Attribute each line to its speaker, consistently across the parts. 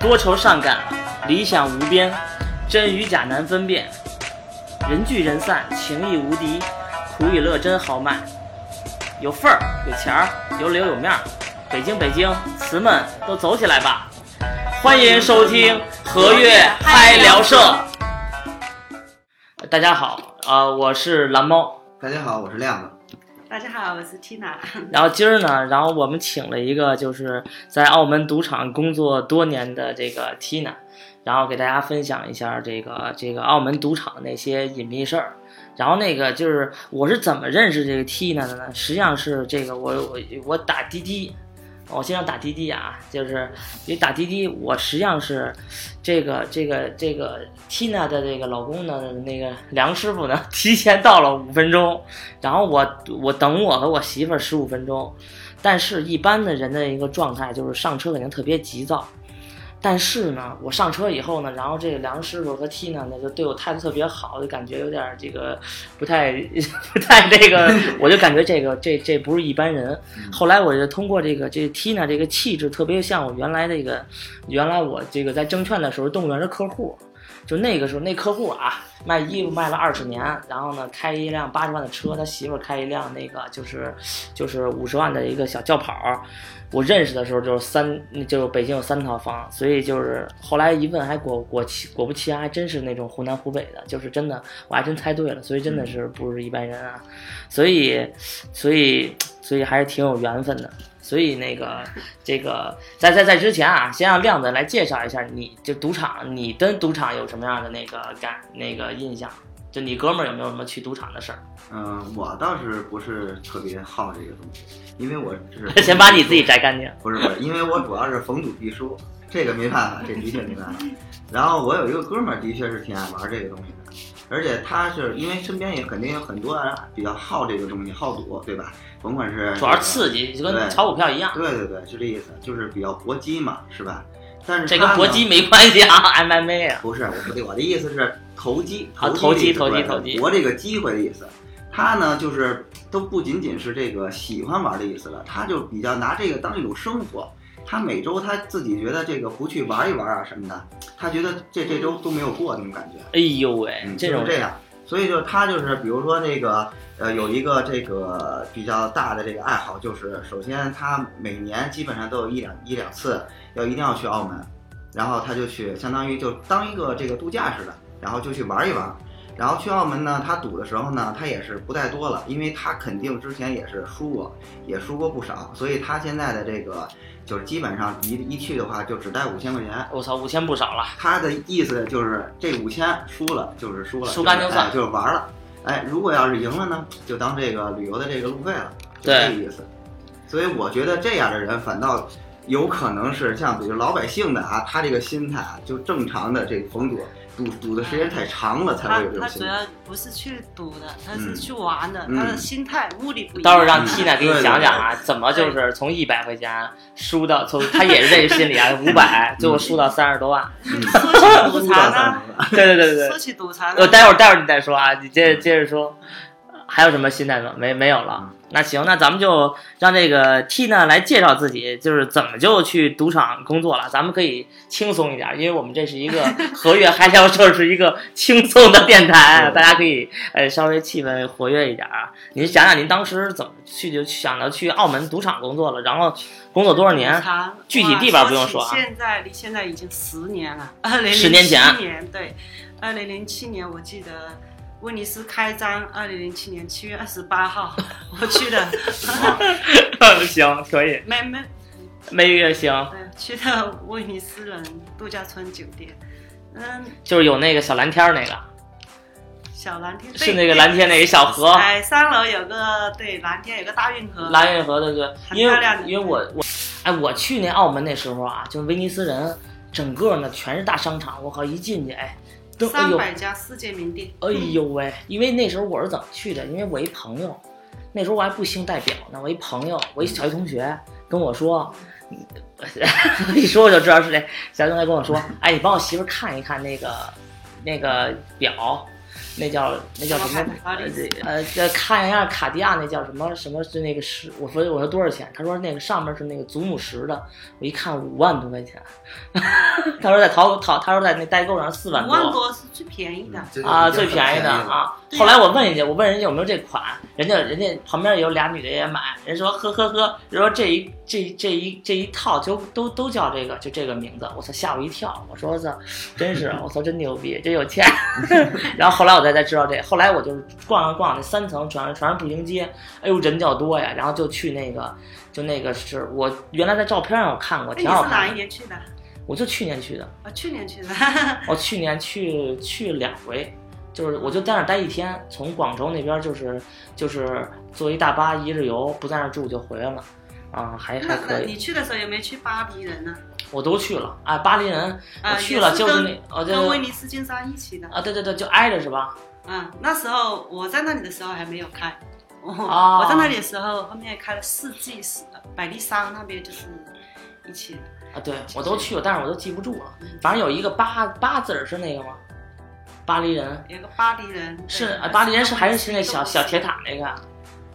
Speaker 1: 多愁善感，理想无边，真与假难分辨。人聚人散，情谊无敌，苦与乐真豪迈。有份儿，有钱儿，有脸有面儿。北京，北京，词们都走起来吧！欢迎收听和悦嗨聊社。大家好，呃，我是蓝猫。
Speaker 2: 大家好，我是亮子。
Speaker 3: 大家好，我是 Tina。
Speaker 1: 然后今儿呢，然后我们请了一个就是在澳门赌场工作多年的这个 Tina，然后给大家分享一下这个这个澳门赌场那些隐秘事儿。然后那个就是我是怎么认识这个 Tina 的呢？实际上是这个我我我打滴滴，我经常打滴滴啊，就是因为打滴滴，我实际上是这个这个这个 Tina 的这个老公呢，那个梁师傅呢， 提前到了五分钟，然后我我等我和我媳妇儿十五分钟，但是一般的人的一个状态就是上车肯定特别急躁。但是呢，我上车以后呢，然后这个梁师傅和 Tina 呢就对我态度特别好，就感觉有点儿这个不太 不太这个， 我就感觉这个这这不是一般人。后来我就通过这个这个 Tina 这个气质，特别像我原来这个原来我这个在证券的时候，动物园的客户，就那个时候那客户啊，卖衣服卖了二十年，然后呢开一辆八十万的车，他媳妇儿开一辆那个就是就是五十万的一个小轿跑。我认识的时候就是三，就是北京有三套房，所以就是后来一问还果果其果不其然，还真是那种湖南湖北的，就是真的我还真猜对了，所以真的是不是一般人啊，所以所以所以还是挺有缘分的。所以那个这个在在在之前啊，先让亮子来介绍一下你，就赌场，你跟赌场有什么样的那个感那个印象？就你哥们儿有没有什么去赌场的 事儿？
Speaker 2: 嗯、我倒是不是特别好这个东西，因为我这是
Speaker 1: 先把你自己摘干净。
Speaker 2: 不是不是，因为我主要是逢赌必输，这个没办法，这的确没 办法。然后我有一个哥们儿，的确是挺爱玩这个东西的，而且他是因为身边也肯定有很多人比较好这个东西，好赌，对吧？甭管是
Speaker 1: 主要是刺激，就跟
Speaker 2: 对
Speaker 1: 炒股票一样，
Speaker 2: 对对对，就这意思，就是比较搏击嘛，是吧？但是
Speaker 1: 这跟
Speaker 2: 他呢
Speaker 1: 搏击没关系啊，MMA 啊。
Speaker 2: 不是，我的我的意思是投机，
Speaker 1: 啊
Speaker 2: 投的意思
Speaker 1: 投机
Speaker 2: 对
Speaker 1: 投机投机
Speaker 2: 搏这个机会的意思。他呢，就是都不仅仅是这个喜欢玩的意思了，他就比较拿这个当一种生活。他每周他自己觉得这个不去玩一玩啊什么的，他觉得这这周都没有过那种感觉。
Speaker 1: 哎呦喂
Speaker 2: 嗯，，
Speaker 1: 这
Speaker 2: 就
Speaker 1: 种
Speaker 2: 是这样。所以就是他就是比如说那个呃有一个这个比较大的这个爱好，就是首先他每年基本上都有一两一两次要一定要去澳门，然后他就去相当于就当一个这个度假似的，然后就去玩一玩。然后去澳门呢，他赌的时候呢，他也是不带多了，因为他肯定之前也是输过，也输过不少，所以他现在的这个就是基本上一一去的话就只带五千块钱，
Speaker 1: 我操，五千不少了，
Speaker 2: 他的意思就是这五千输了就是输了，
Speaker 1: 输干就算
Speaker 2: 哎就是玩了。哎，如果要是赢了呢，就当这个旅游的这个路费了，就
Speaker 1: 对
Speaker 2: 这意思。所以我觉得这样的人反倒有可能是像比如老百姓的啊，他这个心态啊，就正常的这个逢赌赌赌的时间太长了才
Speaker 3: 他
Speaker 2: 会有这种
Speaker 3: 他主
Speaker 2: 心态。
Speaker 3: 要不是去赌的，他
Speaker 2: 嗯
Speaker 3: 是去玩的，
Speaker 2: 嗯
Speaker 3: 他的心态目的不一样。
Speaker 1: 到时候让
Speaker 2: 嗯
Speaker 1: Tina 给你
Speaker 2: 对对
Speaker 1: 讲讲啊，怎么就是从一百块钱输到从他也是这个心理啊，五 百最后输到三十多万。
Speaker 2: 嗯
Speaker 3: 说起赌场呢，
Speaker 1: 对对对对
Speaker 3: 说
Speaker 1: 对，
Speaker 3: 起赌场呢，啊
Speaker 1: 我啊呃待会儿待会儿你再说啊，你接着接着说，还有什么新的吗？没没有了。那行，那咱们就让这个 Tina 来介绍自己，就是怎么就去赌场工作了。咱们可以轻松一点，因为我们这是一个和悦嗨聊社，是一个轻松的电台，
Speaker 2: 嗯
Speaker 1: 大家可以呃稍微气氛活跃一点啊。您讲讲您当时怎么去就想到去澳门赌场工作了，然后工作多少年
Speaker 3: 赌？场
Speaker 1: 啊具体地方不用说
Speaker 3: 说
Speaker 1: 啊
Speaker 3: 起现在离现在已经十年了，二零
Speaker 1: 10年前啊
Speaker 3: 年对，二零零七年我记得威尼斯开张，二零零七年七月二十八号 我去的，
Speaker 1: 行，可以，
Speaker 3: 没没
Speaker 1: 每月行，
Speaker 3: 对去的威尼斯人度假村酒店，嗯，
Speaker 1: 就是有那个小蓝天儿那个，
Speaker 3: 小蓝天
Speaker 1: 是
Speaker 3: 对
Speaker 1: 那个
Speaker 3: 对
Speaker 1: 蓝天那个小 河。
Speaker 3: 哎，三楼有个对蓝天有个大运河，
Speaker 1: 啊蓝运河的对，
Speaker 3: 嗯很
Speaker 1: 因为
Speaker 3: 漂亮的
Speaker 1: 因为我我，哎，我去那澳门那时候啊，就是威尼斯人，整个呢全是大商场，我靠，一进去哎，都哎
Speaker 3: 三
Speaker 1: 呦
Speaker 3: 百家世界名店，
Speaker 1: 哎呦喂，因为那时候我是怎么去的？因为我一朋友，那时候我还不兴代表呢，我一朋友，我一小学同学跟我说。 嗯一说我就知道是谁。小学同学跟我说：“哎，你帮我媳妇儿看一看那个那个表，那叫那叫什
Speaker 3: 什
Speaker 1: 么
Speaker 3: 么？海
Speaker 1: 呃
Speaker 3: 的
Speaker 1: 这呃，这看一下卡地亚那叫什么什么是那个石？我说我说多少钱？他说那个上面是那个祖母石的，我一看五万多块钱。 他说在淘淘，他说在那代购上四万
Speaker 3: 五万多是最便宜的。
Speaker 2: 这就
Speaker 1: 啊，
Speaker 2: 已经
Speaker 1: 最
Speaker 2: 很
Speaker 1: 便宜的
Speaker 2: 了
Speaker 1: 啊。
Speaker 3: 对呀
Speaker 1: 后来我问人家，我问人家有没有这款，人家人家旁边有俩女的也买，人说呵呵呵，人说这一这一这一这一套就都都叫这个就这个名字，我操吓我一跳，我说我操，真是我操真牛逼，真有 钱。然后后来我才才知道这，后来我就逛了逛那三层，全是全是步行街，哎呦人较多呀，然后就去那个就那个是我原来在照片上我看过，
Speaker 3: 哎，你
Speaker 1: 挺
Speaker 3: 是
Speaker 1: 好
Speaker 3: 哪
Speaker 1: 看
Speaker 3: 一
Speaker 1: 的，
Speaker 3: 年去的？
Speaker 1: 我就去年去的。
Speaker 3: 啊，去年 去的。
Speaker 1: 我哦去年去去两回，就是我就在那儿待一天，从广州那边就是就是坐一大巴一日游，不在那儿住就回来了，啊，还还
Speaker 3: 那 那
Speaker 1: 可以，
Speaker 3: 你去的时候有没有去巴黎人呢？
Speaker 1: 我都去了，啊，巴黎人我
Speaker 3: 啊，
Speaker 1: 去
Speaker 3: 也
Speaker 1: 了，
Speaker 3: 是
Speaker 1: 就是
Speaker 3: 跟
Speaker 1: 那，我哦就
Speaker 3: 跟威尼斯金山一起的。
Speaker 1: 啊，对对对，就挨着是吧？
Speaker 3: 嗯，那时候我在那里的时候还没有开，我、
Speaker 1: 哦
Speaker 3: 我在那里的时候后面开了四季是百丽商那边就是一起的，
Speaker 1: 啊，对我都去了，但是我都记不住了，反正有一个八八字儿是那个吗？巴黎人
Speaker 3: 有个巴黎人
Speaker 1: 是
Speaker 3: 对
Speaker 1: 啊，巴黎人是还是去
Speaker 3: 去
Speaker 1: 那小小铁塔那个，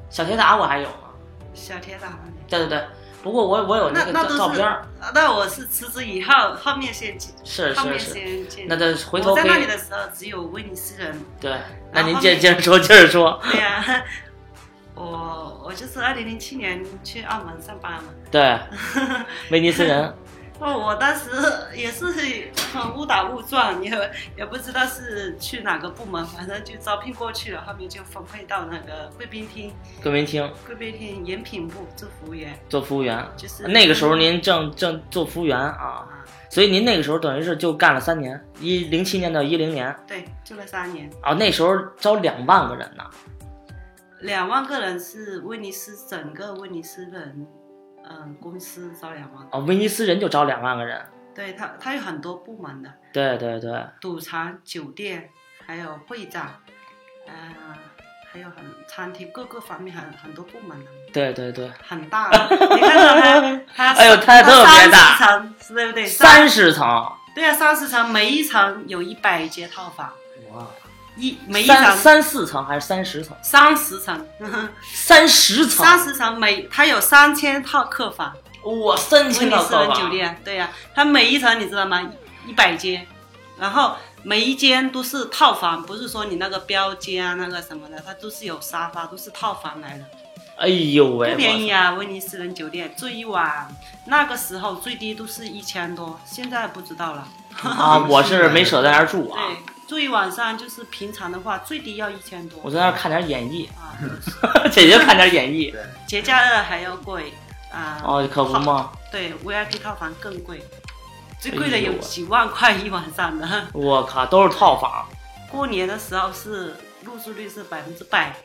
Speaker 1: 小铁塔我还有呢，
Speaker 3: 小铁塔那里。
Speaker 1: 对对对，不过我我有
Speaker 3: 那
Speaker 1: 个
Speaker 3: 那
Speaker 1: 照
Speaker 3: 都是啊
Speaker 1: 照片儿，
Speaker 3: 那我是辞职以后，后面先进，
Speaker 1: 是
Speaker 3: 后面
Speaker 1: 是是，
Speaker 3: 先进。
Speaker 1: 那得回头
Speaker 3: 我
Speaker 1: 可
Speaker 3: 在
Speaker 1: 以
Speaker 3: 那里的时候只有威尼斯人，
Speaker 1: 对，那
Speaker 3: 然
Speaker 1: 您
Speaker 3: 后
Speaker 1: 接
Speaker 3: 呢
Speaker 1: 接着说，接着说。
Speaker 3: 对呀、我我就是二零零七年去澳门上班嘛，
Speaker 1: 对，威尼斯人，
Speaker 3: 哦，我当时也是很误打误撞，也也不知道是去哪个部门，反正就招聘过去了，后面就分配到那个贵宾厅，
Speaker 1: 贵宾厅
Speaker 3: 贵宾厅饮品部做服务员，
Speaker 1: 做服务员，
Speaker 3: 就是
Speaker 1: 那个时候您正正做服务员啊，
Speaker 3: 啊，
Speaker 1: 所以您那个时候等于是就干了三年，一零七年到一零年
Speaker 3: 对，做了三年，
Speaker 1: 啊，那时候招两万个人呢，
Speaker 3: 两万个人是威尼斯整个威尼斯人，嗯，公司招两万个，
Speaker 1: 啊，威尼斯人就招两万个人，
Speaker 3: 对他他有很多部门的，
Speaker 1: 对对对，
Speaker 3: 赌场、酒店，还有会展，嗯、还有很餐厅各个方面很很多部门的。
Speaker 1: 对对对，
Speaker 3: 很大啊，你看到 它，它
Speaker 1: 哎呦它特别大
Speaker 3: 三十层，对不对？
Speaker 1: 三十层，
Speaker 3: 对啊，三十层，每一层有一百间套房，
Speaker 2: 哇，
Speaker 3: 一每一
Speaker 1: 三
Speaker 3: 层
Speaker 1: 三四层还是三十层？
Speaker 3: 三十层，
Speaker 1: 三十层，
Speaker 3: 三十层每它有三千套客房，
Speaker 1: 哇， 三
Speaker 3: 威
Speaker 1: 千
Speaker 3: 尼
Speaker 1: 套
Speaker 3: 斯
Speaker 1: 套
Speaker 3: 人
Speaker 1: 房
Speaker 3: 酒店，对呀、它每一层你知道吗？一百间，然后每一间都是套房，不是说你那个标间啊那个什么的，它都是有沙发，都是套房来的。
Speaker 1: 哎呦喂，
Speaker 3: 不便宜
Speaker 1: 啊，
Speaker 3: 啊，威尼斯人酒店住一晚，那个时候最低都是一千多，现在不知道了。
Speaker 1: 啊，我是没舍得在那儿住啊，
Speaker 3: 对，住一晚上就是平常的话，最低要一千多。
Speaker 1: 我在那儿看点演绎，
Speaker 3: 啊，
Speaker 1: 姐姐看点演 绎，
Speaker 3: 节假日还要贵啊。
Speaker 1: 哦，可不嘛。
Speaker 3: 对，VIP 套房更贵，最贵的
Speaker 1: 哎呦
Speaker 3: 有几万块一晚上的。
Speaker 1: 我靠，都是套 房。
Speaker 3: 过年的时候是入住率是百分之百。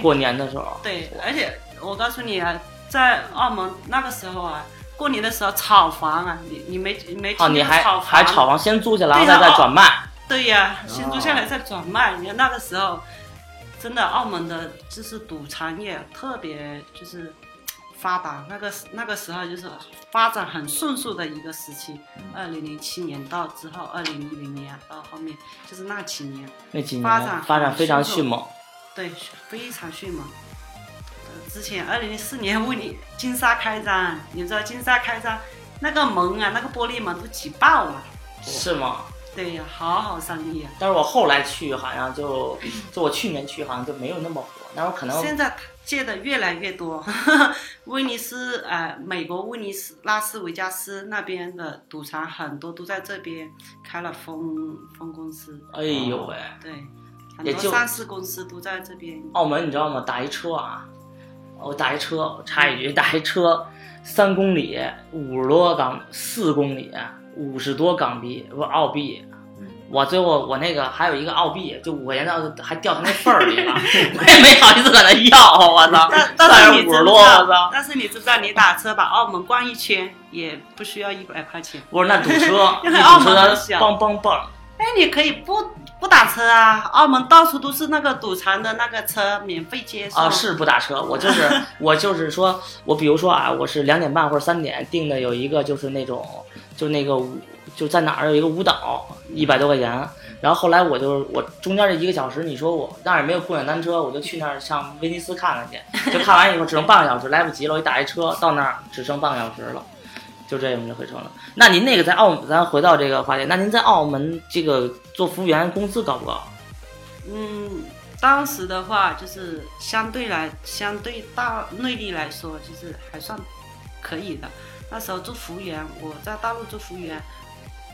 Speaker 1: 过年的时候，
Speaker 3: 对，而且我告诉你啊，在澳门那个时候啊，过年的时候炒房啊，你你没你没
Speaker 1: 啊，
Speaker 3: 听
Speaker 1: 你
Speaker 3: 见
Speaker 1: 还
Speaker 3: 炒房
Speaker 1: 还炒房，先租下来，然后
Speaker 3: 对
Speaker 1: 再
Speaker 3: 呀
Speaker 1: 再
Speaker 3: 哦
Speaker 1: 转卖。
Speaker 3: 对呀、先租下来再转卖。
Speaker 1: 哦
Speaker 3: 你看那个时候，真的澳门的就是赌场业特别就是发达，那个那个时候就是发展很迅速的一个时期。
Speaker 1: 嗯
Speaker 3: 二零零七年到之后，二零一零年到后面就是那几年，
Speaker 1: 那几
Speaker 3: 发
Speaker 1: 年
Speaker 3: 展
Speaker 1: 发展非常
Speaker 3: 迅速
Speaker 1: 迅猛，
Speaker 3: 对，非常迅猛。呃之前二零零四年为你金沙开张，你知道金沙开张那个门啊，那个玻璃门都挤爆了。
Speaker 1: 是吗？
Speaker 3: 对呀、好好生意啊！
Speaker 1: 但是我后来去好像就，就我去年去好像就没有那么火，那我可能
Speaker 3: 现在借的越来越多， 威尼斯呃，美国威尼斯拉斯维加斯那边的赌场很多都在这边开了分分公司，
Speaker 1: 哎呦喂，
Speaker 3: 对，很
Speaker 1: 也
Speaker 3: 多
Speaker 1: 就
Speaker 3: 上市公司都在这边。
Speaker 1: 澳门你知道吗？打一车啊，我打一车，我插一句，打一车三公里五十多港，四公里五十多港币，不是澳币
Speaker 2: 嗯。
Speaker 1: 我最后我那个还有一个澳币，就五块钱的还掉他那缝儿里 了，我也没好意思搁那要，我操！
Speaker 3: 但但
Speaker 1: 三
Speaker 3: 是
Speaker 1: 十
Speaker 3: 你
Speaker 1: 五
Speaker 3: 知
Speaker 1: 十
Speaker 3: 不
Speaker 1: 多，我
Speaker 3: 知道
Speaker 1: 操？！
Speaker 3: 但是你知不知道，你打车把澳门逛一圈也不需要一百块钱。
Speaker 1: 不是那堵车，一
Speaker 3: 因为澳
Speaker 1: 堵
Speaker 3: 门
Speaker 1: 车
Speaker 3: 很小
Speaker 1: 梆梆梆，
Speaker 3: 哎，你可以不不打车啊，澳门到处都是那个赌场的那个车免费接送
Speaker 1: 啊，是不打车，我就是 我就是说，我比如说啊，我是两点半或者三点定的有一个就是那种就那个舞就在哪儿有一个舞蹈，一百多块
Speaker 3: 嗯
Speaker 1: 钱。然后后来我就我中间这一个小时，你说我那儿也没有共享单车，我就去那儿上威尼斯看看 去，就看完以后只剩半个小时，来不及了，我一打一车到那儿只剩半个小时了。就这么就回城了。那您那个在澳，咱回到这个话题，那您在澳门这个做服务员工资高不高？
Speaker 3: 嗯，当时的话就是相对来相对大内地来说，就是还算可以的。那时候做服务员，我在大陆做服务员，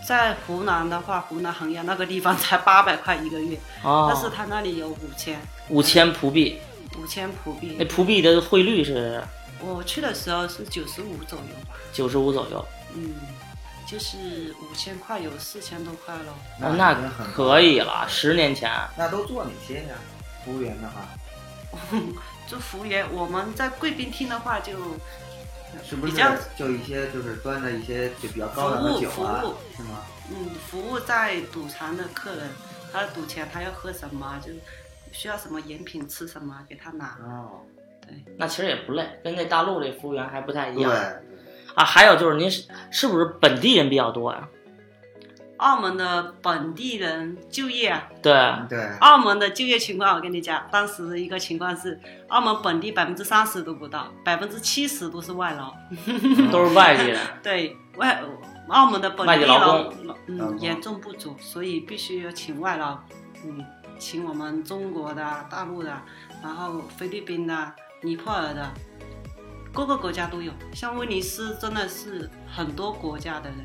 Speaker 3: 在湖南的话，湖南衡阳那个地方才八百块一个月，
Speaker 1: 哦
Speaker 3: 但是他那里有五千
Speaker 1: 五千葡币，
Speaker 3: 五千葡
Speaker 1: 那
Speaker 3: 币。
Speaker 1: 葡币的汇率是
Speaker 3: 我去的时候是九十五左右吧，
Speaker 1: 九十五左右，
Speaker 3: 嗯，就是五千块有四千多块咯。
Speaker 1: 哦
Speaker 2: 那
Speaker 1: 那
Speaker 2: 已经很高
Speaker 1: 可以了。十年前，
Speaker 2: 那都做哪些呀？服务员的话，
Speaker 3: 做服务员，我们在贵宾厅的话就。
Speaker 2: 是不
Speaker 3: 比
Speaker 2: 是
Speaker 3: 较
Speaker 2: 就一些就是端着一些就比较高档的酒啊
Speaker 3: 服务服，
Speaker 2: 是吗？
Speaker 3: 嗯，服务在赌场的客人，他赌钱他要喝什么，就需要什么饮品吃什么给他拿。
Speaker 2: 哦，
Speaker 1: 那其实也不累，跟这大陆这服务员还不太一
Speaker 2: 对，
Speaker 1: 样啊。还有就是您是是不是本地人比较多呀、
Speaker 3: 澳门的本地人就业啊，
Speaker 1: 对，
Speaker 2: 对，
Speaker 3: 澳门的就业情况，我跟你讲，当时的一个情况是，澳门本地百分之三十都不到，百分之七十都是外劳。
Speaker 2: 嗯
Speaker 1: 都是外地人。
Speaker 3: 对外，澳门的本
Speaker 1: 外地
Speaker 3: 地
Speaker 1: 劳
Speaker 3: 劳
Speaker 2: 劳
Speaker 3: 嗯
Speaker 2: 工
Speaker 3: 严重不足，所以必须要请外劳，嗯，请我们中国的、大陆的，然后菲律宾的、尼泊尔的，各个国家都有。像威尼斯真的是很多国家的人，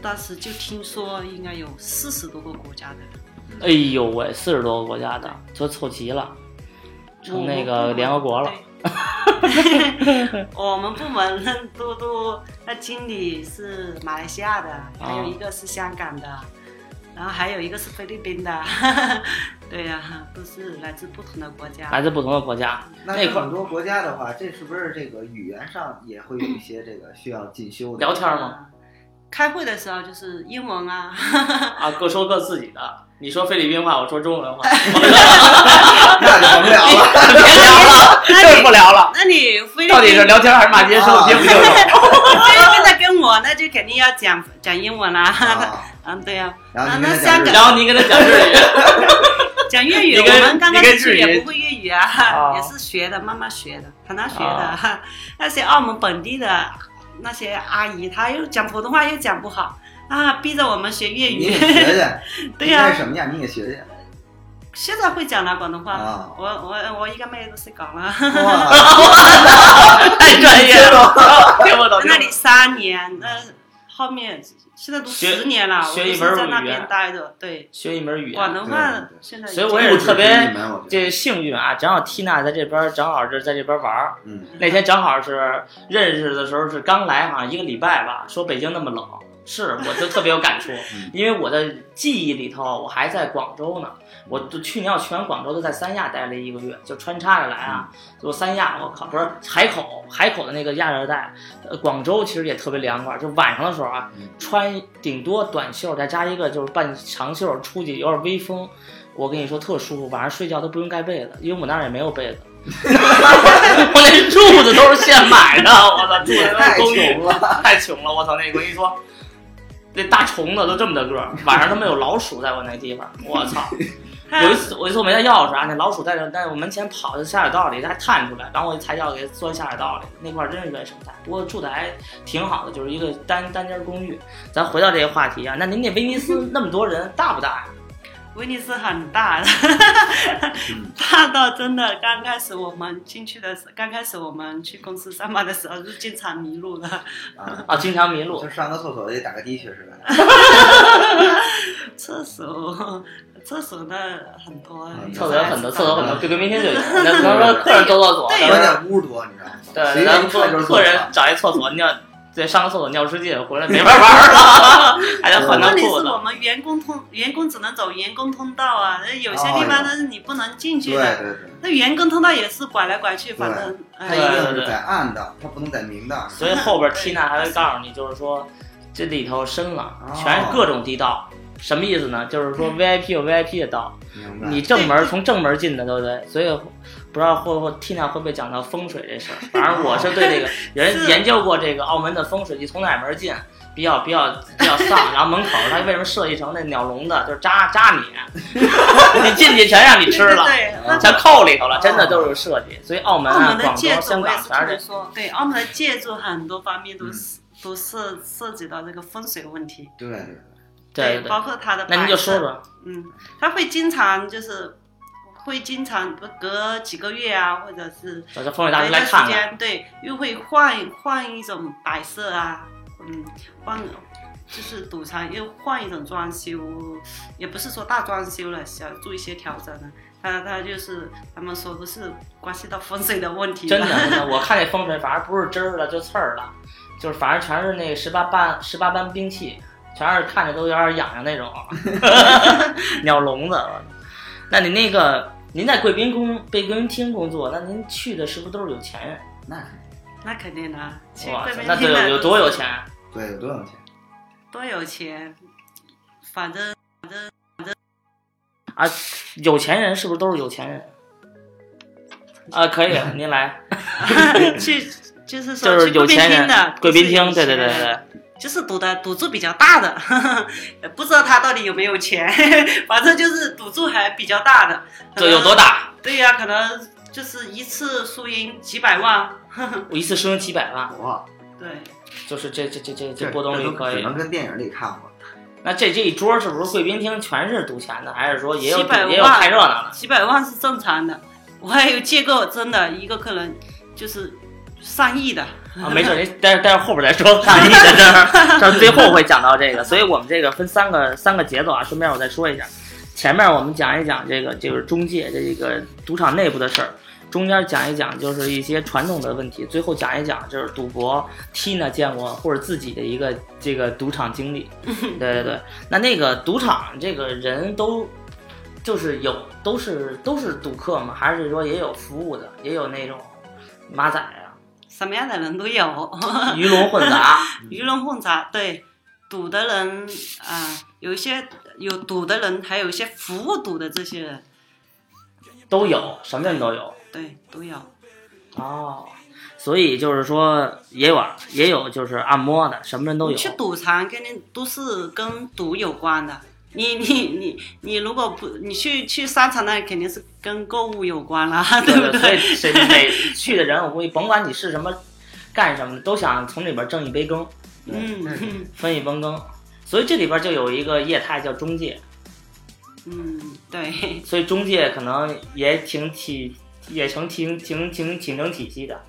Speaker 3: 当时就听说应该有四十多个国家的人。
Speaker 1: 哎呦喂，四十多个国家的，就凑齐了，成那个联合国了。
Speaker 3: 对。 我们部门任嘟嘟，那呃经理是马来西亚的，
Speaker 1: 啊
Speaker 3: 还有一个是香港的，然后还有一个是菲律宾的。 对呀、都是来自不同的国
Speaker 1: 来
Speaker 3: 家。
Speaker 1: 自不同的国家。
Speaker 2: 那
Speaker 1: 那
Speaker 2: 这
Speaker 1: 块
Speaker 2: 很多国家的话，这是不是这个语言上也会有一些这个需要进修的？
Speaker 1: 聊天吗？
Speaker 3: 嗯开会的时候就是英文啊，
Speaker 1: 啊，各说各自己的。你说菲律宾话，我说中文话，别
Speaker 2: 那就甭聊了。
Speaker 1: 聊 了，真不聊了。啊
Speaker 3: 那你菲律宾
Speaker 1: 到底是聊天还是骂街？说不清不清楚。
Speaker 3: 菲律宾的跟我，那就肯定要讲讲英文啦、
Speaker 2: 啊
Speaker 3: 嗯，对呀、
Speaker 2: 然后
Speaker 3: 啊
Speaker 2: 你
Speaker 3: 那
Speaker 2: 跟他
Speaker 3: 香
Speaker 2: 讲日
Speaker 3: 港
Speaker 1: 然后您跟他讲日语，
Speaker 3: 讲粤语，
Speaker 1: 你
Speaker 3: 我
Speaker 1: 跟
Speaker 3: 们刚
Speaker 1: 你
Speaker 3: 刚
Speaker 1: 跟
Speaker 3: 开始
Speaker 1: 日语
Speaker 3: 也不会粤语啊，
Speaker 1: 啊
Speaker 3: 也是学的，慢慢学的，很难学的。
Speaker 1: 啊
Speaker 3: 那些澳门本地的那些阿姨，她又讲普通话又讲不好啊，逼着我们学粤
Speaker 2: 语，你也
Speaker 3: 语。
Speaker 2: 学学。
Speaker 3: 对呀
Speaker 2: 你是什么样？你也学学。
Speaker 3: 现在会讲了广东话，
Speaker 2: 啊
Speaker 3: 我我我一个妹都是 讲了，
Speaker 2: 哇，
Speaker 1: 太专业了，哦听不懂。
Speaker 3: 在那里三年，那、后面现在都
Speaker 1: 学
Speaker 3: 十年了，我
Speaker 1: 学一
Speaker 3: 都
Speaker 1: 门
Speaker 3: 是在那
Speaker 1: 语言
Speaker 3: 边待着，对，
Speaker 1: 学一门语
Speaker 3: 广
Speaker 1: 言，
Speaker 3: 东话
Speaker 2: 对对
Speaker 3: 现在已
Speaker 1: 所以
Speaker 3: 经
Speaker 1: 我也是特别
Speaker 2: 不止一门我觉
Speaker 1: 这
Speaker 2: 得
Speaker 1: 幸运啊，正好缇娜在这边，正好是在这边玩儿。
Speaker 2: 嗯，
Speaker 1: 那天正好是认识的时候是刚来，好像一个礼拜吧。说北京那么冷，是我就特别有感触
Speaker 2: 嗯，
Speaker 1: 因为我的记忆里头我还在广州呢。我就去年我去完广州，都在三亚待了一个月，就穿插着来啊。
Speaker 2: 嗯
Speaker 1: 就三亚，我靠，不是海口，海口的那个亚热带，呃，广州其实也特别凉快，就晚上的时候啊
Speaker 2: 嗯，
Speaker 1: 穿顶多短袖再加一个就是半长袖，出去有点微风。我跟你说特舒服，晚上睡觉都不用盖被子，因为我那儿也没有被子， 我那褥子都是现买的，我操，住
Speaker 2: 也
Speaker 1: 的都
Speaker 2: 太
Speaker 1: 是公寓
Speaker 2: 穷，了。
Speaker 1: 太穷了，我操，那我跟你说，那大虫子都这么大个儿，晚上他妈有老鼠在我那地方，我操！有一次，我一次我没带钥匙啊，那老鼠在这，在我门前跑到下水道里，它还探出来，然后我一抬脚给它钻下水道里，那块儿真是原生态。不过住的还挺好的，就是一个单单间公寓。咱回到这个话题啊，那您那威尼斯那么多人，大不大呀、
Speaker 3: 威尼斯很大的，
Speaker 1: 嗯
Speaker 3: 大到真的，刚开始我们进去的时刚开始我们去公司上班的时候就经常迷路了，
Speaker 2: 啊，
Speaker 1: 啊？经常迷路
Speaker 2: 就，上个厕所得打个的，确实。
Speaker 3: 厕所厕所的很多
Speaker 2: 嗯，
Speaker 1: 啊厕所有很多，厕所很多，
Speaker 2: 嗯
Speaker 1: 就跟明天就有。那比方说客人走厕所，
Speaker 3: 对
Speaker 2: 关键屋多，你知道吗？
Speaker 1: 对，
Speaker 2: 随
Speaker 1: 咱
Speaker 2: 便一
Speaker 1: 们
Speaker 2: 看就
Speaker 1: 客
Speaker 2: 是厕所
Speaker 1: 客人找一厕所尿，对，上个厕所尿失禁，回来 没法玩了，还得
Speaker 2: 嗯
Speaker 1: 换
Speaker 3: 问
Speaker 1: 趟
Speaker 3: 题
Speaker 1: 裤
Speaker 3: 是
Speaker 1: 子。
Speaker 3: 我们员工通员工只能走员工通道啊，那有些地
Speaker 1: 哎
Speaker 2: 哦
Speaker 3: 方
Speaker 2: 有
Speaker 3: 呢是你不能进去
Speaker 2: 对
Speaker 3: 的。
Speaker 2: 对对，
Speaker 3: 那员工通道也是拐来拐去，反
Speaker 2: 对
Speaker 3: 正
Speaker 2: 它
Speaker 1: 对
Speaker 2: 一
Speaker 3: 哎，
Speaker 2: 定是在暗道，它不能在明道。
Speaker 1: 所以后边缇娜还会告诉你，就是说这里头深了
Speaker 2: 哦，
Speaker 1: 全是各种地道。什么意思呢？就是 说 VIP 有 VIP 的道，
Speaker 2: 明白。
Speaker 1: 你正门从正门进的，对不对？所以不知道会不会 Tina 会不会讲 到风水这事儿。反正我是对这个人
Speaker 3: 是
Speaker 1: 研究过这个澳门的风水，你从哪门进，比较比较比较丧， 然后门口他为什么设计成那鸟笼子，就是扎扎你， 你进去全让你吃了，
Speaker 3: 对，那
Speaker 1: 全扣里头了，真的都是有设计。所以澳门
Speaker 3: 澳
Speaker 1: 啊
Speaker 3: 门、的
Speaker 1: 广
Speaker 3: 建
Speaker 1: 东、
Speaker 3: 筑
Speaker 1: 香
Speaker 3: 我也
Speaker 1: 港
Speaker 3: 是
Speaker 1: 全
Speaker 3: 这
Speaker 1: 是
Speaker 3: 么
Speaker 1: 这。
Speaker 3: 说，对澳门的建筑很多方面都
Speaker 1: 嗯
Speaker 3: 是都涉涉及到这个风水问题，
Speaker 2: 对对对，
Speaker 1: 对对对
Speaker 3: 包，括它的。
Speaker 1: 那您就说，说，
Speaker 3: 嗯，他会经常就是会经常隔几个月啊，或者是
Speaker 1: 我这风水大
Speaker 3: 隔
Speaker 1: 师
Speaker 3: 一
Speaker 1: 来
Speaker 3: 段
Speaker 1: 看
Speaker 3: 时
Speaker 1: 看。
Speaker 3: 间，对，又会换换一种摆设啊，嗯，换就是赌场又换一种装修，也不是说大装修了，想做一些调整了。他他就是他们说不是关系到风水的问题，
Speaker 1: 真的，真的，我看那风水反正不是汁儿了，就刺儿了，就是反正全是那十八般十八般兵器，全是看着都有点痒痒 那种，鸟笼子。那您那个您在贵宾宫贵宾厅工作，那您去的是不是都是有钱人？
Speaker 2: 那肯定
Speaker 3: 那肯定的，啊去
Speaker 1: 哇
Speaker 3: 贵
Speaker 1: 塞
Speaker 3: 宾，
Speaker 1: 那
Speaker 3: 厅
Speaker 1: 得
Speaker 3: 的
Speaker 1: 有有多有钱？
Speaker 2: 对有多少钱？
Speaker 3: 多有钱，反正
Speaker 1: 有钱人是不是都是有钱人？啊、可以，您 来，
Speaker 3: 去就是说
Speaker 1: 就是
Speaker 3: 去
Speaker 1: 有
Speaker 3: 贵宾
Speaker 1: 钱
Speaker 3: 厅
Speaker 1: 人
Speaker 3: 的，
Speaker 1: 贵宾厅，
Speaker 3: 不是
Speaker 1: 对对
Speaker 3: 有
Speaker 1: 对
Speaker 3: 钱
Speaker 1: 对
Speaker 3: 人
Speaker 1: 对，
Speaker 3: 就是赌的赌注比较大的， 也不知道他到底有没有钱， 反正就是赌注还比较大的。
Speaker 1: 这有多
Speaker 3: 大？
Speaker 1: 大？
Speaker 3: 对呀、可能就是一次输赢几百万。
Speaker 1: 我一次收赢几百万，
Speaker 2: 哇，
Speaker 3: 对，
Speaker 1: 就是这这这这啊这
Speaker 2: 这
Speaker 1: 波动率
Speaker 2: 这都
Speaker 1: 可以
Speaker 2: 只。能跟电影里看过。
Speaker 1: 那这这一桌是不是贵宾厅全是赌钱的，还是说也有
Speaker 3: 几百万
Speaker 1: 也有看热闹的？
Speaker 3: 几百万是正常的。我还有借过真的一个客人，就是上亿的。
Speaker 1: 啊，没事，您待会待会儿后边再说看你的事儿，这最后会讲到这个，所以我们这个分三个三个节奏啊，顺便我再说一下，前面我们讲一讲这个就是中介这个赌场内部的事儿。中间讲一讲就是一些传统的问题，最后讲一讲就是赌博，Tina 见过或者自己的一个这个赌场经历。对对对，那那个赌场这个人都就是有都是都是赌客吗？还是说也有服务的，也有那种马仔啊，
Speaker 3: 什么样的人都有，
Speaker 1: 鱼龙混 杂？
Speaker 3: 鱼龙混杂。对，赌的人啊、有一些有赌的人，还有一些服务赌的这些人，
Speaker 1: 都有，什么人都有。
Speaker 3: 对，都有。
Speaker 1: 哦，所以就是说也有啊也有就是按摩的，什么人都
Speaker 3: 你
Speaker 1: 有。
Speaker 3: 去赌场肯定都是跟赌有关的。你你你你如果不你去去商场那里肯定是跟购物有关啦，对不
Speaker 1: 所以
Speaker 3: 对？
Speaker 1: 所以每去的人，我估计甭管你是什么干什么的，都想从里边挣一杯羹，
Speaker 3: 嗯
Speaker 1: 分一杯羹。所以这里边就有一个业态叫中介，
Speaker 3: 嗯，对
Speaker 1: 所以中介可能也挺体也成挺挺挺挺成体系的。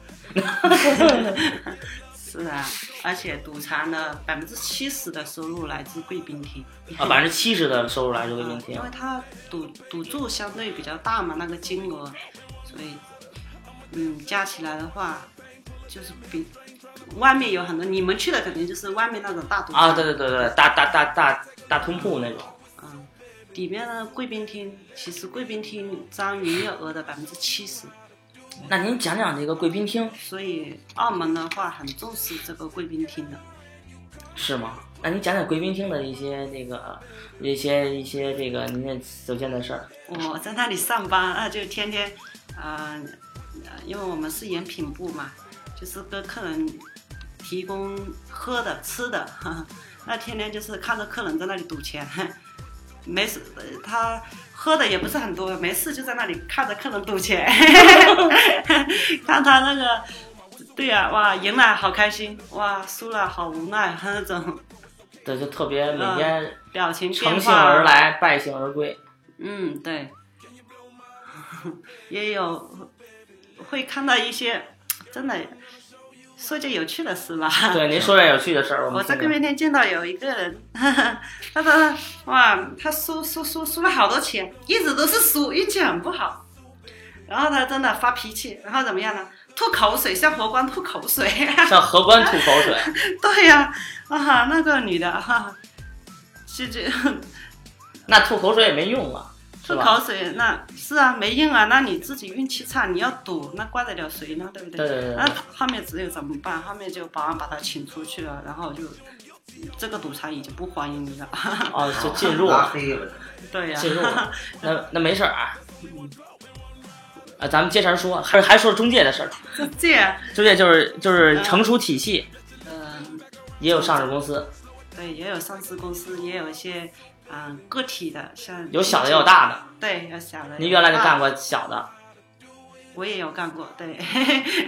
Speaker 3: 是啊，而且赌场的百分之七十的收入来自贵宾厅，
Speaker 1: 啊，百分之七十的啊收入来自贵宾
Speaker 3: 嗯
Speaker 1: 厅
Speaker 3: 因为，它赌赌注相对比较大嘛，那个金额，所以嗯加起来的话，就是比外面有很多你们去的肯定就是外面那种大赌场
Speaker 1: 啊，对对对对，大大大大大通铺那种，
Speaker 3: 嗯，里面的贵宾厅，其实贵宾厅占营业额的百分之七十，
Speaker 1: 那您讲讲这个贵宾厅
Speaker 3: 所以澳门的话很重视这个贵宾厅的。
Speaker 1: 是吗？那您讲讲贵宾厅的一些那个一些一些这个您这走见的事儿。
Speaker 3: 我在那里上班，那就天天，呃，呃因为我们是饮品部嘛，就是跟客人提供喝的、吃的， 呵呵那天天就是看着客人在那里赌钱， 没事，呃他喝的也不是很多，没事就在那里看着客人赌钱， 看他那个，对呀、哇，赢了好开心，哇，输了好无奈， 那种
Speaker 1: 对，就特别每天
Speaker 3: 表情啊变
Speaker 1: 乘兴
Speaker 3: 化。
Speaker 1: 而来，败兴而归。
Speaker 3: 嗯，对， 也有会看到一些真的说句有趣的事吧。
Speaker 1: 对，您说点有趣的事儿，我
Speaker 3: 我
Speaker 1: 们
Speaker 3: 在
Speaker 1: 听
Speaker 3: 贵
Speaker 1: 听。
Speaker 3: 宾厅见到有一个人， 他说哇，他输输输输了好多钱，一直都是输，运气很不好。然后他真的发脾气，然后怎么样呢？吐口水，向佛光吐口水。
Speaker 1: 向荷官吐口水，
Speaker 3: 对呀、啊，那个女的哈、 啊，这这
Speaker 1: 那吐口水也没用啊，是
Speaker 3: 吐
Speaker 1: 吧？
Speaker 3: 口水，那是啊，没用啊。那你自己运气差，你要赌，那怪得了谁呢？对不
Speaker 1: 对对对对
Speaker 3: 那后面只有怎么办？后面就保安把他请出去了，然后就嗯这个赌场已经不欢迎你了。
Speaker 1: 哦，就进入
Speaker 2: 拉
Speaker 1: 了，
Speaker 2: 黑了，
Speaker 3: 对呀、
Speaker 1: 进入 了。那那没事儿啊。啊，咱们接着说，还还说中介的事儿。
Speaker 3: 这
Speaker 1: 中介就是就是成熟体系，
Speaker 3: 嗯、
Speaker 1: 也有上市公司，
Speaker 3: 对，也有上市公司，也有一些嗯、呃个体的，像
Speaker 1: 有小的也有大的。
Speaker 3: 对，有小的。
Speaker 1: 您原来就
Speaker 3: 有大
Speaker 1: 干
Speaker 3: 的？
Speaker 1: 过小的，
Speaker 3: 我也有干过，对，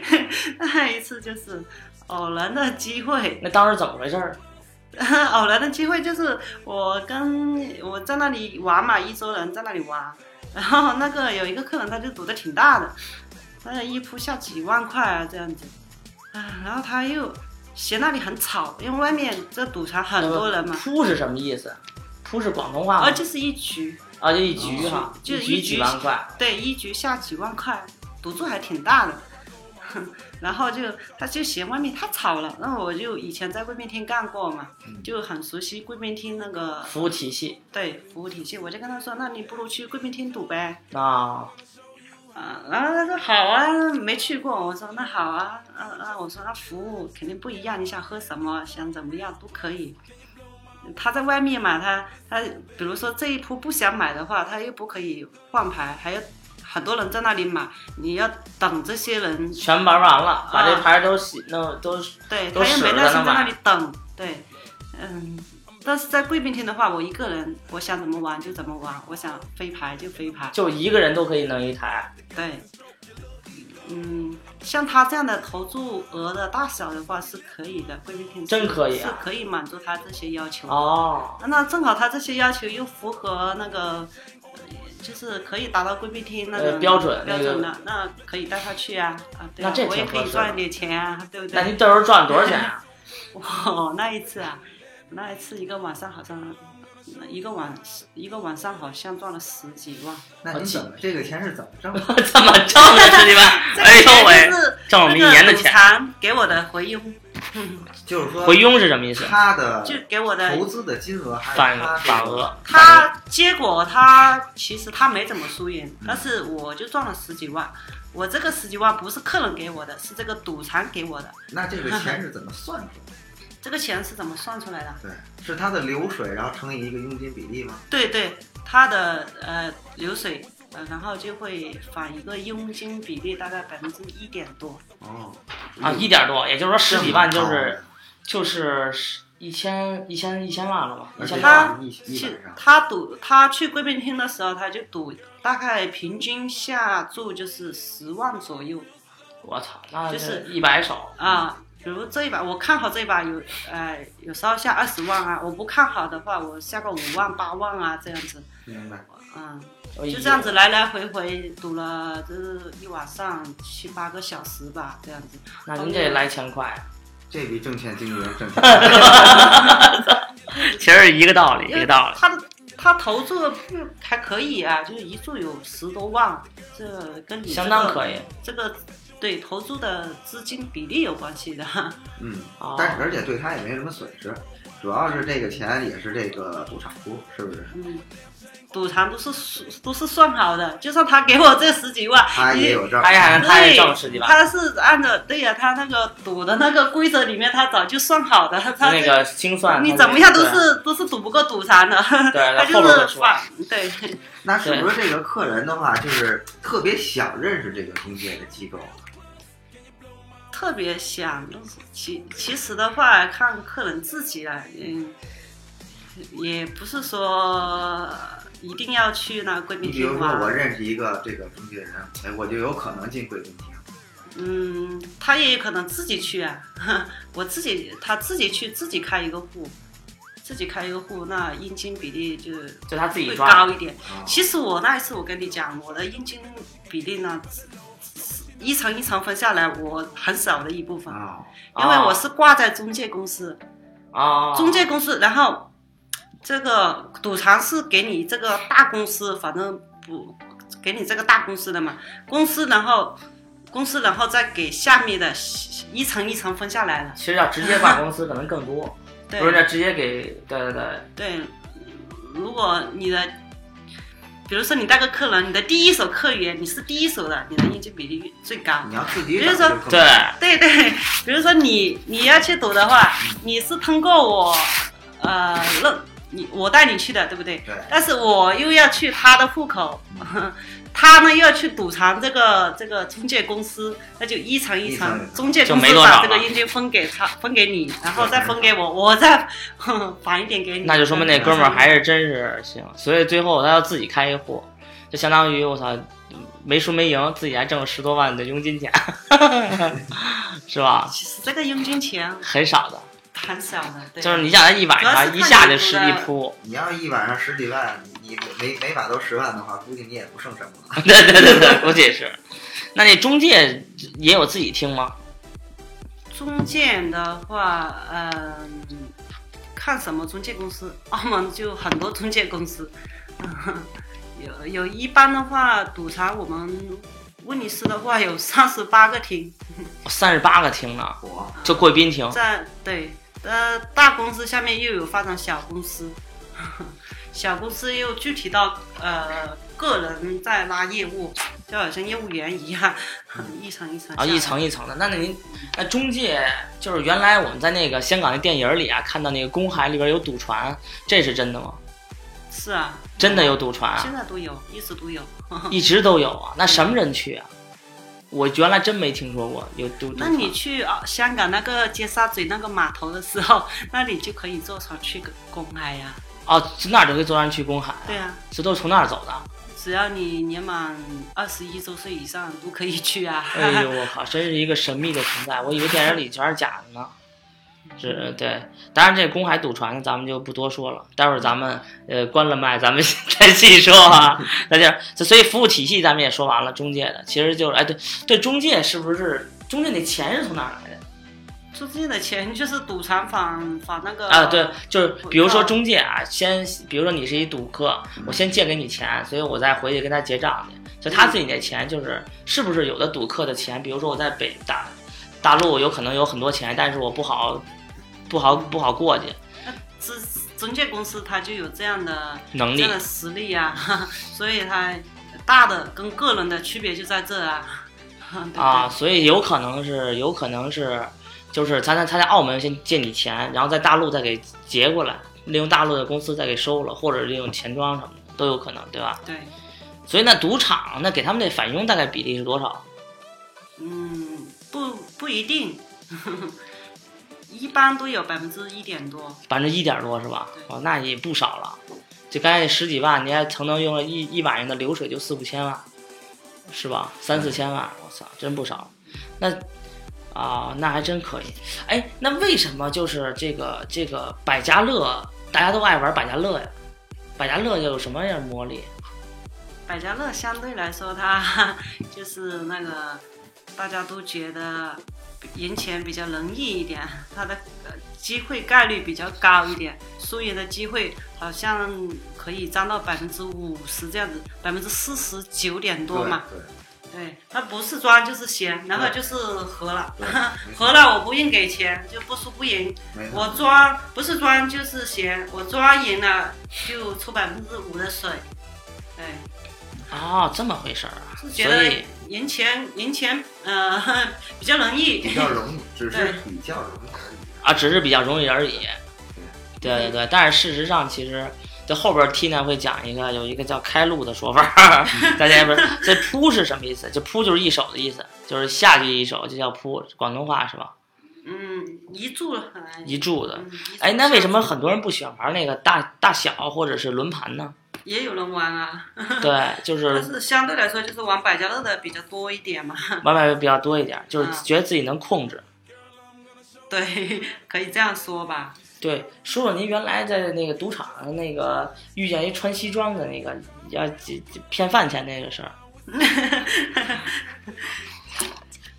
Speaker 3: 那一次就是偶然的机会，
Speaker 1: 那当时怎么回事儿？
Speaker 3: 偶然的机会就是我跟我在那里玩嘛，一周人在那里玩，然后那个有一个客人他就赌的挺大的，他一铺下几万块啊这样子，啊，然后他又嫌那里很吵，因为外面这赌场很多人嘛，
Speaker 1: 扑呃是什么意思？扑是广东话吗
Speaker 3: 而？就是一局，
Speaker 1: 啊，就一局哈，
Speaker 3: 就
Speaker 1: 一
Speaker 3: 是
Speaker 1: 局
Speaker 3: 一局
Speaker 1: 几万块，
Speaker 3: 对，一局下几万块，赌注还挺大的。 然后就他就嫌外面太吵了，那我就以前在贵宾厅干过嘛，就很熟悉贵宾厅那个
Speaker 1: 服务体系
Speaker 3: 对服务体系，我就跟他说，那你不如去贵宾厅赌呗。
Speaker 1: 啊，
Speaker 3: 啊，然后他说好啊，没去过。我说那好啊，嗯、啊、嗯、我说那服务肯定不一样，你想喝什么，想怎么样都可以。他在外面嘛，他他比如说这一铺不想买的话，他又不可以换牌，还有很多人在那里买，你要等这些人，
Speaker 1: 全玩完
Speaker 3: 啊
Speaker 1: 了，把这牌都洗，弄都
Speaker 3: 对
Speaker 1: 都
Speaker 3: 他又
Speaker 1: 使
Speaker 3: 没
Speaker 1: 着
Speaker 3: 耐
Speaker 1: 呢
Speaker 3: 心在
Speaker 1: 嘛
Speaker 3: 那里等，对，嗯。但是在贵宾厅的话，我一个人，我想怎么玩就怎么玩，我想飞牌就飞牌，
Speaker 1: 就一个人都可以弄一台，
Speaker 3: 对，嗯，像他这样的投注额的大小的话是可以的，贵宾厅是
Speaker 1: 真可以啊
Speaker 3: 是可以满足他这些要求。
Speaker 1: 哦，
Speaker 3: 那正好他这些要求又符合那个，呃就是可以达到贵宾厅那
Speaker 1: 呃
Speaker 3: 个
Speaker 1: 标准
Speaker 3: 标
Speaker 1: 那个
Speaker 3: 准的，那可以带他去啊啊，对
Speaker 1: 那
Speaker 3: 啊
Speaker 1: 这，
Speaker 3: 我也
Speaker 1: 挺
Speaker 3: 可
Speaker 1: 合
Speaker 3: 以
Speaker 1: 适
Speaker 3: 赚
Speaker 1: 的
Speaker 3: 一点钱啊，对不
Speaker 1: 那
Speaker 3: 对？
Speaker 1: 您到时候赚了多少钱 啊？
Speaker 3: 哦，那一次啊，那一次一个晚上好像。一个晚一个晚上好像赚了十几万，
Speaker 2: 那
Speaker 1: 啊
Speaker 2: 您怎么这个钱是怎么挣的？
Speaker 1: 怎么挣的，兄弟 们？哎呦
Speaker 3: 这个
Speaker 1: 喂，
Speaker 3: 就是
Speaker 1: 挣我们一年的钱。
Speaker 3: 那个补偿给我的回佣，
Speaker 2: 就是说
Speaker 1: 回佣是什么意思？
Speaker 2: 他的
Speaker 3: 就给我的
Speaker 2: 投资的金额还
Speaker 1: 反
Speaker 2: 是他
Speaker 1: 反
Speaker 2: 这个
Speaker 1: 额，
Speaker 3: 他结果他其实他没怎么输赢，但是我就赚了十几万。我这个十几万不是客人给我的，是这个赌场给我的。
Speaker 2: 那这个钱是怎么算 出来的？
Speaker 3: 这个钱是怎么算出来的？
Speaker 2: 对，是他的流水，然后乘以一个佣金比例吗？
Speaker 3: 对对，他的呃流水，呃然后就会返一个佣金比例，大概百分之一点多。
Speaker 2: 哦，
Speaker 1: 啊，一点多，也就是说十几万就是
Speaker 3: 哦
Speaker 2: 这么高
Speaker 1: 就是十一千一千一千万了吧？一
Speaker 2: 而
Speaker 1: 千
Speaker 2: 且
Speaker 1: 多万
Speaker 3: 他
Speaker 2: 晚一一
Speaker 3: 去
Speaker 2: 晚上，
Speaker 3: 他赌，他去贵宾厅的时候，他就赌大概平均下注就是十万左右。
Speaker 1: 我操，那
Speaker 3: 就是
Speaker 1: 一百手，
Speaker 3: 啊，比如这一把我看好这一把有呃有时候下二十万啊，我不看好的话，我下个五万八万啊这样子，
Speaker 2: 明白？
Speaker 3: 嗯，
Speaker 1: 我一
Speaker 3: 就这样子来来回回赌了这一晚上七八个小时吧，这样子。
Speaker 1: 那您这来钱快，
Speaker 2: 这比证券经纪人 挣钱。
Speaker 1: 其实一个道理，
Speaker 3: 因为他的他投注的不还可以啊，就是一注有十多万，这跟你、这个、
Speaker 1: 相当可以。
Speaker 3: 这个对投注的资金比例有关系的。
Speaker 2: 嗯
Speaker 1: 哦，
Speaker 2: 但是而且对他也没什么损失，主要是这个钱也是这个赌场出，是不是？
Speaker 3: 嗯，赌场都是都是算好的，就算他给我这十几万，
Speaker 2: 他也有证儿，
Speaker 1: 他呀，他也
Speaker 3: 对，
Speaker 1: 挣十几万。
Speaker 3: 他是按照对呀、他那个赌的那个规则里面，他早就算好的，他
Speaker 1: 那个清算，
Speaker 3: 你
Speaker 1: 他
Speaker 3: 怎么样都
Speaker 1: 对
Speaker 3: 是都是赌不过赌场的，
Speaker 1: 对
Speaker 3: 他
Speaker 1: 后
Speaker 3: 就
Speaker 1: 边会
Speaker 3: 是
Speaker 1: 说
Speaker 3: 反对
Speaker 2: 那是不是这个客人的话，就是特别想认识这个中介的机构？
Speaker 3: 特别想，但是其其实的话看客人自己啊，嗯，也不是说一定要去那贵
Speaker 2: 你
Speaker 3: 宾
Speaker 2: 比
Speaker 3: 厅
Speaker 2: 如说，我
Speaker 3: 嘛，
Speaker 2: 认识一个这个中介人，哎，我就有可能进贵宾厅。
Speaker 3: 嗯，他也有可能自己去啊， 我自己他自己去自己开一个户，自己开一个户，那佣金比例就
Speaker 1: 就他自己
Speaker 3: 会
Speaker 1: 抓
Speaker 3: 高一点。
Speaker 2: 啊
Speaker 3: 其实我那一次我跟你讲，我的佣金比例呢，只只一层一层分下来，我很少的一部分，
Speaker 2: 啊，
Speaker 3: 因
Speaker 1: 哦
Speaker 3: 为我是挂在中介公司，
Speaker 1: 啊，
Speaker 3: 中介公司，然后这个赌场是给你这个大公司，反正不给你这个大公司的嘛，公司然后公司然后再给下面的一层一层分下来的，
Speaker 1: 其实要直接挂公司可能更多，
Speaker 3: 对
Speaker 1: 不是要直接给对对对，
Speaker 3: 对，如果你的，比如说你带个客人，你的第一手客源你是第一手的，你的佣金比例最高。
Speaker 1: 嗯
Speaker 2: 你要自己
Speaker 3: 比如
Speaker 2: 找
Speaker 3: 说
Speaker 2: 就更
Speaker 1: 对，
Speaker 3: 对对，比如说你你要去赌的话，你是通过我，呃，那你我带你去的，对不对？
Speaker 2: 对
Speaker 1: 嗯
Speaker 3: 但是我又要去他的户口， 他呢又去赌场这个这个中介公司，那就一层一
Speaker 2: 一层
Speaker 3: 层
Speaker 2: 一层，
Speaker 3: 中介
Speaker 1: 就
Speaker 3: 公
Speaker 1: 没
Speaker 3: 司
Speaker 1: 多少
Speaker 3: 把
Speaker 1: 了
Speaker 3: 这个佣金分给他，分给你，然后再分给我，我再 哼返一点给你。
Speaker 1: 那就说明那哥们儿还是真是行，所以最后他要自己开一户，就相当于我操没输没赢，自己还挣了十多万的佣金钱， 是吧？
Speaker 3: 其实这个佣金钱
Speaker 1: 很少的，
Speaker 3: 很小的，对，
Speaker 1: 就是你想他一晚
Speaker 3: 主要
Speaker 1: 上
Speaker 3: 是看
Speaker 1: 一下就
Speaker 3: 你
Speaker 1: 十
Speaker 3: 赌的
Speaker 1: 几铺，
Speaker 2: 你要一晚上十几万，你你每每把都十万的话，估计你也不剩什么 了。
Speaker 1: 对对对对，估计也是。那那中介也有自己听吗？
Speaker 3: 中介的话，嗯、看什么中介公司？澳门就很多中介公司， 有有一般的话，赌场我们威尼斯的话有三十八个厅，
Speaker 1: 三十八个厅呢，
Speaker 2: 我
Speaker 1: 就贵宾厅，
Speaker 3: 在对，呃，大公司下面又有发展小公司， 小公司又具体到呃个人在拉业务，就好像业务员一样， 一层一层
Speaker 1: 然后啊
Speaker 3: 下
Speaker 1: 一
Speaker 3: 来
Speaker 1: 层一层的。那那您那中介就是原来我们在那个香港那电影里啊看到那个公海里边有赌船，这是真的吗？
Speaker 3: 是啊，
Speaker 1: 真的有赌船啊？
Speaker 3: 现在都有，一直都有。
Speaker 1: 一直都有啊。那什么人去啊？我原来真没听说过有赌。
Speaker 3: 那你去啊香港那个尖沙咀那个码头的时候， 那你就可以坐船去公海呀、
Speaker 1: 哦，从那儿就可以坐船去公海、啊，
Speaker 3: 对啊，
Speaker 1: 这都是从那儿走的。啊
Speaker 3: 只要你年满二十一周岁以上都可以去啊。
Speaker 1: 哎 呦，我靠，真是一个神秘的存在，我以为电影里全是假的呢。是对，当然这公海赌船咱们就不多说了，待会儿咱们呃关了麦，咱们再细说啊。那就是所以服务体系咱们也说完了，中介的其实就是哎对对，中介是不是中介那钱是从哪儿来的？
Speaker 3: 中介的钱就是赌场返返那个
Speaker 1: 啊，对，就是
Speaker 3: 我
Speaker 1: 比如说
Speaker 3: 嗯知道
Speaker 1: 中介啊，先比如说你是一赌客，我先借给你钱，所以我再回去跟他结账去。就
Speaker 3: 嗯
Speaker 1: 他自己那钱，就是是不是有的赌客的钱，比如说我在北大大陆有可能有很多钱，但是我不好不好不好过去，
Speaker 3: 中中介公司它就有这样的
Speaker 1: 能
Speaker 3: 这
Speaker 1: 力
Speaker 3: 样的实力啊， 所以它大的跟个人的区别就在这啊。 对不对
Speaker 1: 啊，，所以有可能是有可能是就是他在他在澳门先借你钱，然后在大陆再给结过来，利用大陆的公司再给收了，或者利用钱庄什么的都有可能，对吧？
Speaker 3: 对，
Speaker 1: 所以那赌场那给他们那返佣大概比例是多少？
Speaker 3: 嗯，不不一定， 一般都有百分之一点多。
Speaker 1: 百分之一点多是吧？
Speaker 3: 对
Speaker 1: 哦，那也不少了。就刚才那十几万，你还曾能用了一一晚上的流水就四五千万，是吧？三四千万，我操，真不少。那啊、那还真可以。哎，那为什么就是这个这个百家乐，大家都爱玩百家乐呀？百家乐有什么样的魔力？
Speaker 3: 百家乐相对来说，它就是那个大家都觉得赢钱比较容易一点，它的呃机会概率比较高一点，输赢的机会好像可以占到百分之五十这样子，百分之四十九点多嘛。
Speaker 2: 对，
Speaker 3: 对，它不是庄就是闲，然后
Speaker 2: 对
Speaker 3: 就是和了
Speaker 2: 对，
Speaker 3: 和了我不用给钱，就不输不赢。
Speaker 2: 没错
Speaker 3: 我抓不是抓就是闲，我抓赢了就出百分之五的水，对，
Speaker 1: 哦，这么回事儿啊。
Speaker 3: 是觉
Speaker 1: 所
Speaker 3: 得
Speaker 1: 以
Speaker 3: 赢钱赢钱呃 比较容易
Speaker 2: 比，较容易，只是
Speaker 3: 对
Speaker 2: 比较容易而已。
Speaker 1: 啊，只是比较容易而已。对对对，但是事实上，其实这后边 Tina 会讲一个有一个叫开路的说法儿，大家也不是这扑是什么意思？就扑就是一手的意思，就是下去一手就叫扑，广东话是吧？
Speaker 3: 嗯，一注了可能。
Speaker 1: 一注的。
Speaker 3: 嗯一注
Speaker 1: 哎，那为什么很多人不喜欢玩那个大大小或者是轮盘呢？
Speaker 3: 也有人玩啊？
Speaker 1: 对，就
Speaker 3: 但
Speaker 1: 是
Speaker 3: 是相对来说，就是玩百家乐的比较多一点嘛。
Speaker 1: 玩买比较多一点，就是
Speaker 3: 嗯
Speaker 1: 觉得自己能控制。
Speaker 3: 对，可以这样说吧。
Speaker 1: 对，说说您原来在那个赌场上那个遇见一穿西装的那个要几几骗饭钱那个事儿。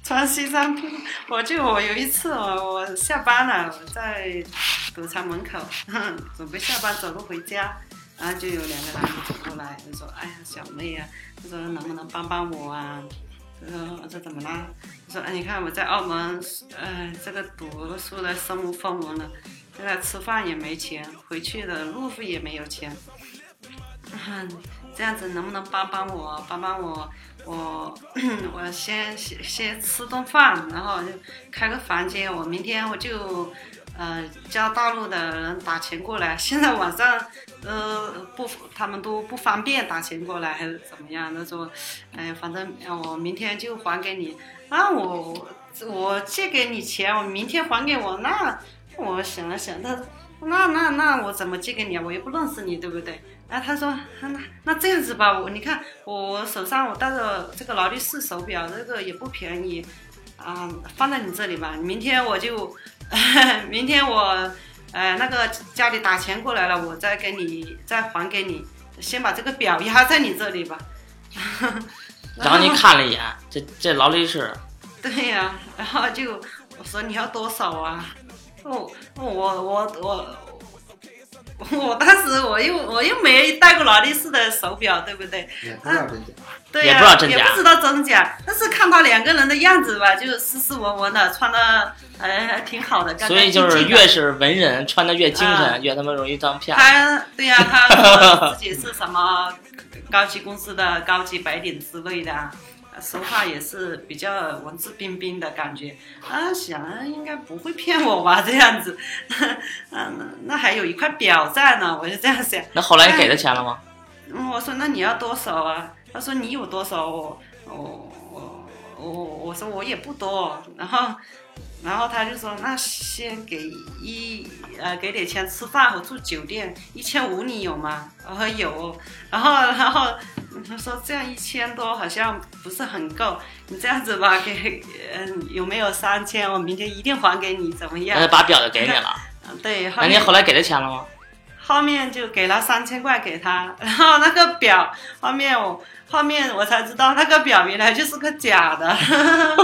Speaker 3: 穿西装裤，我就我有一次我我下班了，我在赌场门口准备下班走路回家，然后就有两个男的走过来，就说：“哎呀，小妹呀、他说能不能帮帮我啊？”他说：“这怎么啦？”他说：“哎，你看我在澳门，呃，这个读书的身无分文了，现在吃饭也没钱，回去的路费也没有钱，嗯这样子能不能帮帮我？帮帮我，我 我先先先吃顿饭，然后就开个房间，我明天我就呃，叫大陆的人打钱过来，现在晚上，呃，不，他们都不方便打钱过来，还是怎么样？他说，哎，反正呃我明天就还给你。啊，我我借给你钱，我明天还给我。那我想了想，他那那那我怎么借给你啊？我又不认识你，对不对？然后他说，啊那那这样子吧，我你看我手上我戴着这个劳力士手表，这个也不便宜，啊、放在你这里吧。明天我就， 明天我，呃，那个家里打钱过来了，我再给你再还给你，先把这个表压在你这里吧。
Speaker 1: 然后您看了一眼，这这劳力 士，
Speaker 3: 对呀、然后就我说你要多少啊？我我我我我当时我又我又没戴过劳力士的手表，对不对？
Speaker 2: 也不知道真假。
Speaker 3: 对
Speaker 1: 也
Speaker 3: 呀、
Speaker 1: 不知道真假
Speaker 3: 也不知道真假。但是看他两个人的样子吧，就是斯斯文文的，穿的呃挺好的，干干
Speaker 1: 所以
Speaker 3: 净净
Speaker 1: 就
Speaker 3: 的。
Speaker 1: 是越是文人，穿的越精
Speaker 3: 啊
Speaker 1: 神，越他妈容易当骗。
Speaker 3: 他对呀、他说自己是什么高级公司的高级白领之类的啊，说话也是比较文质彬彬的感觉啊，想啊应该不会骗我吧这样子， 嗯，那还有一块表在呢，我就这样想，
Speaker 1: 那后来你给他钱了吗？
Speaker 3: 嗯，我说那你要多少啊？他说你有多少？我我我我我说我也不多，然后然后他就说那先给一呃给点钱吃饭和住酒店一千五你有吗？我说有，然后然后他说这样一千多好像不是很够，你这样子吧给嗯、有没有三千？我明天一定还给你，怎么
Speaker 1: 那他
Speaker 3: 样？
Speaker 1: 把表就给你了。
Speaker 3: 嗯对，后
Speaker 1: 那您
Speaker 3: 面
Speaker 1: 后来给他钱了吗？
Speaker 3: 后面就给了三千块给他， 然后那个表后面我后面我才知道那个表原来就是个假的，
Speaker 1: 哎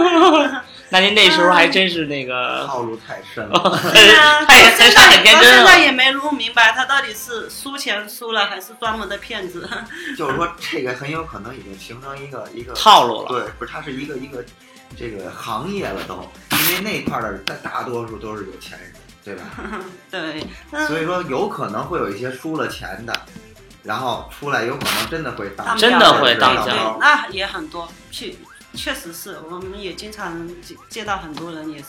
Speaker 1: 那您那时候还真是那个， 哎
Speaker 2: 套路太深了，
Speaker 3: 嗯对啊，
Speaker 1: 他也
Speaker 3: 我现
Speaker 1: 他
Speaker 3: 在
Speaker 1: 很天
Speaker 3: 我
Speaker 1: 真啊
Speaker 3: 现在
Speaker 1: 了。
Speaker 3: 也没弄明白他到底是输钱输了还是专门的骗子。
Speaker 2: 就是说这个很有可能已经形成一个一个
Speaker 1: 套路了
Speaker 2: 对，不是，它是一个一个这个行业了都，因为那块儿的大大多数都是有钱人，对吧？
Speaker 3: 对，嗯
Speaker 2: 所以说有可能会有一些输了钱的，然后出来有可能真的会当
Speaker 1: 真的会当
Speaker 2: 家
Speaker 1: 家
Speaker 3: 对，那也很多，去确实是我们也经常见见到很多人也是，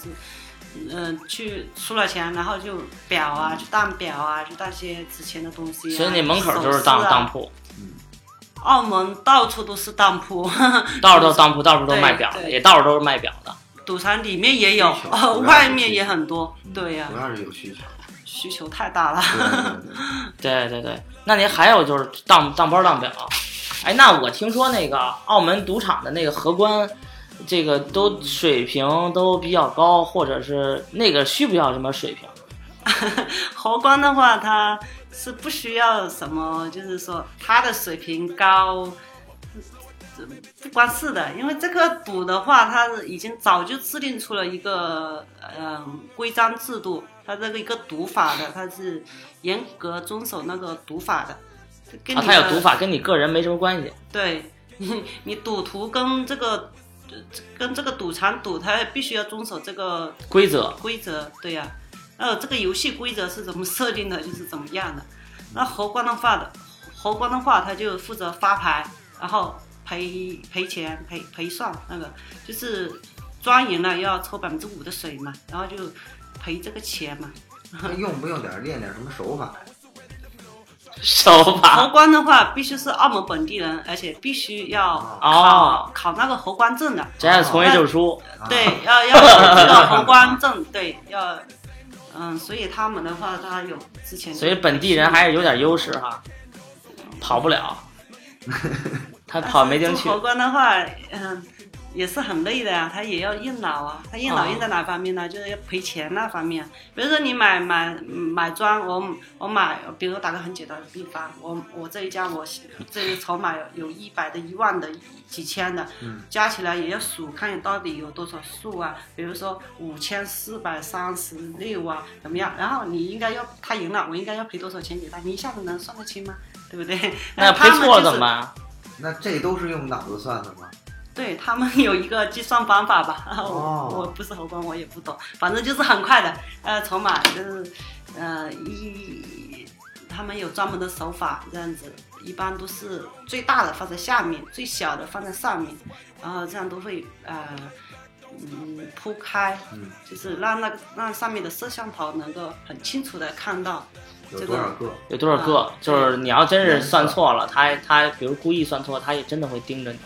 Speaker 3: 嗯、去输了钱，然后就表啊，去当表啊，去当些值钱的东西、啊。
Speaker 1: 所以那门口就
Speaker 3: 首
Speaker 1: 是
Speaker 3: 饰
Speaker 1: 当
Speaker 3: 啊
Speaker 1: 当铺，
Speaker 3: 澳门到处都是当铺，
Speaker 1: 到处都是当铺，到处都是
Speaker 3: 对
Speaker 1: 卖表的，
Speaker 3: 对
Speaker 1: 也到处都是卖表的。
Speaker 3: 赌场里面也有
Speaker 2: 需求，
Speaker 3: 呃，
Speaker 2: 主要是
Speaker 3: 外面也很多。对呀、
Speaker 2: 主要是有需求。
Speaker 3: 需求太大了。
Speaker 1: 啊
Speaker 2: 对对对对
Speaker 1: 对对对，那您还有就是当当包当表，哎，那我听说那个澳门赌场的那个荷官，这个都水平都比较高，或者是那个需不需要什么水平？
Speaker 3: 侯光的话，他是不需要什么，就是说他的水平高，呃不光是的，因为这个赌的话，他已经早就制定出了一个呃规章制度，他这个一个赌法的，他是严格遵守那个赌法的。跟
Speaker 1: 啊，
Speaker 3: 你
Speaker 1: 他有
Speaker 3: 的
Speaker 1: 赌法，跟你个人没什么关系。
Speaker 3: 对你，你赌徒跟这个呃跟这个赌场赌，他必须要遵守这个
Speaker 1: 规 则
Speaker 3: 规则，对呀、呃，这个游戏规则是怎么设定的，就是怎么样的。那侯官的话的，侯官的话，他就负责发牌，然后赔赔钱赔赔算那个，就是抓赢了要抽百分之五的水嘛，然后就赔这个钱嘛。
Speaker 2: 那用不用点儿练点儿什么手法？
Speaker 1: 手
Speaker 3: 侯
Speaker 1: 法
Speaker 3: 官的话，必须是澳门本地人，而且必须要考、
Speaker 1: 哦
Speaker 3: 考那个侯官证的。
Speaker 1: 咱也从一就是
Speaker 3: 哦
Speaker 1: 输，
Speaker 2: 啊
Speaker 3: 对，要要有这个红光证，对，要，嗯，所以他们的话，他有之前，
Speaker 1: 所以本地人还是有点优势哈，跑不 了，他跑没地儿去
Speaker 3: 做。侯官的话，嗯，也是很累的呀、他也要硬脑啊，他硬脑
Speaker 1: 哦
Speaker 3: 硬在哪方面呢？就是要赔钱那方面。比如说你买买买砖，我我买，比如说打个很简单的比方，我我这一家我这一筹码有一百的、一万的、几千的，
Speaker 1: 嗯
Speaker 3: 加起来也要数，看你到底有多少数啊？比如说五千四百三十六啊，怎么样？然后你应该要他赢了，我应该要赔多少钱给他？你一下子能算得清吗？对不对？
Speaker 1: 那
Speaker 3: 他
Speaker 1: 哎赔
Speaker 3: 们
Speaker 1: 错了
Speaker 3: 就
Speaker 1: 怎么
Speaker 3: 是
Speaker 1: 办？啊
Speaker 2: 那这都是用脑子算的吗？
Speaker 3: 对他们有一个计算方法吧，
Speaker 2: 哦
Speaker 3: 我我不是侯官，我也不懂，反正就是很快的，呃，筹码就是，呃一，他们有专门的手法这样子，一般都是最大的放在下面，最小的放在上面，然后这样都会呃嗯铺开，
Speaker 2: 嗯，
Speaker 3: 就是让那个让上面的摄像头能够很清楚的看到
Speaker 2: 有
Speaker 3: 这
Speaker 2: 多少
Speaker 3: 个。
Speaker 2: 个？
Speaker 1: 有多少个
Speaker 3: 啊？
Speaker 1: 就是你要真是算错了，他他比如故意算错，他也真的会盯着你，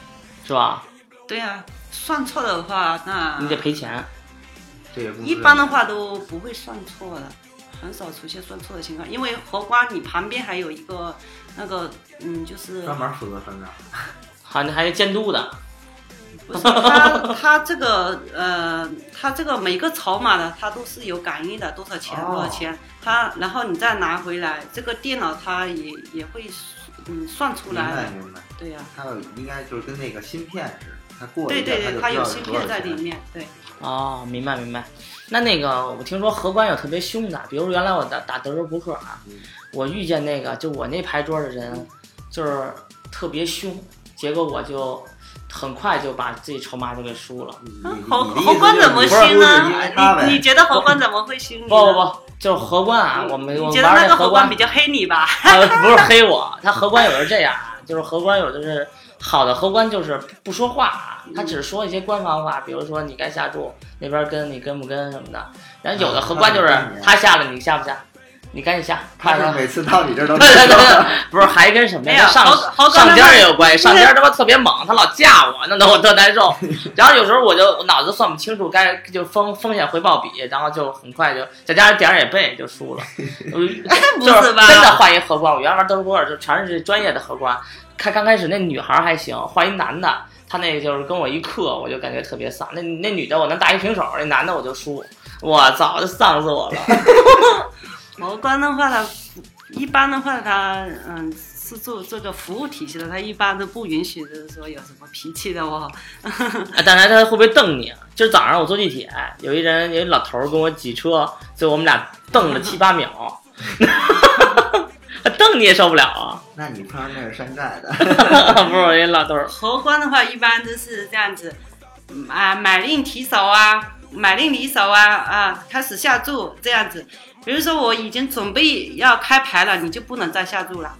Speaker 1: 是吧？
Speaker 3: 对啊，算错的话，那
Speaker 1: 你得赔钱。
Speaker 2: 这些公司
Speaker 3: 一般的话都不会算错的，很少出现算错的情况，因为荷官你旁边还有一个那个嗯，就是
Speaker 2: 专门负责分账，
Speaker 1: 还还有监督的，
Speaker 3: 不是他他这个呃，他这个每个筹码呢，它都是有感应的，多少钱
Speaker 2: 哦
Speaker 3: 多少钱，它然后你再拿回来，这个电脑它也也会嗯算出
Speaker 2: 明白
Speaker 3: 来，
Speaker 2: 明白。
Speaker 3: 对呀、
Speaker 2: 还有应该就是跟那个芯片似的，它过
Speaker 3: 对
Speaker 2: 一下
Speaker 3: 对对，它
Speaker 2: 它就
Speaker 3: 有
Speaker 2: 知
Speaker 3: 芯
Speaker 2: 道多少
Speaker 3: 片在里
Speaker 2: 钱。
Speaker 3: 面，对，
Speaker 1: 哦，明白明白。那那个，我听说荷官有特别凶的，比如原来我打打德州扑克啊，
Speaker 2: 嗯
Speaker 1: 我遇见那个就我那牌桌的人，就是特别凶，结果我就很快就把自己筹码就给输了。
Speaker 2: 你
Speaker 3: 啊
Speaker 2: 你
Speaker 3: 猴
Speaker 2: 你的意
Speaker 3: 猴
Speaker 2: 思
Speaker 3: 官
Speaker 2: 就是
Speaker 3: 怎么
Speaker 2: 你不
Speaker 3: 熏
Speaker 2: 是不是因为
Speaker 3: 呢
Speaker 2: 他？呗
Speaker 3: 你你觉得猴官怎么会熏你呢？
Speaker 1: 不不不，就是荷官啊，我们
Speaker 3: 你
Speaker 1: 我
Speaker 3: 觉
Speaker 1: 们
Speaker 3: 得
Speaker 1: 玩
Speaker 3: 那
Speaker 1: 那
Speaker 3: 个
Speaker 1: 荷
Speaker 3: 猴
Speaker 1: 官
Speaker 3: 官比较黑你吧？
Speaker 1: 呃，不是黑我，他荷官有的是这样啊，就是荷官有的是好的荷官就是不说话啊，他只说一些官方话，比如说你该下注，那边跟你跟不跟什么的。然后有的荷官就是他下了你下不下，你赶紧下，
Speaker 2: 啊他
Speaker 1: 看
Speaker 2: 是
Speaker 1: 看
Speaker 2: 每次到你这儿都
Speaker 1: 对对对对，不是还跟什么
Speaker 3: 哎呀
Speaker 1: 呀？上
Speaker 3: 猴猴哥
Speaker 1: 上边儿也有关系，上边儿他妈特别猛，他老架我，弄得我特难 受。然后有时候我就我脑子算不清楚该就风风险回报比，然后就很快就再加上点儿也背就输 了。嗯
Speaker 3: 不
Speaker 1: 就是是
Speaker 3: 吧
Speaker 1: 真的换一荷官，我原来玩德州扑克就全是专业的荷官，看刚开始那女孩儿还行，换一男的。他那就是跟我一克，我就感觉特别丧。那那女的我能打一平手，那男的我就输，我操，就丧死 我了。
Speaker 3: 荷官的话，它一般的话，它嗯是做这个服务体系的，它一般都不允许，就是说有什么脾气的哦。
Speaker 1: 啊，当然他会不会瞪你啊？今儿早上我坐地铁，有一人有一老头儿跟我挤车，最后我们俩瞪了七八 秒， 他瞪你也受不了啊！
Speaker 2: 那你碰上那是山寨的，
Speaker 1: 不是我一老头儿，
Speaker 3: 荷官的话，一般都是这样子，嗯啊，买令提手啊，买令离手啊，啊，开始下注这样子。比如说我已经准备要开牌了，你就不能再下注了，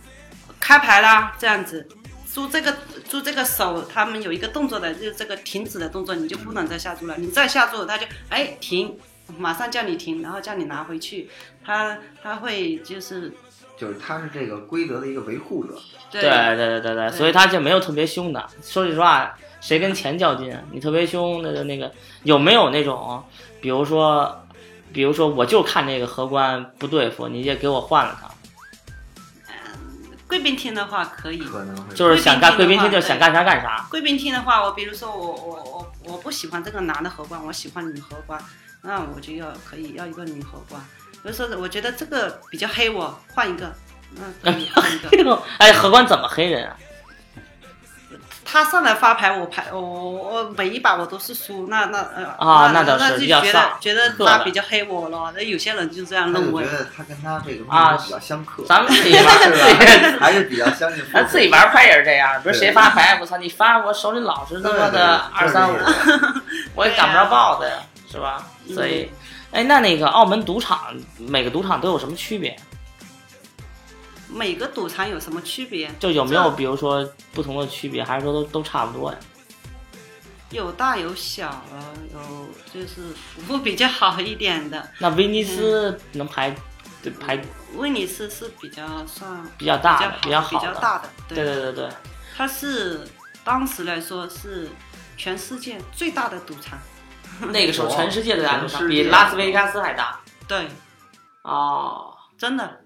Speaker 3: 开牌啦，这样子。注这个注这个手，他们有一个动作的，就是这个停止的动作，你就不能再下注了。你再下注，他就哎停，马上叫你停，然后叫你拿回去。他他会就是
Speaker 2: 就是他是这个规则的一个维护者。
Speaker 1: 对对对对对，所以他就没有特别凶的。说句实话，谁跟钱较劲啊？你特别凶，那就那个有没有那种，比如说，比如说我就看这个荷官不对付，你也给我换了他。
Speaker 3: 贵宾厅的话可以，
Speaker 2: 可能会
Speaker 1: 就是想干贵
Speaker 3: 贵
Speaker 1: 宾
Speaker 3: 宾
Speaker 1: 厅
Speaker 3: 厅的话
Speaker 1: 就想干啥干啥，
Speaker 3: 贵宾厅的话，我比如说我我我我不喜欢这个男的荷官，我喜欢女荷官，那我就要可以要一个女荷官。比如说，我觉得这个比较黑我，换一个，嗯，可以换 一个。
Speaker 1: 哎，荷官怎么黑人啊？
Speaker 3: 他上来发牌，我牌我我我每一把我都是输，那那呃
Speaker 1: 啊
Speaker 3: 那
Speaker 1: 那倒是
Speaker 3: 就
Speaker 1: 比较
Speaker 3: 觉得
Speaker 1: 丧
Speaker 3: 觉得
Speaker 1: 是
Speaker 3: 他
Speaker 1: 的
Speaker 3: 比较黑我了。那有些人就这样
Speaker 2: 他就
Speaker 3: 认
Speaker 1: 嗯
Speaker 2: 觉
Speaker 3: 为。
Speaker 2: 得他跟他这个
Speaker 1: 啊
Speaker 2: 比较相克，
Speaker 1: 咱 们自己玩 儿
Speaker 2: 是吧？还是比较相信父母
Speaker 1: 咱自己玩牌也是这样，比如谁发牌，我操，你发我手里老是他妈
Speaker 2: 对对
Speaker 1: 的二三五
Speaker 2: 就是，
Speaker 1: 我也赶不上豹子呀，是吧？所以，哎，那那个澳门赌场每个赌场都有什么区别？
Speaker 3: 每个赌场有什么区别？
Speaker 1: 就有没有比如说不同的区别，还是说都都差不多呀？
Speaker 3: 有大有小啊，有就是服务比较好一点的，
Speaker 1: 那威尼斯能排对排
Speaker 3: 威尼斯是比较算
Speaker 1: 比较大的，
Speaker 3: 比
Speaker 1: 较
Speaker 3: 较
Speaker 1: 好
Speaker 3: 比较
Speaker 1: 的，
Speaker 3: 大的，
Speaker 1: 对对对对，
Speaker 3: 它是当时来说是全世界最大的赌场，
Speaker 1: 那个时候全世界的大赌场
Speaker 2: 全世
Speaker 1: 比
Speaker 2: 界
Speaker 1: 拉斯维加斯还大
Speaker 3: 对，
Speaker 1: 哦，
Speaker 3: 真的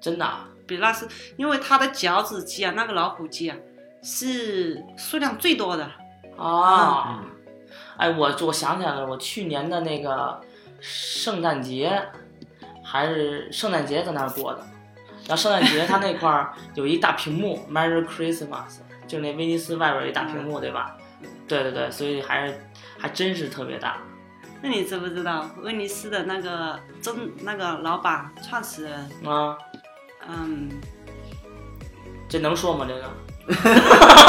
Speaker 1: 真的啊
Speaker 3: 比那是，因为它的脚趾鸡啊，那个老虎机啊，是数量最多的，
Speaker 1: 哦。
Speaker 2: 嗯
Speaker 1: 哎，我我想起来了，我去年的那个圣诞节，还是圣诞节在那儿过的。然后圣诞节他那块儿有一大屏幕，Merry Christmas，就那威尼斯外边有一大屏幕，对吧？对对对，所以还是还真是特别大。
Speaker 3: 那你知不知道威尼斯的那个真那个老板创始人，
Speaker 1: 啊，
Speaker 3: 嗯，
Speaker 1: 这能说吗？这个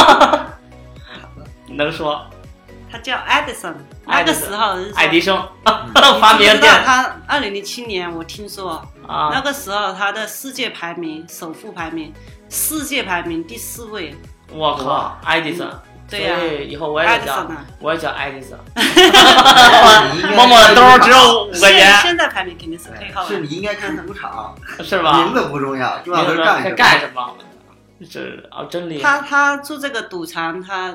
Speaker 1: 能说？
Speaker 3: 他叫 Edison，那个
Speaker 1: Edison，
Speaker 3: 时候是说嗯
Speaker 1: 爱迪生
Speaker 3: 你
Speaker 1: 发明
Speaker 3: 知不知道
Speaker 1: 电
Speaker 3: 他二零零七年我听说那
Speaker 1: 啊，
Speaker 3: 个时候他的世界排名首富排名，世界排名第四位，
Speaker 1: 我靠，爱迪生，
Speaker 3: 对呀
Speaker 1: 所以以后我也得叫
Speaker 3: Edison 啊，
Speaker 1: 我也叫爱迪 生。
Speaker 2: 你应该
Speaker 1: 摸摸兜儿只有五个
Speaker 3: 现
Speaker 1: 钱，哎
Speaker 3: 现在排名肯定是啊最后
Speaker 2: 是
Speaker 3: 的。
Speaker 2: 你应该看赌场，
Speaker 1: 是吧？
Speaker 2: 名字不重要，重要的是
Speaker 1: 干
Speaker 2: 干
Speaker 1: 干
Speaker 2: 什么。
Speaker 1: 什么？这哦，真厉害！
Speaker 3: 他他做这个赌场，他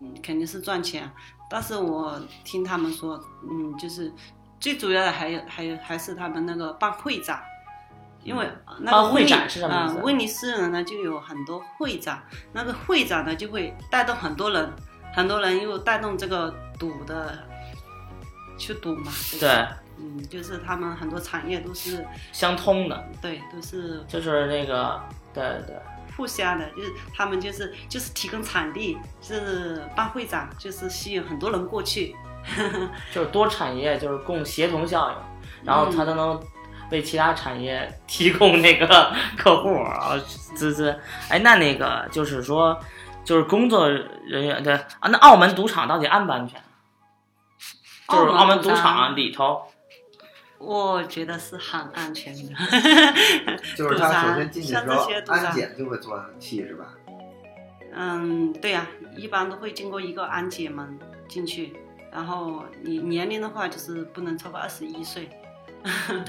Speaker 3: 嗯肯定是赚钱，但是我听他们说，嗯，就是最主要的还有还有还是他们那个办会展，因为那
Speaker 1: 嗯办
Speaker 3: 个
Speaker 1: 会
Speaker 3: 威尼
Speaker 1: 展是什么意
Speaker 3: 啊
Speaker 1: 思
Speaker 3: 威尼斯人呢就有很多会展，那个会展呢就会带动很多人，很多人又带动这个赌的去赌嘛，就是
Speaker 1: 对，
Speaker 3: 嗯，就是他们很多产业都是
Speaker 1: 相通的，
Speaker 3: 对都是
Speaker 1: 就是那个，对对，
Speaker 3: 互相的，就是他们就是就是提供场地，就是办会展，就是吸引很多人过去。
Speaker 1: 就是多产业就是共协同效应，然后它都能为其他产业提供那个客户啊，这这，哎，那那个就是说，就是工作人员对啊，那澳门赌场到底安不安全？就是澳门赌场里头，
Speaker 3: 我觉得是很安全的。
Speaker 2: 就是他首先进去的时
Speaker 3: 像
Speaker 2: 候
Speaker 3: 这些，赌场
Speaker 2: 安检就会做戏是
Speaker 1: 啊
Speaker 2: 吧？
Speaker 3: 嗯，对呀、一般都会经过一个安检门进去，然后你年龄的话就是不能超过二十一岁，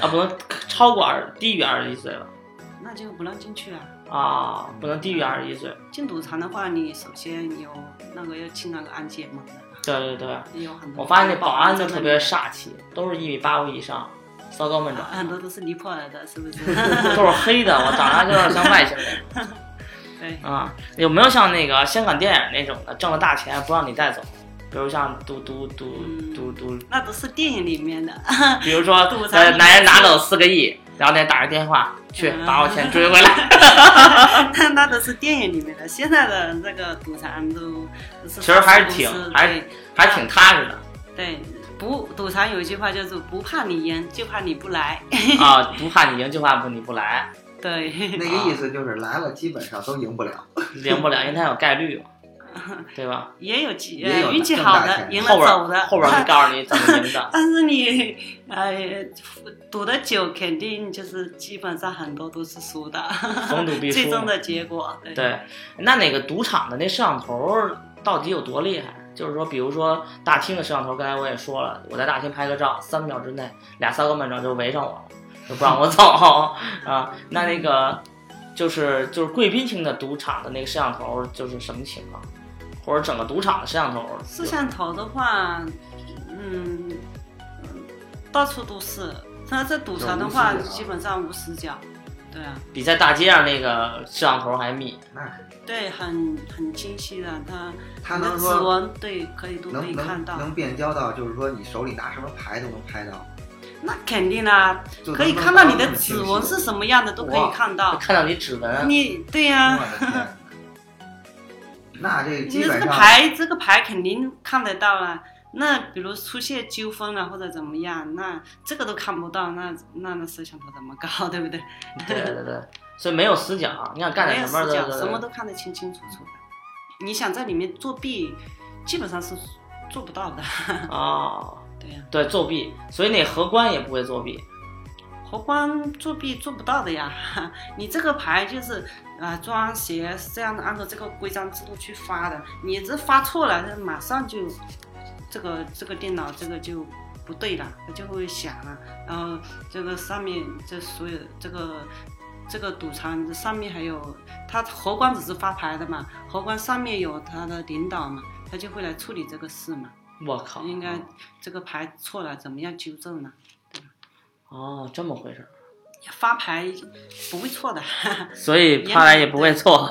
Speaker 1: 啊，不能超过二低于二十一岁了
Speaker 3: 那就不让进去啊。
Speaker 1: 啊，不能低于二十一岁。
Speaker 3: 进赌场的话，你首先有那个要进那个安检门的，
Speaker 1: 对对对，
Speaker 3: 也有很多。
Speaker 1: 我发现那保安
Speaker 3: 都
Speaker 1: 都特别，煞气，都是一米八五以上，骚高闷
Speaker 3: 很
Speaker 1: 壮，
Speaker 3: 多都是尼泊尔的，是不是？
Speaker 1: 都是黑的，我长得就有点像外星人。
Speaker 3: 对。
Speaker 1: 啊，有没有像那个香港电影那种的，挣了大钱不让你带走？比如像赌赌赌
Speaker 3: 嗯
Speaker 1: 赌 赌，
Speaker 3: 那都是电影里面的，
Speaker 1: 比如说
Speaker 3: 赌咱
Speaker 1: 呃，
Speaker 3: 们
Speaker 1: 男人
Speaker 3: 自己
Speaker 1: 拿走四个亿，然后那打个电话去
Speaker 3: 嗯
Speaker 1: 把我钱追回来。
Speaker 3: 那都是电影里面的。现在的那个赌场都都是
Speaker 1: 其实还是
Speaker 3: 公司
Speaker 1: 挺
Speaker 3: 对
Speaker 1: 还是还挺踏实 的
Speaker 3: 对。不，赌场有一句话叫做“不怕你赢，就怕你不来
Speaker 1: 啊，不怕你赢就怕不你不来，”。
Speaker 3: 对，
Speaker 2: 那个意思就是来了基本上都赢不了，
Speaker 1: 赢不了，因为它有概率 嘛，对吧？
Speaker 3: 也有几
Speaker 2: 也有
Speaker 3: 呃运气
Speaker 2: 挣
Speaker 3: 好
Speaker 2: 大
Speaker 3: 的
Speaker 2: 钱
Speaker 3: 赢了
Speaker 1: 后边
Speaker 3: 走的，。
Speaker 1: 后边我就告诉你怎么赢的
Speaker 3: 但是你呃赌的久，肯定就是基本上很多都是输的，
Speaker 1: 逢赌必输
Speaker 3: 最终的结果。对
Speaker 1: 对，那那个赌场的那摄像头到底有多厉害？就是说，比如说大厅的摄像头，刚才我也说了，我在大厅拍个照，三秒之内俩骚高闷壮就围上我了，就不让我走 啊。那那个就是就是贵宾厅的赌场的那个摄像头就是什么情况？或者整个赌场的摄像头？
Speaker 3: 摄像头的话，嗯，到处都是。那这赌场的话，
Speaker 2: 有无死角
Speaker 3: 基本上无死角，对啊，
Speaker 1: 比在大街上那个摄像头还密。
Speaker 2: 那肯定
Speaker 3: 对，很很清晰的，它
Speaker 2: 他
Speaker 3: 你的
Speaker 2: 能
Speaker 3: 指
Speaker 2: 说
Speaker 3: 纹对可以都可以
Speaker 2: 能
Speaker 3: 看
Speaker 2: 能
Speaker 3: 到，
Speaker 2: 能变焦到，就是说你手里拿什么牌都能拍到，
Speaker 3: 那肯定啦，
Speaker 2: 就
Speaker 3: 可以
Speaker 2: 能
Speaker 3: 看到你
Speaker 2: 那
Speaker 3: 的
Speaker 2: 么清
Speaker 3: 指
Speaker 2: 晰
Speaker 3: 纹是什么样的都可以
Speaker 2: 哇
Speaker 3: 看到，
Speaker 1: 看到你指纹，啊
Speaker 3: 你对呀、
Speaker 2: 我的 天，那这
Speaker 3: 啊你
Speaker 2: 基
Speaker 3: 这
Speaker 2: 本
Speaker 3: 个
Speaker 2: 上
Speaker 3: 牌这个牌肯定看得到啦。那比如出现纠纷啊了或者怎么样，那这个都看不到，那那那摄像头怎么搞， 对不对？
Speaker 1: 对对对，所以没有死角，你想干
Speaker 3: 没
Speaker 1: 点
Speaker 3: 有
Speaker 1: 什么
Speaker 3: 死角，
Speaker 1: 都
Speaker 3: 什么都看得清清楚楚的。你想在里面作弊，基本上是做不到的。
Speaker 1: 哦，
Speaker 3: 对呀、
Speaker 1: 对，作弊，所以那荷官也不会作弊。
Speaker 3: 荷官作弊做不到的呀。 你这个牌就是啊、呃装鞋是这样的，按照这个规章制度去发的。你这发错了，那马上就这个这个电脑这个就不对了，它就会响了。然后这个上面这所有这个。这个赌场这上面还有，他荷官只是发牌的嘛，荷官上面有他的领导嘛，他就会来处理这个事嘛。
Speaker 1: 我靠，
Speaker 3: 应该这个牌错了，怎么样纠正呢？
Speaker 1: 哦，这么回事儿。
Speaker 3: 发牌不会错的。
Speaker 1: 所以判来也不会错。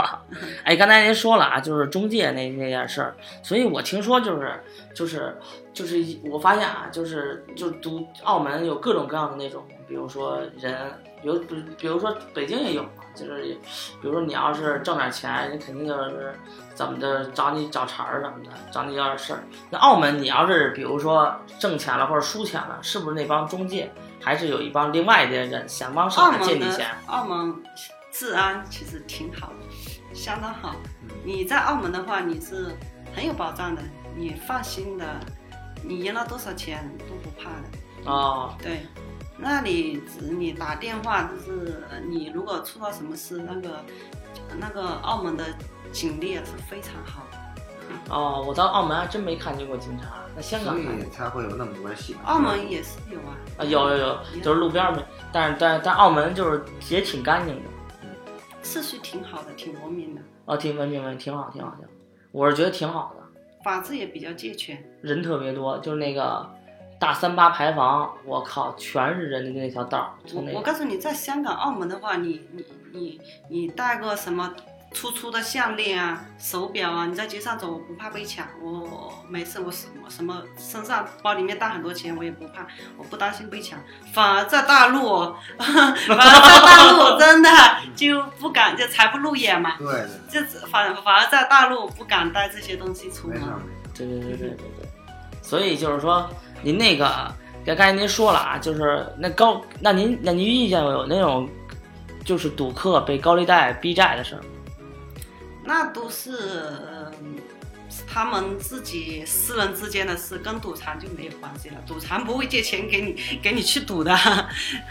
Speaker 1: 哎，刚才您说了啊，就是中介那那件事儿，所以我听说就是就是就是一我发现啊，就是就是读澳门有各种各样的那种，比如说人，比如比比如说北京也有嘛，就是比如说你要是挣点钱，人肯定就是怎么的找你找茬儿什么的，找你要点事儿。那澳门你要是比如说挣钱了或者输钱了，是不是那帮中介还是有一帮另外一些人想帮手
Speaker 3: 澳
Speaker 1: 来借
Speaker 3: 门
Speaker 1: 你
Speaker 3: 的
Speaker 1: 钱？
Speaker 3: 澳门治安其实挺好的，相当好
Speaker 2: 嗯。
Speaker 3: 你在澳门的话，你是很有保障的，你放心的，你赢了多少钱都不怕的。
Speaker 1: 哦，
Speaker 3: 对，那你只你打电话，就是你如果
Speaker 1: 嗯
Speaker 3: 出到什么事，那个那个澳门的警力是非常好的。
Speaker 1: 哦，我到澳门还真没看见过警察。那香港
Speaker 2: 所
Speaker 1: 看见
Speaker 2: 以才会有那么多人喜欢。
Speaker 3: 澳门也是有啊，
Speaker 1: 啊，有有有，就是路边儿没，但是但但澳门就是也挺干净的，
Speaker 3: 秩序挺好的，挺文明的，
Speaker 1: 哦，挺文明文挺好，挺好，挺好。我是觉得挺好的，
Speaker 3: 法制也比较健全。
Speaker 1: 人特别多，就是那个大三八牌坊，我靠，全是人的那条道儿，
Speaker 3: 我
Speaker 1: 从那
Speaker 3: 我
Speaker 1: 个
Speaker 3: 告诉你，在香港、澳门的话，你你你你戴个什么粗粗的项链啊、手表啊，你在街上走，我不怕被抢，我没事，我什么什么身上包里面带很多钱，我也不怕，我不担心被抢。反而在大陆哦， 反而在大陆真的就不敢，就财不露眼嘛，
Speaker 2: 对的，
Speaker 3: 就反反而在大陆不敢带这些东西出
Speaker 2: 没
Speaker 3: 门
Speaker 2: 事。儿。
Speaker 1: 对对对对对对。所以就是说，您那个刚才您说了啊，就是那高，那您那您遇见过有那种就是赌客被高利贷逼债的事儿吗？
Speaker 3: 那都是、呃、他们自己私人之间的事，跟赌场就没有关系了。赌场不会借钱给你给你去赌的。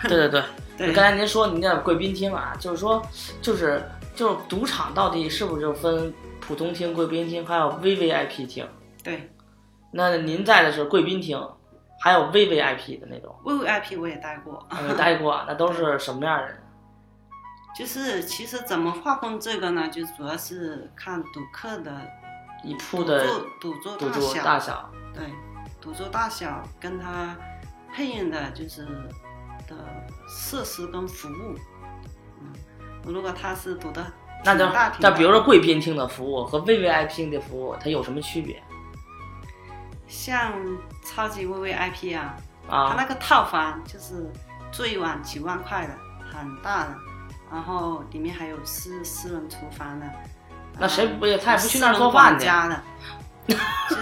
Speaker 1: 对对对，
Speaker 3: 对，
Speaker 1: 刚才您说您的贵宾厅啊，就是说，就是就是赌场到底是不是就分普通厅、贵宾厅，还有 VVIP 厅？
Speaker 3: 对
Speaker 1: 那您在的是贵宾厅，还有 VVIP 的那种，
Speaker 3: ，VIP 我也待过，
Speaker 1: 啊没待过啊，那都是什么样的人？
Speaker 3: 就是其实怎么划分这个呢？就主要是看赌客的
Speaker 1: 一铺的
Speaker 3: 赌注
Speaker 1: 赌
Speaker 3: 大
Speaker 1: 注
Speaker 3: 小，
Speaker 1: 大小，
Speaker 3: 对，赌注大小跟他配应的就是的设施跟服务。嗯，如果他是赌的
Speaker 1: 那就
Speaker 3: 挺大挺
Speaker 1: 那
Speaker 3: 大
Speaker 1: 比如说贵宾厅的服务和 VVIP 的服务，它有什么区别
Speaker 3: 像超级 VVIP 啊，他
Speaker 1: 啊？
Speaker 3: 那个套房就是最晚几万块的，很大的，然后里面还有私私人厨房的。啊
Speaker 1: 那谁不也他也不去那儿
Speaker 3: 私人
Speaker 1: 做饭
Speaker 3: 管
Speaker 1: 去
Speaker 3: 家的，就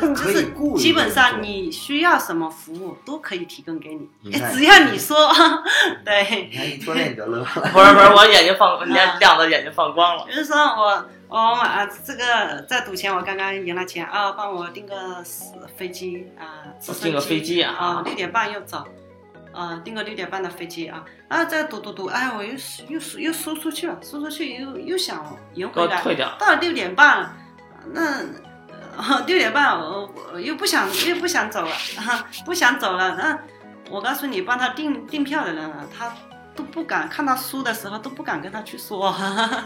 Speaker 3: 就
Speaker 2: 可以
Speaker 3: 是
Speaker 2: 雇一
Speaker 3: 基
Speaker 2: 个
Speaker 3: 本
Speaker 2: 人
Speaker 3: 上
Speaker 2: 做
Speaker 3: 你需要什么服务都可以提供给你，
Speaker 2: 你看
Speaker 3: 只要你说。 对
Speaker 2: 你，看一说那你就乐 了。
Speaker 1: 不是不是，我眼睛
Speaker 3: 啊
Speaker 1: 放，你看亮的眼睛放光了
Speaker 3: 比如说我我买啊这个在赌前，我刚刚赢了钱啊，帮我订个飞机啊，直升
Speaker 1: 订个飞机啊
Speaker 3: 啊，六点半要走，啊，订个六点半的飞机啊，啊再赌赌赌，哎，我又又又输出去了，输出去又又想赢
Speaker 1: 给
Speaker 3: 回
Speaker 1: 我
Speaker 3: 来，
Speaker 1: 哦退掉。
Speaker 3: 到了六点半了，那。呃六点半，我我又不想又不想走了，不想走了。那我告诉你，帮他订订票的人啊，他都不敢看到书的时候都不敢跟他去说。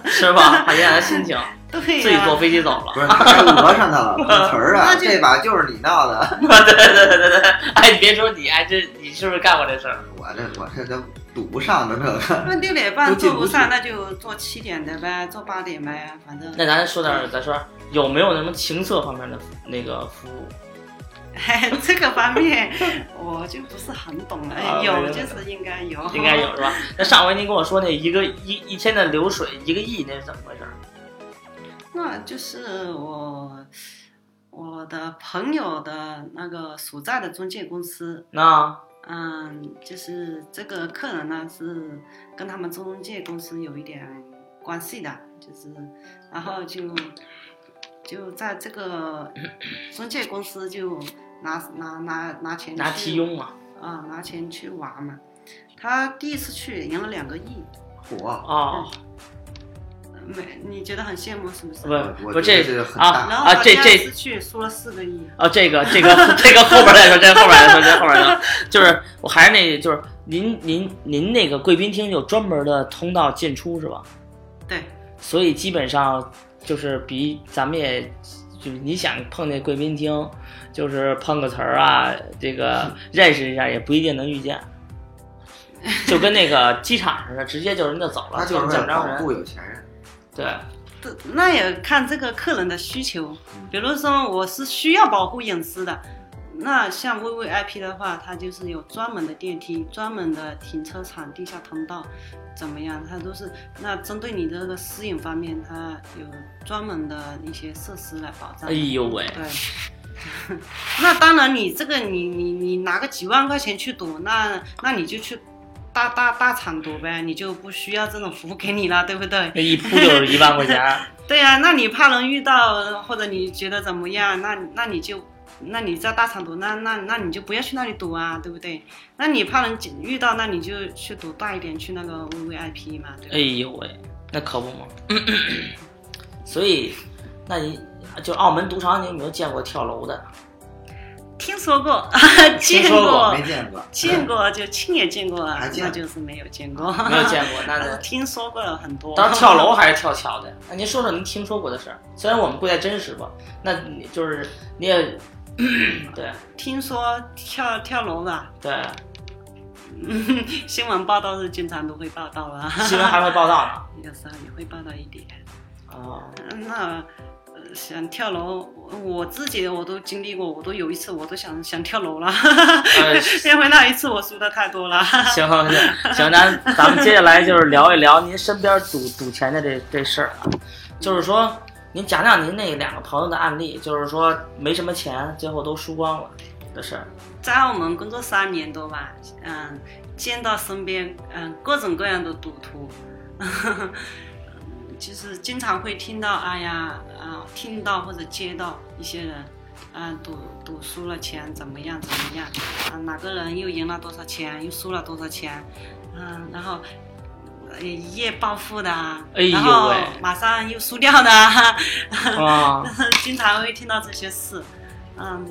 Speaker 1: 是吧？看现在的心情，
Speaker 3: 对
Speaker 1: 自己
Speaker 3: 呀、
Speaker 1: 坐飞机走了。
Speaker 2: 不是，他讹上他了，碰瓷儿啊！
Speaker 3: 那就
Speaker 2: 这把就是你闹的，
Speaker 1: 对对对对对， 哎，你别说你，哎，这你是不是干过这事儿？
Speaker 2: 我这我这都堵不上的这个。
Speaker 3: 那六点半坐不上，那就坐七点的呗，坐八点呗，反正
Speaker 1: 那咱说点儿，咱说有没有什么情色方面的那个服务？
Speaker 3: 这个方面我就不是很懂了。
Speaker 1: 啊没
Speaker 3: 有
Speaker 1: 有
Speaker 3: 就是应该有，
Speaker 1: 应该有是吧？那上回您跟我说那一个一一天的流水一个亿，那是怎么回事？
Speaker 3: 那就是我我的朋友的那个所在的中介公司，
Speaker 1: 那
Speaker 3: 嗯，就是这个客人呢是跟他们中介公司有一点关系的，就是然后就就在 这个中介公司就拿拿拿拿钱
Speaker 1: 拿
Speaker 3: 去
Speaker 1: 提佣嘛？
Speaker 3: 啊、拿钱去玩嘛。他第一次去赢了两个亿，
Speaker 2: 火，
Speaker 1: 哦，
Speaker 3: 没你觉得很羡慕是不是？
Speaker 1: 不
Speaker 2: 我
Speaker 1: 不
Speaker 2: 我
Speaker 1: 这
Speaker 2: 觉得这很
Speaker 1: 啊
Speaker 2: 大
Speaker 3: 然后他
Speaker 1: 这这
Speaker 3: 第二次去输了四个亿，
Speaker 1: 哦，这个这个这个后边再说，这个后边再说，这个后边再说。就是我还是那，就是您您您那个贵宾厅有专门的通道进出是吧？
Speaker 3: 对
Speaker 1: 所以基本上就是比咱们也，就是你想碰见贵宾厅，就是碰个瓷儿啊，这个认识一下也不一定能遇见，就跟那个机场似的，直接就人就走了，
Speaker 2: 他
Speaker 1: 就
Speaker 2: 就是是
Speaker 1: 怎么着
Speaker 2: 保
Speaker 1: 人
Speaker 2: 护有钱人。
Speaker 1: 对，
Speaker 3: 这那也看这个客人的需求。比如说，我是需要保护隐私的，那像 VVIP 的话，它就是有专门的电梯、专门的停车场、地下通道，怎么样？它都是那针对你这个私隐方面，它有专门的一些设施来保障。
Speaker 1: 哎呦喂，
Speaker 3: 对，那当然，你这个你你你拿个几万块钱去赌，那那你就去大大大厂赌呗，你就不需要这种服务给你了，对不对？
Speaker 1: 那一扑就是一万块钱，
Speaker 3: 对呀、那你怕能遇到，或者你觉得怎么样？那那你就，那你在大厂赌，那那那你就不要去那里赌啊，对不对？那你怕能遇到，那你就去赌大一点，去那
Speaker 1: 哎
Speaker 3: 个 VVIP 嘛，对吧
Speaker 1: 哎呦喂，那可不嘛。所以那你就澳门赌场，你有没有见过跳楼的？
Speaker 3: 听说 过，
Speaker 2: 听
Speaker 3: 见
Speaker 2: 说过
Speaker 3: 过
Speaker 2: 没，见过？
Speaker 3: 哦见过就亲眼见过啊
Speaker 2: 还，见
Speaker 3: 那
Speaker 2: 过
Speaker 3: 就是没有见过，
Speaker 1: 啊没有见过，那
Speaker 3: 但是
Speaker 1: 得
Speaker 3: 听说过了很多。
Speaker 1: 当然跳楼还是跳桥的。啊那您说说您听说过的事儿？虽然我们贵在真实吧，那你就是你也 对
Speaker 3: 听说跳跳楼吧，
Speaker 1: 对，
Speaker 3: 新闻报道是经常都会报道啊，
Speaker 1: 新闻还会报道呢。
Speaker 3: 有时候也会报道一点。
Speaker 1: 哦，
Speaker 3: 那呃想跳楼，我我自己我都经历过，我都有一次我都想想跳楼 了，
Speaker 1: 呃，
Speaker 3: 因为那一次我输的太多了。
Speaker 1: 行行行，那咱们接下来就是聊一聊您身边赌赌钱的这这事儿啊，就是说您讲讲您那两个朋友的案例，就是说没什么钱，最后都输光了的事儿。
Speaker 3: 在澳门工作三年多吧，嗯，见到身边嗯各种各样的赌徒， 就是经常会听到，哎呀啊，听到或者接到一些人，啊赌赌输了钱怎么样怎么样，啊哪个人又赢了多少钱，又输了多少钱，嗯，然后。呃一夜暴富的啊，
Speaker 1: 哎呦
Speaker 3: 然后
Speaker 1: 喂
Speaker 3: 马上又输掉的啊，
Speaker 1: 啊，
Speaker 3: 经常会听到这些事，嗯，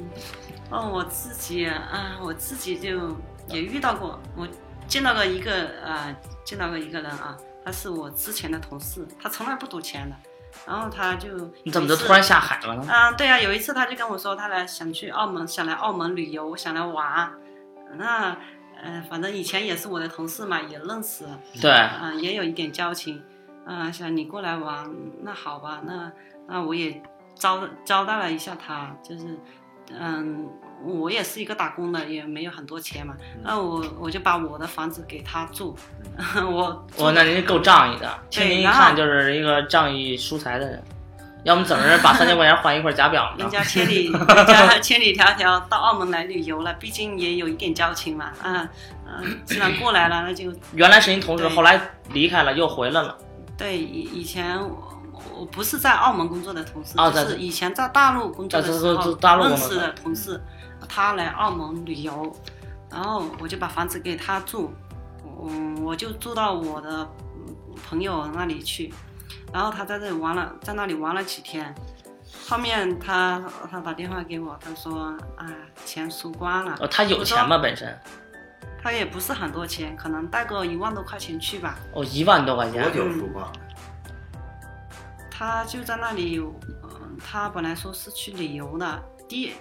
Speaker 3: 哦，我自己啊，我自己就也遇到过，我见到过一个啊，见到过一个人啊，他是我之前的同事，他从来不赌钱的，然后他就
Speaker 1: 你怎么
Speaker 3: 有
Speaker 1: 就
Speaker 3: 一次
Speaker 1: 突然下海了呢？
Speaker 3: 嗯，对呀、有一次他就跟我说，他来想去澳门，想来澳门旅游，想来玩，那呃，反正以前也是我的同事嘛，也认识，
Speaker 1: 对，
Speaker 3: 啊、也有一点交情，啊、想你过来玩，那好吧，那那我也招招待了一下他，就是，嗯，我也是一个打工的，也没有很多钱嘛，那我我就把我的房子给他住，我住
Speaker 1: 我那您够仗义的，听您一
Speaker 3: 然后
Speaker 1: 看就是一个仗义疏财的人，要么怎么着把三千块钱换一块假表呢
Speaker 3: 人？家千里人家千里迢迢到澳门来旅游了，毕竟也有一点交情嘛，啊、嗯、既然过来了，那就
Speaker 1: 原来是您同事，
Speaker 3: 对
Speaker 1: 后来离开了又回来了。
Speaker 3: 对，以以前我我不是在澳门工作的同事，
Speaker 1: 啊
Speaker 3: 就
Speaker 1: 在
Speaker 3: 是以前在大陆工作的
Speaker 1: 在在
Speaker 3: 时
Speaker 1: 在
Speaker 3: 候
Speaker 1: 大陆工
Speaker 3: 认
Speaker 1: 作
Speaker 3: 识的同事，他来澳门旅游，然后我就把房子给他住，嗯，我就住到我的嗯朋友那里去，然后他在这里玩了，在那里玩了几天。后面他他打电话给我，他说啊，钱输光了。
Speaker 1: 哦，他有
Speaker 3: 我
Speaker 1: 钱吗？
Speaker 3: 说？
Speaker 1: 本身
Speaker 3: 他也不是很多钱，可能带个一万多块钱去吧。
Speaker 1: 哦，一万多块
Speaker 2: 多
Speaker 1: 钱，
Speaker 2: 久输光了？
Speaker 3: 他就在那里，嗯、他本来说是去旅游的，第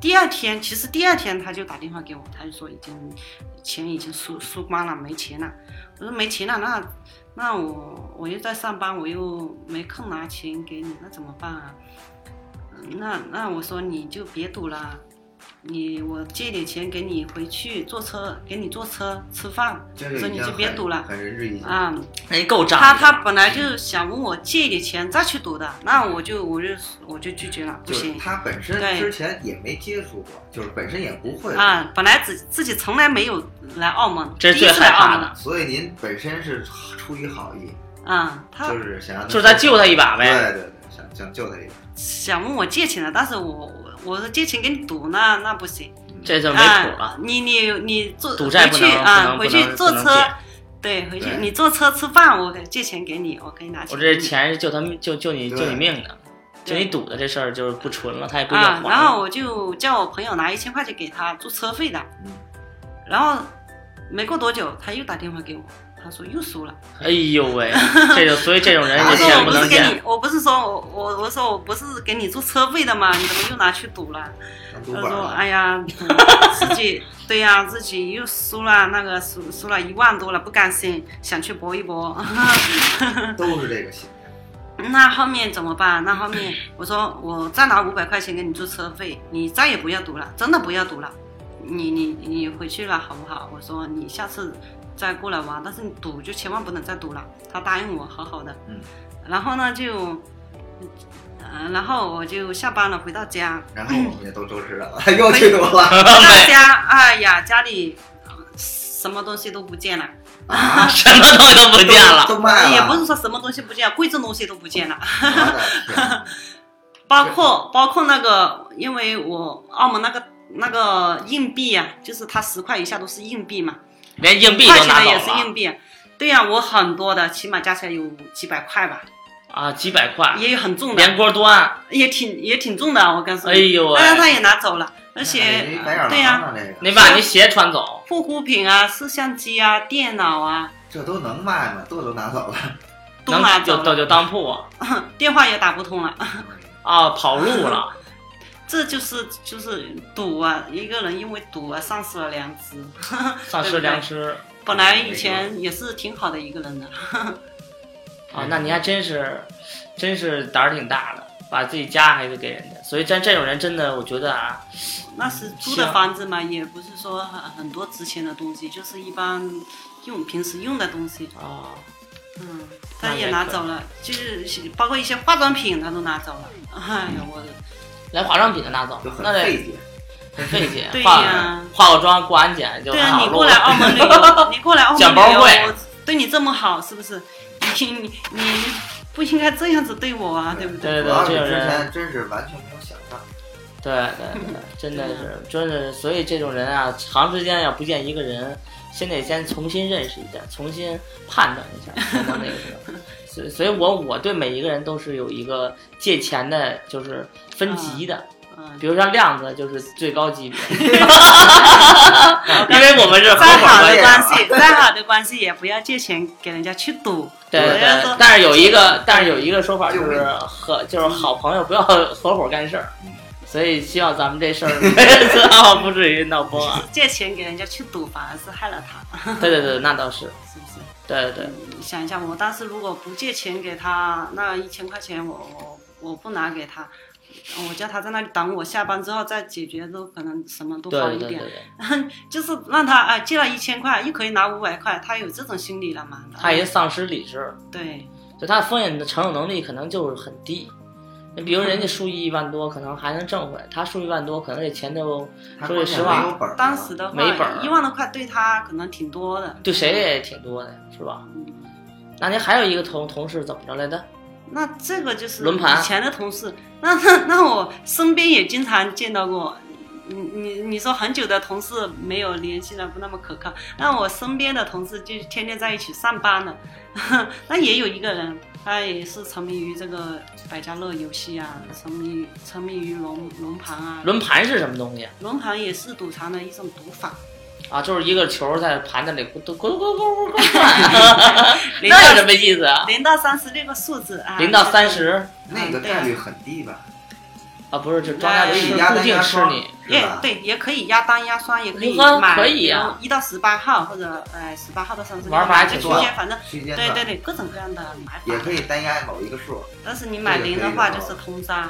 Speaker 3: 第二天，其实第二天他就打电话给我，他就说已经钱已经输输光了，没钱了。我说没钱了，那那我我又在上班，我又没空拿钱给你，那怎么办啊？嗯那那我说你就别赌了，你我借点钱给你回去坐车，给你坐车吃饭，
Speaker 2: 这
Speaker 3: 我
Speaker 2: 个
Speaker 3: 说
Speaker 2: 已
Speaker 3: 你
Speaker 2: 经
Speaker 3: 就别
Speaker 2: 很
Speaker 3: 赌了
Speaker 2: 很仁至义尽。
Speaker 3: 啊、
Speaker 1: 人家够仗
Speaker 3: 他
Speaker 1: 义的。
Speaker 3: 他本来就是想问我借一点钱再去赌的，那我就我就我就拒绝了，不
Speaker 2: 就是
Speaker 3: 行
Speaker 2: 他本身
Speaker 3: 对
Speaker 2: 之前也没接触过，就是本身也不会，
Speaker 3: 啊！本来自自己从来没有来澳门，
Speaker 1: 这是
Speaker 3: 第一次
Speaker 1: 最害
Speaker 3: 来
Speaker 1: 怕
Speaker 3: 澳门了
Speaker 2: 所以您本身是出于好意，
Speaker 3: 啊！他
Speaker 2: 就是想让他
Speaker 1: 就是在救他一把
Speaker 2: 对
Speaker 1: 呗。
Speaker 2: 对对，想想救他一把，
Speaker 3: 想问我借钱的，但是我我我说借钱给你赌，那那不行，
Speaker 1: 这就没谱
Speaker 3: 啊
Speaker 1: 了。！
Speaker 3: 你你你坐
Speaker 1: 赌债
Speaker 3: 回
Speaker 1: 不
Speaker 3: 去
Speaker 1: 能不
Speaker 3: 啊，
Speaker 1: 能
Speaker 3: 回
Speaker 1: 不
Speaker 3: 去
Speaker 1: 能
Speaker 3: 坐
Speaker 1: 不能
Speaker 3: 车
Speaker 1: 借，
Speaker 3: 对，回去
Speaker 2: 对
Speaker 3: 你坐车吃饭，我借钱给你，我可以拿钱
Speaker 1: 我
Speaker 3: 给你。
Speaker 1: 这钱是救他命救救你
Speaker 2: 对
Speaker 1: 救你命的，就
Speaker 3: 对
Speaker 1: 你赌的这事儿就是不纯了，他也不一定
Speaker 3: 啊，
Speaker 1: 还。
Speaker 3: 然后我就叫我朋友拿一千块钱给他做车费的，然后没过多久他又打电话给我，他说又输了。
Speaker 1: 哎呦 喂，这就所以这种人
Speaker 3: 他
Speaker 1: 也
Speaker 3: 说
Speaker 1: 见
Speaker 3: 我不
Speaker 1: 能
Speaker 3: 是给 你
Speaker 1: 见。，
Speaker 3: 我不是说我我我说我不是给你做车费的吗？你怎么又拿去赌了？
Speaker 2: 当赌
Speaker 3: 他
Speaker 2: 本
Speaker 3: 说
Speaker 2: 了。
Speaker 3: 哎呀，嗯自己对呀、自己又输了那个输输了一万多了，不甘心，想去搏一搏。啊
Speaker 2: 都是这个心态。
Speaker 3: 那后面怎么办？那后 面我说我再拿五百块钱给你做车费，你再也不要赌了，真的不要赌了。你你你回去了好不好？我说你下次再过来玩，但是你赌就千万不能再赌了。他答应我好好的，
Speaker 2: 嗯，
Speaker 3: 然后呢就，嗯、呃然后我就下班了回到家，
Speaker 2: 然后我们也都都知道
Speaker 3: 哎
Speaker 2: 了，又去赌 了
Speaker 3: 回到家，哎呀家里呃什么东西都不见了，
Speaker 2: 啊，
Speaker 1: 什么东西都不见了，
Speaker 2: 都卖了，
Speaker 3: 也哎不是说什么东西不见了，贵重东西都不见了。
Speaker 2: 我的天
Speaker 3: 包括包括那个，因为我澳门那个那个硬币啊，就是它十块以下都是硬币嘛，
Speaker 1: 连硬币
Speaker 3: 块
Speaker 1: 都
Speaker 3: 钱
Speaker 1: 拿
Speaker 3: 的
Speaker 1: 走
Speaker 3: 也是
Speaker 1: 了
Speaker 3: 硬币。对呀、我很多的，起码加起来有几百块吧。
Speaker 1: 啊，几百块，
Speaker 3: 也有很重
Speaker 1: 连
Speaker 3: 的，
Speaker 1: 锅端，
Speaker 3: 也挺也挺重的，我告诉
Speaker 1: 哎
Speaker 3: 你。
Speaker 1: 呦喂，
Speaker 3: 但是他也拿走了， 而且
Speaker 2: 哎白眼
Speaker 3: 对呀、
Speaker 2: 狼啊，这个
Speaker 1: 你把你鞋穿走，
Speaker 3: 护肤品啊、摄像机啊、电脑啊
Speaker 2: 这都能卖吗？都都拿 走了，
Speaker 3: 都
Speaker 1: 能
Speaker 3: 拿
Speaker 1: 就
Speaker 3: 走
Speaker 1: 就
Speaker 3: 了，
Speaker 1: 就当铺啊
Speaker 3: 电话也打不通了，
Speaker 1: 啊，跑路了，
Speaker 3: 这就是就是赌啊，一个人因为赌啊丧失了良知。
Speaker 1: 丧失良啊知
Speaker 3: 本来以前也是挺好的一个人的，嗯
Speaker 1: 啊，那你还真是，真是胆儿挺大的，把自己家孩子给人家，所以像这种人真的，我觉得啊，
Speaker 3: 那时租
Speaker 1: 行
Speaker 3: 的房子嘛，也不是说很很多值钱的东西，就是一般用平时用的东西，
Speaker 1: 啊，
Speaker 3: 嗯，
Speaker 1: 那
Speaker 3: 他
Speaker 1: 也
Speaker 3: 也拿
Speaker 1: 可以
Speaker 3: 走了，就是包括一些化妆品他都拿走了。哎
Speaker 1: 嗯
Speaker 3: 呀，我的
Speaker 1: 连化妆品都拿走
Speaker 2: 就，很
Speaker 1: 那得
Speaker 2: 费解。
Speaker 1: 很费解，
Speaker 3: 对
Speaker 1: 化
Speaker 3: 呀
Speaker 1: 化个妆过安检就
Speaker 3: 对
Speaker 1: 跑
Speaker 3: 啊，你
Speaker 1: 路
Speaker 3: 过来
Speaker 1: 了，
Speaker 3: 澳门旅 游，你过来澳
Speaker 1: 讲
Speaker 3: 门
Speaker 1: 包
Speaker 3: 旅游，
Speaker 1: 会
Speaker 3: 我对你这么好，是不是？你你你不应该这样子对我啊，对不
Speaker 1: 对
Speaker 2: 主要是
Speaker 1: 这个
Speaker 2: 之
Speaker 1: 人
Speaker 2: 前真是完全没有想到，
Speaker 1: 对对对，真的是，真的是，所以这种人啊，长时间要不见一个人，先得先重新认识一下，重新判断一下，才能那个什么。所以所以我我对每一个人都是有一个借钱的，就是分级的，
Speaker 3: 嗯，
Speaker 1: 比如像亮子就是最高级别，因为我们是合
Speaker 3: 再
Speaker 1: 伙
Speaker 3: 好
Speaker 1: 关
Speaker 3: 的
Speaker 1: 系。
Speaker 3: 关系，再好的关系也不要借钱给人家去赌。
Speaker 1: 对
Speaker 3: 我要
Speaker 1: 对
Speaker 3: 说，
Speaker 1: 但是有一个，但是有一个说法就
Speaker 2: 救
Speaker 1: 是
Speaker 2: 命
Speaker 1: 合，就是好朋友不要 合伙干事儿，所以希望咱们这事儿 最好不至于闹崩啊。
Speaker 3: 借钱给人家去赌，反而是害了他，
Speaker 1: 对对对，那倒是，
Speaker 3: 是不是？
Speaker 1: 对对对，
Speaker 3: 你想一下，我当时如果不借钱给他，那一千块钱我我我不拿给他，我叫他在那里等我下班之后再解决，都可能什么都好
Speaker 1: 对
Speaker 3: 一
Speaker 1: 对对
Speaker 3: 点。
Speaker 1: 对，
Speaker 3: 就是让他啊借了一千块，又可以拿五百块，他有这种心理了嘛？
Speaker 1: 他也丧失理智，
Speaker 3: 对，
Speaker 1: 就他的风险的承受能力可能就是很低。你比如人家输一万多，可能还能挣回来；他输一万多，可能这钱就
Speaker 2: 他
Speaker 1: 说句
Speaker 2: 关
Speaker 1: 实
Speaker 2: 键
Speaker 1: 话
Speaker 2: 没有本儿，
Speaker 3: 当时的话
Speaker 1: 嗯没本儿
Speaker 3: 一万多块对他可能挺多的。
Speaker 1: 对谁也挺多的，是吧？
Speaker 3: 嗯，
Speaker 1: 那您还有一个同同事怎么着来的？
Speaker 3: 那这个就是
Speaker 1: 轮盘
Speaker 3: 以前的同事，那那那我身边也经常见到过。你你你说很久的同事没有联系了，不那么可靠。那我身边的同事就天天在一起上班了， 那也有一个人，他也是沉迷于这个百家乐游戏啊，沉迷沉迷于龙龙盘啊，
Speaker 1: 轮盘是什么东西
Speaker 3: 龙盘也是赌场的一种赌法。
Speaker 1: 啊？就是一个球在盘子里咕嘟咕嘟咕嘟咕嘟转，那有什么意思啊？
Speaker 3: 零到三十六个数字啊，
Speaker 1: 零到三，十
Speaker 2: 那个
Speaker 3: 嗯对
Speaker 2: 概率很低吧？
Speaker 3: 嗯
Speaker 1: 啊，不是，这庄家
Speaker 3: 哎
Speaker 1: 就
Speaker 2: 以
Speaker 1: 是
Speaker 2: 压
Speaker 1: 固
Speaker 2: 单
Speaker 1: 定
Speaker 2: 压
Speaker 1: 吃
Speaker 2: 双
Speaker 1: 你。
Speaker 2: 是
Speaker 3: 也
Speaker 2: 吧？
Speaker 3: 哎对，也可以压单压双，也可以
Speaker 1: 零和
Speaker 3: 买，
Speaker 1: 可以啊
Speaker 3: 一到十八号或者呃十八号到三十六
Speaker 1: 玩
Speaker 3: 号
Speaker 1: 法还
Speaker 3: 就
Speaker 1: 挺
Speaker 3: 区
Speaker 2: 多
Speaker 3: 间，反正
Speaker 2: 区间
Speaker 3: 对对
Speaker 2: 的，
Speaker 3: 对，各种各样的买法
Speaker 2: 也。可以单压某一个数
Speaker 3: 但是你买零的话就是通杀，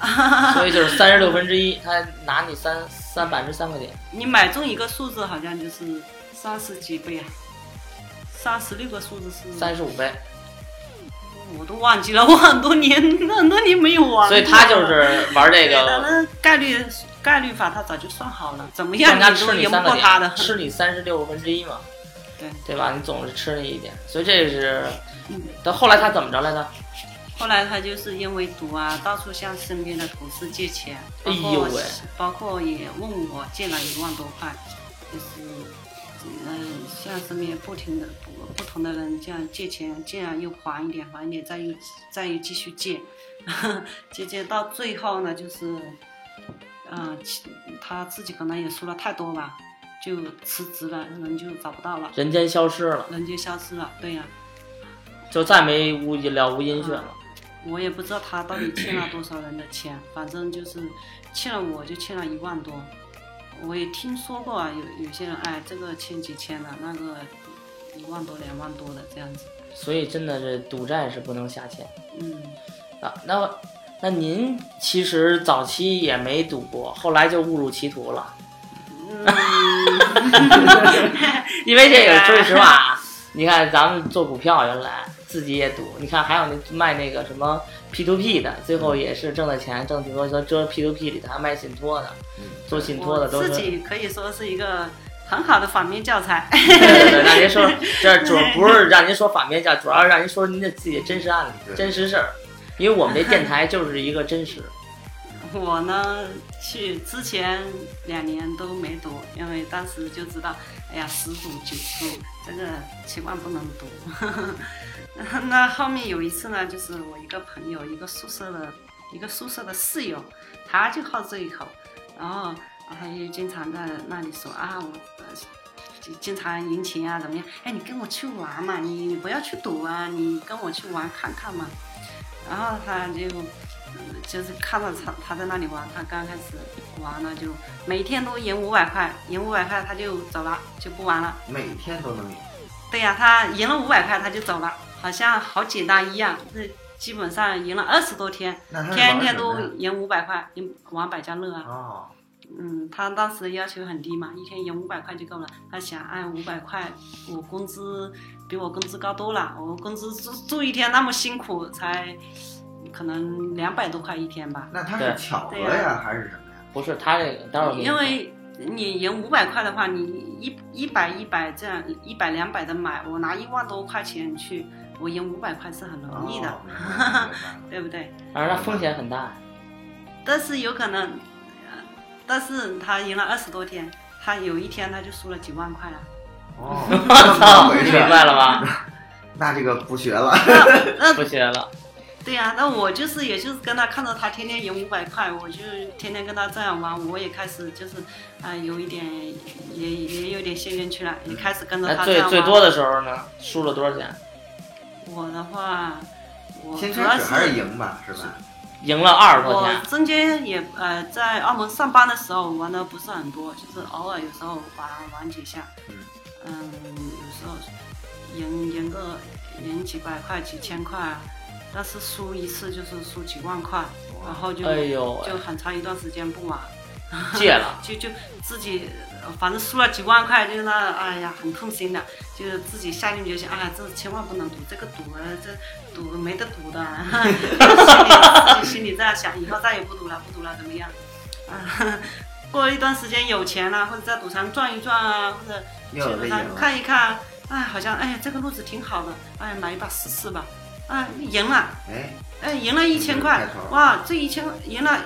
Speaker 2: 啊。
Speaker 1: 所以就是三十六分之一，他拿你三三百分之三个点。
Speaker 3: 你买中一个数字好像就是三十几倍啊，三十六个数字是，
Speaker 1: 三十五倍，
Speaker 3: 我都忘记了，我很多年 很多年没有玩了。
Speaker 1: 所以他就是玩这
Speaker 3: 对的，
Speaker 1: 个
Speaker 3: 那概率概率法他早就算好了，怎么样
Speaker 1: 专家
Speaker 3: 你
Speaker 1: 吃
Speaker 3: 都
Speaker 1: 你
Speaker 3: 赢不
Speaker 1: 三个
Speaker 3: 过他的
Speaker 1: 点，。吃你三十六分之一嘛，
Speaker 3: 对
Speaker 1: 对吧？你总是吃你一点，所以这是
Speaker 3: 嗯。
Speaker 1: 到后来他怎么着来着？
Speaker 3: 后来他就是因为赌啊，到处向身边的同事借钱，包括
Speaker 1: 哎呦喂
Speaker 3: 包括也问我借了一万多块，就是嗯，向身边不停的不不同的人这样借钱，借了又还一点，还一点，再又再又继续借， 借借到最后呢，就是嗯、呃其他自己可能也输了太多吧，就辞职了，人就找不到了，
Speaker 1: 人间消失了，
Speaker 3: 人就消失了，对呀、
Speaker 1: 就再没无了无音讯了。
Speaker 3: 我也不知道他到底欠了多少人的 钱，反正就是欠了我就欠了一万多。我也听说过啊，有有些人哎，这个欠几千的，那个一万多、两万多的这 样子。
Speaker 1: 所以真的是赌债是不能下钱
Speaker 3: 嗯，
Speaker 1: 啊。那那您其实早期也没赌过，后来就误入歧途了，
Speaker 3: 嗯
Speaker 1: 因为这个说句实话啊，你看咱们做股票原来自己也赌，你看还有那卖那个什么 P to P 的，最后也是挣的钱挣挺多，说这 P to P 里头还卖信托的，做信托
Speaker 3: 我
Speaker 1: 的都是。
Speaker 3: 自己可以说是一个很好的反面教材。
Speaker 1: 对对对，让您说这主不是让您说反面教，主要是让您说您的自己的真实案例、
Speaker 2: 对
Speaker 1: 真实事儿，因为我们这电台就是一个真实。
Speaker 3: 我呢，去之前两年都没读，因为当时就知道，哎呀，十赌九输，这个千万不能赌。 那后面有一次呢，就是我一个朋友，一个宿舍的一个宿舍的室友，他就好这一口，然后他就经常在那里说啊，我呃就经常赢钱啊，怎么样？哎，你跟我去玩嘛，你你不要去赌啊，你跟我去玩看看嘛。然后他就嗯就是看到他他在那里玩，他刚开始玩了就每天都赢五百块，赢五百块他就走了，就不玩了。
Speaker 2: 每天都能赢。
Speaker 3: 对呀、他赢了五百块他就走了，好像好简单一样。这基本上赢了二十多天，
Speaker 2: 那他是
Speaker 3: 天
Speaker 2: 玩
Speaker 3: 天
Speaker 2: 什么
Speaker 3: 都
Speaker 2: 呀
Speaker 3: 赢五百块，赢玩百家乐啊。
Speaker 2: 哦，
Speaker 3: 嗯，他当时要求很低嘛，一天赢五百块就够了。他想，哎，五百块，我工资比我工资高多了，我工资住住一天那么辛苦，才可能两百多块一天吧。
Speaker 2: 那他
Speaker 1: 对
Speaker 2: 是巧合
Speaker 3: 对啊呀
Speaker 2: 呀，还是什么呀？
Speaker 1: 不是他这个，待会儿我给你
Speaker 3: 因为你赢五百块的话，你一一百一百这样一百两百的买，我拿一万多块钱去，我赢五百块是很容易的，
Speaker 2: 哦明白明白
Speaker 3: 对不对？
Speaker 1: 反正风险很大，
Speaker 3: 但是有可能，呃但是他赢了二十多天，他有一天他就输了几万 块了。
Speaker 2: 哦，
Speaker 1: 我
Speaker 2: 那怎么
Speaker 1: 操，
Speaker 2: 回
Speaker 1: 明
Speaker 2: 事？
Speaker 1: 白了吧？
Speaker 2: 那这个不学了。
Speaker 3: 那
Speaker 1: 不学了，
Speaker 3: 对呀、那我就是也就是跟他看到他天天赢五百块，我就天天跟他这样玩，我也开始就是啊、有一点也也有点陷进去了，也开始跟着
Speaker 1: 那
Speaker 3: 他这样
Speaker 1: 最
Speaker 3: 玩。
Speaker 1: 最多的时候呢，输了多少钱？
Speaker 3: 我的话，我
Speaker 2: 先
Speaker 3: 主
Speaker 2: 开
Speaker 3: 要
Speaker 2: 始还是赢吧，是吧？
Speaker 1: 赢了二十多
Speaker 3: 我
Speaker 1: 天，
Speaker 3: 中间也呃在澳门上班的时候玩的不是很多，就是偶尔有时候玩玩几下，
Speaker 2: 嗯
Speaker 3: 嗯，有时候赢赢个赢几百块、几千块啊，但是输一次就是输几万块，然后就、
Speaker 1: 哎呦喂
Speaker 3: 就很长一段时间不玩，
Speaker 1: 戒了，
Speaker 3: 就就自己呃反正输了几万块，就是那哎呀很痛心的，就是自己下定决心，哎呀这千万不能赌，这个赌了这赌没得赌的，心里自己心里这样想，以后再也不赌了，不赌了怎么样？啊，过一段时间有钱了，或者在赌场转一转啊，或者去
Speaker 2: 又有
Speaker 3: 赌
Speaker 2: 了
Speaker 3: 场
Speaker 2: 赢
Speaker 3: 看一看，哎好像哎这个路子挺好的，哎买一把试试吧，哎赢了。
Speaker 2: 哎，
Speaker 3: 哎，赢了一千块
Speaker 2: 开头，
Speaker 3: 哇，这一千赢了，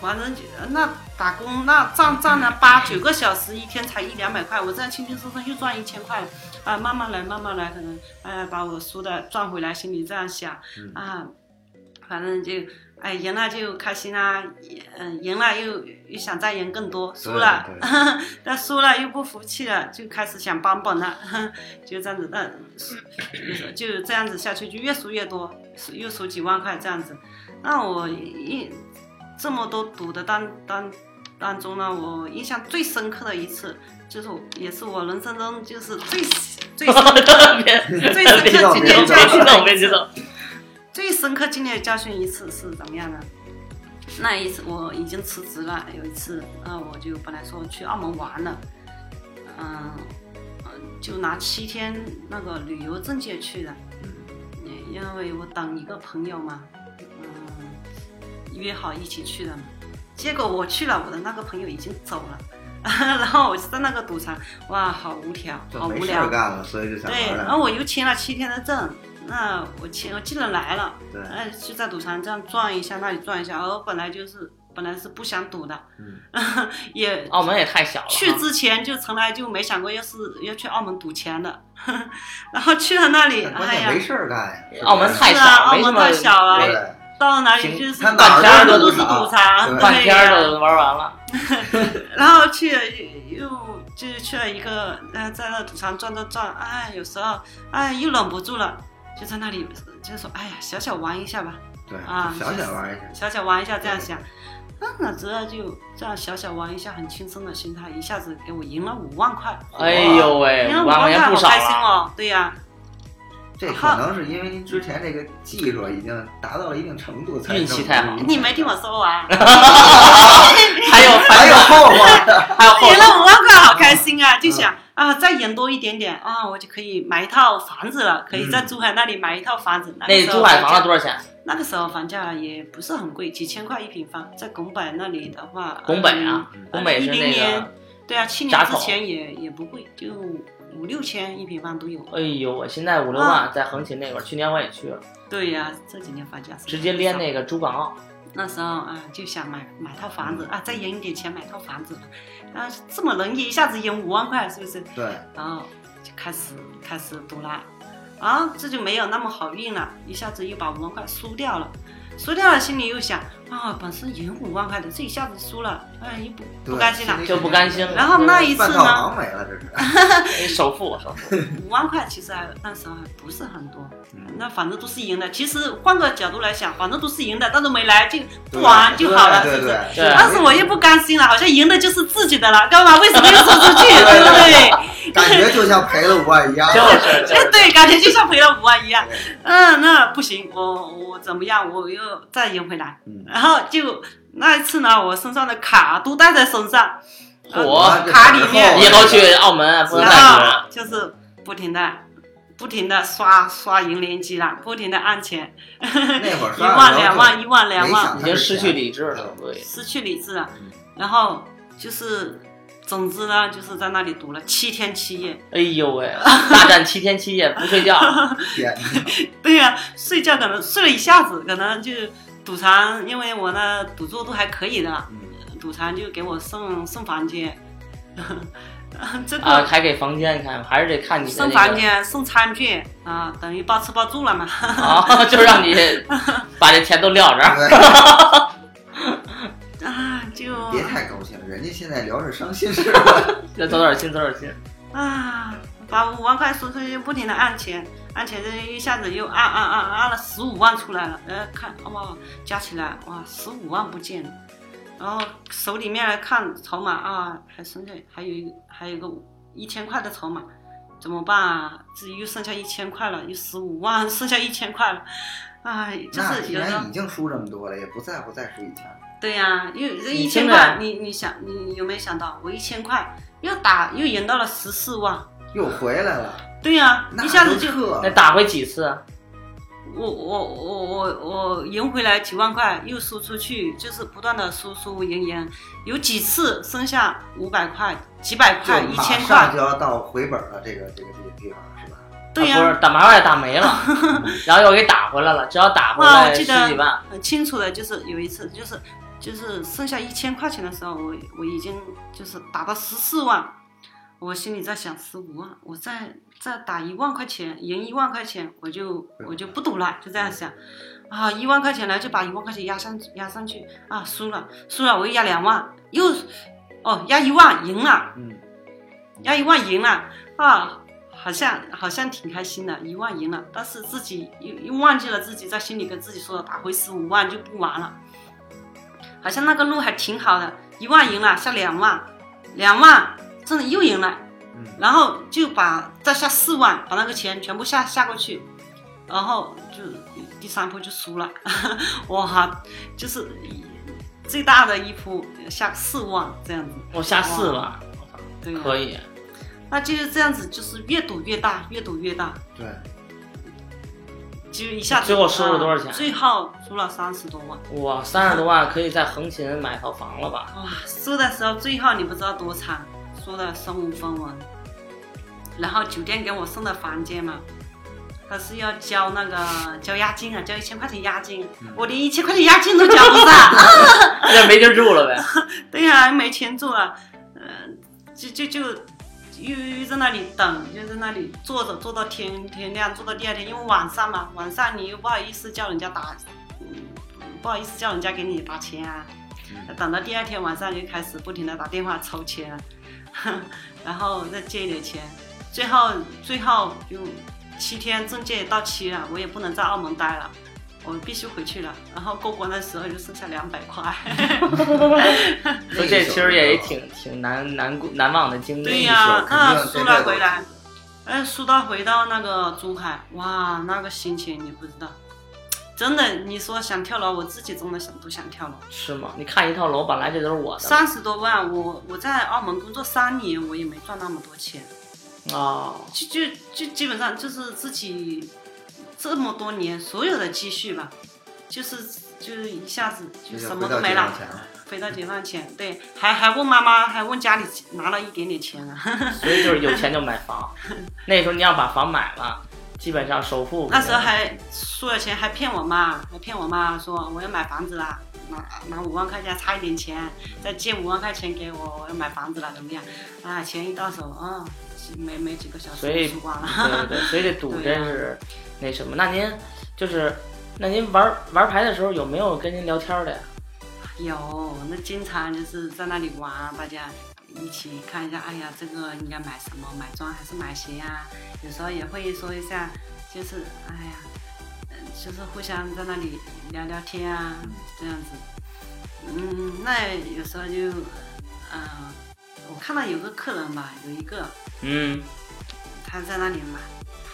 Speaker 3: 反正就那打工那站站了八九个小时，一天才一两百块，我这样轻轻松松又赚一千块了，啊，慢慢来，慢慢来，可能哎把我输的赚回来，心里这样想
Speaker 2: 嗯
Speaker 3: 啊，反正就哎赢了就开心啦，嗯、赢了又又想再赢更多，输了
Speaker 2: 对，
Speaker 3: 但输了又不服气了，就开始想帮帮了， 就这样子，那就这样子下去，就越输越多，又输几万块这样子。那我一这么多赌的当当当中呢，我印象最深刻的一次，就是我也是我人生中就是最最 深刻
Speaker 1: 别
Speaker 3: 最深
Speaker 1: 别
Speaker 3: 刻
Speaker 1: 动，
Speaker 3: 经
Speaker 1: 别动，
Speaker 3: 验教
Speaker 1: 别
Speaker 3: 训
Speaker 1: 动，
Speaker 3: 的
Speaker 1: 别
Speaker 3: 一
Speaker 1: 激
Speaker 3: 次，
Speaker 1: 动，
Speaker 3: 最深刻经历的教训一次是怎么样呢？那一次我已经辞职了，有一次，呃，我就本来说去澳门玩了，嗯、呃，就拿七天那个旅游证件去的，
Speaker 2: 嗯
Speaker 3: 因为我等一个朋友嘛，嗯，约好一起去的嘛。结果我去了，我的那个朋友已经走了， 然后我就在那个赌场，哇，好无聊，
Speaker 2: 就
Speaker 3: 好
Speaker 2: 没
Speaker 3: 无
Speaker 2: 事
Speaker 3: 聊
Speaker 2: 儿。干了，所以就想
Speaker 3: 对，
Speaker 2: 玩
Speaker 3: 然
Speaker 2: 了。
Speaker 3: 后我又签了七天的证，那我签我既然来了，
Speaker 2: 对，
Speaker 3: 哎，就在赌场这样转一下，那里转一下，而我本来就是本来是不想赌的，
Speaker 2: 嗯，
Speaker 3: 也
Speaker 1: 澳门也太小了啊，
Speaker 3: 去之前就从来就没想过要是要去澳门赌钱的， 然后去了那里，
Speaker 2: 关
Speaker 3: 哎
Speaker 2: 键
Speaker 3: 呀
Speaker 2: 没，事儿干呀。是吧
Speaker 1: 澳门太
Speaker 3: 是
Speaker 1: 小了
Speaker 3: 啊，澳
Speaker 1: 没什
Speaker 3: 门
Speaker 1: 么
Speaker 3: 太小了，
Speaker 2: 对，
Speaker 3: 到哪里就是
Speaker 2: 他
Speaker 3: 满
Speaker 2: 哪
Speaker 1: 儿
Speaker 3: 家
Speaker 1: 都
Speaker 3: 的
Speaker 1: 是
Speaker 3: 都是
Speaker 2: 赌场
Speaker 3: 赌场，
Speaker 2: 对
Speaker 1: 半
Speaker 3: 对
Speaker 1: 天
Speaker 3: 呀
Speaker 1: 儿都玩完了，
Speaker 3: 然后去又又就是去了一个呃，在那赌场转转转，哎，有时候哎又忍不住了，就在那里就说哎呀，小小玩一下吧，
Speaker 2: 对，
Speaker 3: 啊
Speaker 2: 小小玩一下。
Speaker 3: 小小玩一下这样想，啊，哪知道就这样小小玩一下，很轻松的心态，一下子给我赢了五万块，
Speaker 1: 哎呦喂，
Speaker 3: 赢了
Speaker 1: 五
Speaker 3: 五
Speaker 1: 万
Speaker 3: 万
Speaker 1: 块
Speaker 3: 块
Speaker 1: 钱不
Speaker 3: 好
Speaker 1: 少啊
Speaker 3: 开心
Speaker 1: 了，
Speaker 3: 哦，对呀、
Speaker 2: 这可能是因为您之前这个技术已经达到了一定程度，才
Speaker 1: 运气太好
Speaker 2: 这么
Speaker 3: 哎你没听我 说完，
Speaker 1: 哦还有
Speaker 2: 还
Speaker 1: 还
Speaker 2: 有
Speaker 1: 有
Speaker 2: 后 话，
Speaker 1: 还有后
Speaker 3: 哎赢了五万块，好开心啊！就想
Speaker 1: 嗯
Speaker 3: 啊，再赢多一点点啊，我就可以买一套房子了，可以在珠海那里买一套房子。个
Speaker 1: 那
Speaker 3: 时候
Speaker 1: 珠海房
Speaker 3: 房价
Speaker 1: 子多少钱？
Speaker 3: 那个时候房价也不是很贵，几千块一平方，在拱北那里的话，
Speaker 1: 拱北啊
Speaker 3: 嗯，
Speaker 1: 拱北是
Speaker 3: 10
Speaker 1: 那
Speaker 3: 年
Speaker 1: 个，
Speaker 3: 对啊，七
Speaker 1: 闸
Speaker 3: 年
Speaker 1: 口
Speaker 3: 之前也也不贵，就五六千一平方都有。
Speaker 1: 哎呦，我现在五六
Speaker 3: 嗯
Speaker 1: 万在横琴那块儿，去年我也去了，
Speaker 3: 对呀、这几年房价是
Speaker 1: 直接连那个珠港澳，
Speaker 3: 那时候啊，就想买买套房子啊，再赢一点钱买套房子吧。啊，这么容易，一下子赢五万块，是不是？
Speaker 2: 对，
Speaker 3: 然后就开始开始赌啦，啊，这就没有那么好运了，一下子又把五万块输掉了，输掉了，心里又想啊，本身赢五万块的，这一下子输了，哎，又不
Speaker 2: 对
Speaker 3: 不甘心了。
Speaker 1: 就不甘心了
Speaker 3: 然后那一次
Speaker 2: 呃半套
Speaker 3: 呢，
Speaker 2: 房没了，这是。
Speaker 1: 哎首付，首 付，
Speaker 3: 五万块其实还那时候还不是很多
Speaker 2: 嗯，
Speaker 3: 那反正都是赢的。其实换个角度来想，反正都是赢的，但都没来就
Speaker 2: 对
Speaker 3: 不玩就好了，
Speaker 2: 对
Speaker 3: 是不
Speaker 2: 对
Speaker 3: 是？
Speaker 2: 对
Speaker 1: 对
Speaker 3: 但是我又不甘心了，好像赢的就是自己的了，干嘛为什么要说出去，对不对？哎
Speaker 2: 感觉就像赔了五万一样。
Speaker 1: 就是就是
Speaker 3: 对，感觉就像赔了五啊万一样
Speaker 2: 对。
Speaker 3: 嗯，那不行，我我怎么样？我又再赢回来。
Speaker 2: 嗯
Speaker 3: 然后就那一次呢，我身上的卡都带在身上，
Speaker 2: 啊
Speaker 1: 我
Speaker 3: 卡里面
Speaker 1: 以后去澳门啊不能
Speaker 3: 然
Speaker 1: 再去了
Speaker 3: 后。就是不停的、不停的刷刷银联机了，不停的按钱，
Speaker 2: 那会儿
Speaker 3: 一万两万
Speaker 2: 一
Speaker 3: 一万两万，
Speaker 1: 已经失去理智了，对，
Speaker 3: 失去理智了
Speaker 2: 嗯。
Speaker 3: 然后就是，总之呢，就是在那里赌了七天七夜。
Speaker 1: 哎呦 喂，大战七天七夜不睡觉，
Speaker 2: 天，
Speaker 3: 对呀、睡觉可能睡了一下子，可能就赌场，因为我那赌注都还可以的，
Speaker 2: 嗯
Speaker 3: 赌场就给我送送房间， 这个、
Speaker 1: 啊，还给房间看，还是得看你的
Speaker 3: 送
Speaker 1: 那
Speaker 3: 房
Speaker 1: 个
Speaker 3: 间送餐具啊，等于包吃包住了嘛。
Speaker 1: 啊， 就让 你把这钱都撂这儿。
Speaker 2: 对
Speaker 3: 啊，就
Speaker 2: 别太高兴，人家现在聊是伤心事儿。
Speaker 1: 再走点心，走点心。
Speaker 3: 啊，把五万块输出去，不停的按钱，按钱，这一下子又按按按按了十五万出来了，呃，看哇，加起来哇，十五万不见了，然后手里面来看筹码啊，还剩下还有一个还有一个一千块的筹码，怎么办啊？这又剩下一千块了，又十五万， 剩下一千块了，哎，就
Speaker 2: 那
Speaker 3: 是
Speaker 2: 既
Speaker 3: 有时候
Speaker 2: 然已经输这么多了，也不在乎再输一千。
Speaker 3: 对呀、因为这
Speaker 1: 你
Speaker 3: 一千
Speaker 1: 真的
Speaker 3: 块，你你想你有没有想到，我一千块又打又赢到了十四万。
Speaker 2: 又回来了，
Speaker 3: 对呀、
Speaker 2: 那
Speaker 3: 一下子就
Speaker 1: 那
Speaker 2: 特
Speaker 1: 打回几次啊？
Speaker 3: 我我我我我赢回来几万块，又输出去，就是不断的输输赢赢，有几次剩下五百块、几百
Speaker 1: 哎
Speaker 3: 块、
Speaker 2: 就
Speaker 3: 一
Speaker 2: 马
Speaker 3: 千
Speaker 2: 上
Speaker 3: 块
Speaker 2: 就，要到回本了，这个这个这个地方是吧？
Speaker 3: 对
Speaker 1: 啊不
Speaker 3: 呀、
Speaker 1: 是打麻将也打 没了，然后又给打回来了，只要打回
Speaker 3: 哇我
Speaker 1: 来十
Speaker 3: 记得
Speaker 1: 几万，
Speaker 3: 很清楚的就是有一次就是就是剩下一千块钱的时候，我我已经就是打到十四万，我心里在想十五万，我再再打一万块钱，赢一万块钱，我就我就不赌了，就这样想。啊，一万块钱来就把一万块钱压上压上去啊，输了输了，我又压两万，又哦压一万赢了，
Speaker 2: 嗯，
Speaker 3: 压一万赢了啊，好像好像挺开心的，一万赢了，但是自己又又忘记了自己在心里跟自己说的打回十五万就不玩了，好像那个路还挺好的，一万赢了下两万，两万真的又赢了，
Speaker 2: 嗯
Speaker 3: 然后就把再下四万，把那个钱全部下下过去，然后就第三铺就输了， 哇，就是最大的一铺下四万这样子，
Speaker 1: 我下四万，
Speaker 3: 对、
Speaker 1: 可
Speaker 3: 以，
Speaker 1: 以。
Speaker 3: 那就是这样子，就是越赌越大，越赌越大，
Speaker 2: 对，
Speaker 3: 就一下子
Speaker 1: 最后输了多少钱
Speaker 3: 啊最后输了三十多万，
Speaker 1: 哇，三十多万可以在横琴买套房了吧？
Speaker 3: 哇，输的时候最后你不知道多惨，输的身无分文，然后酒店给我送的房间嘛。他是要交那个交押金啊，交一千块钱押金，
Speaker 1: 嗯
Speaker 3: 我连一千块钱押金都交不上，
Speaker 1: 那没地儿住了 呗。
Speaker 3: 对呀、没钱做啊，呃，就就就又又在那里等，又在那里坐着，坐到天天亮，坐到第二天，因为晚上嘛，晚上你又不好意思叫人家打，嗯，不好意思叫人家给你打钱啊，
Speaker 2: 嗯
Speaker 3: 等到第二天晚上就开始不停的打电话筹钱，啊 然后再借一点钱，最后最后就七天证件也到期了，我也不能在澳门待了。我必须回去了，然后过关的时候就剩下两百块，
Speaker 1: 所以这其实也挺挺难难过难忘的经
Speaker 3: 对
Speaker 1: 历。
Speaker 3: 呀、
Speaker 2: 肯
Speaker 3: 那
Speaker 2: 定
Speaker 3: 输
Speaker 2: 这辈
Speaker 3: 了
Speaker 2: 子
Speaker 3: 回来，哎，输到回到那个珠海，哇，那个心情你不知道，真的，你说想跳楼，我自己真的想都想跳楼。
Speaker 1: 是吗？你看一套楼，本来这都是我的
Speaker 3: 三十多万，我我在澳门工作三年，我也没赚那么多钱，
Speaker 1: 哦，
Speaker 3: 就就就基本上就是自己这么多年所有的积蓄吧，就是就是一下子就什么都没了
Speaker 2: 回到，解放前了
Speaker 3: 回到解放前，对，还还问妈妈，还问家里拿了一点点钱啊。
Speaker 1: 所以就是有钱就买房。那时候你要把房买了，基本上首付
Speaker 3: 那时候还输了钱，还骗我妈，还骗我妈说我要买房子啦，拿拿五万块钱，差一点钱，再借五万块钱给我，我要买房子了，怎么样？啊，钱一到手，啊、没没几个小时
Speaker 1: 所以
Speaker 3: 就输光了。
Speaker 1: 对对对，所以这赌
Speaker 3: 对呀
Speaker 1: 真是那什么。那您就是，那您玩玩牌的时候有没有跟您聊天的呀？
Speaker 3: 有，那经常就是在那里玩，大家一起看一下，哎呀，这个应该买什么？买砖还是买鞋呀、有时候也会说一下，就是哎呀，呃就是互相在那里聊聊天啊，这样子。嗯，那有时候就，嗯、我看到有个客人吧，有一个
Speaker 1: 嗯，
Speaker 3: 他在那里买，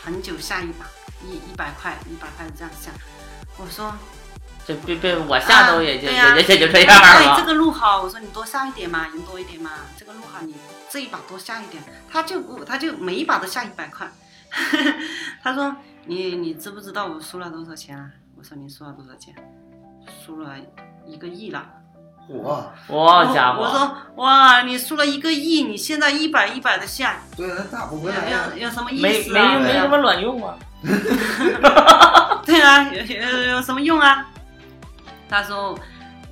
Speaker 3: 很久下一把，一一百块，一百块这样下。我说
Speaker 1: 这被被我吓都也就、
Speaker 3: 啊对呀
Speaker 1: 也也也就这样
Speaker 3: 哎，这
Speaker 1: 了。
Speaker 3: 个路好，我说你多下一点嘛，你多一点嘛。这个路好，你这一把多下一点。他就不，他就每一把都下一百块。 他说你你知不知道我输了多少钱啊？我说你输了多少钱？输了一个亿了。
Speaker 2: 我
Speaker 1: 我
Speaker 3: 我
Speaker 1: 家
Speaker 3: 我
Speaker 1: 伙，
Speaker 3: 说哇，你输了一个亿，你现在一百一百的下，
Speaker 2: 对，那打不
Speaker 3: 有
Speaker 2: 回来呀
Speaker 3: 有。有什么意
Speaker 1: 没
Speaker 3: 思
Speaker 1: 没
Speaker 3: 啊？
Speaker 1: 没
Speaker 2: 对呀
Speaker 1: 什么卵用啊。
Speaker 3: 对啊，有有有什么用啊？他说，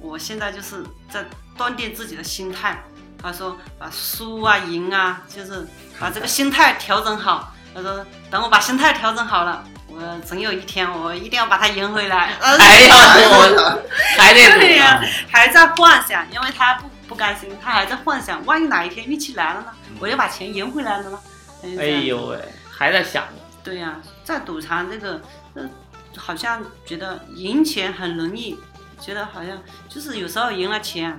Speaker 3: 我现在就是在锻炼自己的心态。他说，把输啊赢啊，就是把这个心态调整好。他说，等我把心态调整好了，我总有一天我一定要把它赢 回来。
Speaker 1: 哎呀， 我还得赌
Speaker 3: 对呀
Speaker 1: 呢。
Speaker 3: 还在幻想，因为他不不甘心，他还在幻想，万一哪一天运气来了呢，我就把钱赢回来了呢。他就
Speaker 1: 哎
Speaker 3: 这样
Speaker 1: 呦喂，还在想着。
Speaker 3: 对呀、在赌场这个，呃，好像觉得赢钱很容易，觉得好像就是有时候赢了钱，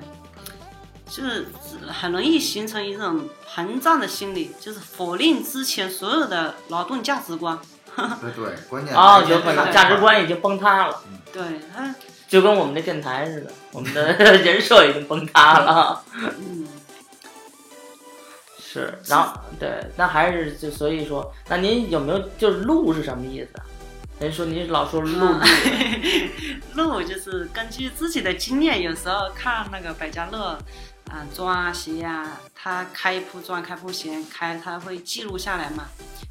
Speaker 3: 就是很容易形成一种膨胀的心理，就是否定之前所有的劳动价值观。
Speaker 2: 对呃对，关键
Speaker 1: 啊、
Speaker 2: 关键
Speaker 1: 有可能
Speaker 2: 是
Speaker 1: 价值观已经崩塌了，
Speaker 3: 对，哎他
Speaker 1: 就跟我们这电台似的，我们的 人设已经崩塌了。
Speaker 3: 嗯，
Speaker 1: 是，然后对，那还是就所以说，那您有没有就是路是什么意思啊？您说您老 说路
Speaker 3: 嗯 路就是根据自己的经验，有时候看那个百家乐。啊，砖啊鞋啊，他开一铺砖，开铺鞋，开他会记录下来嘛，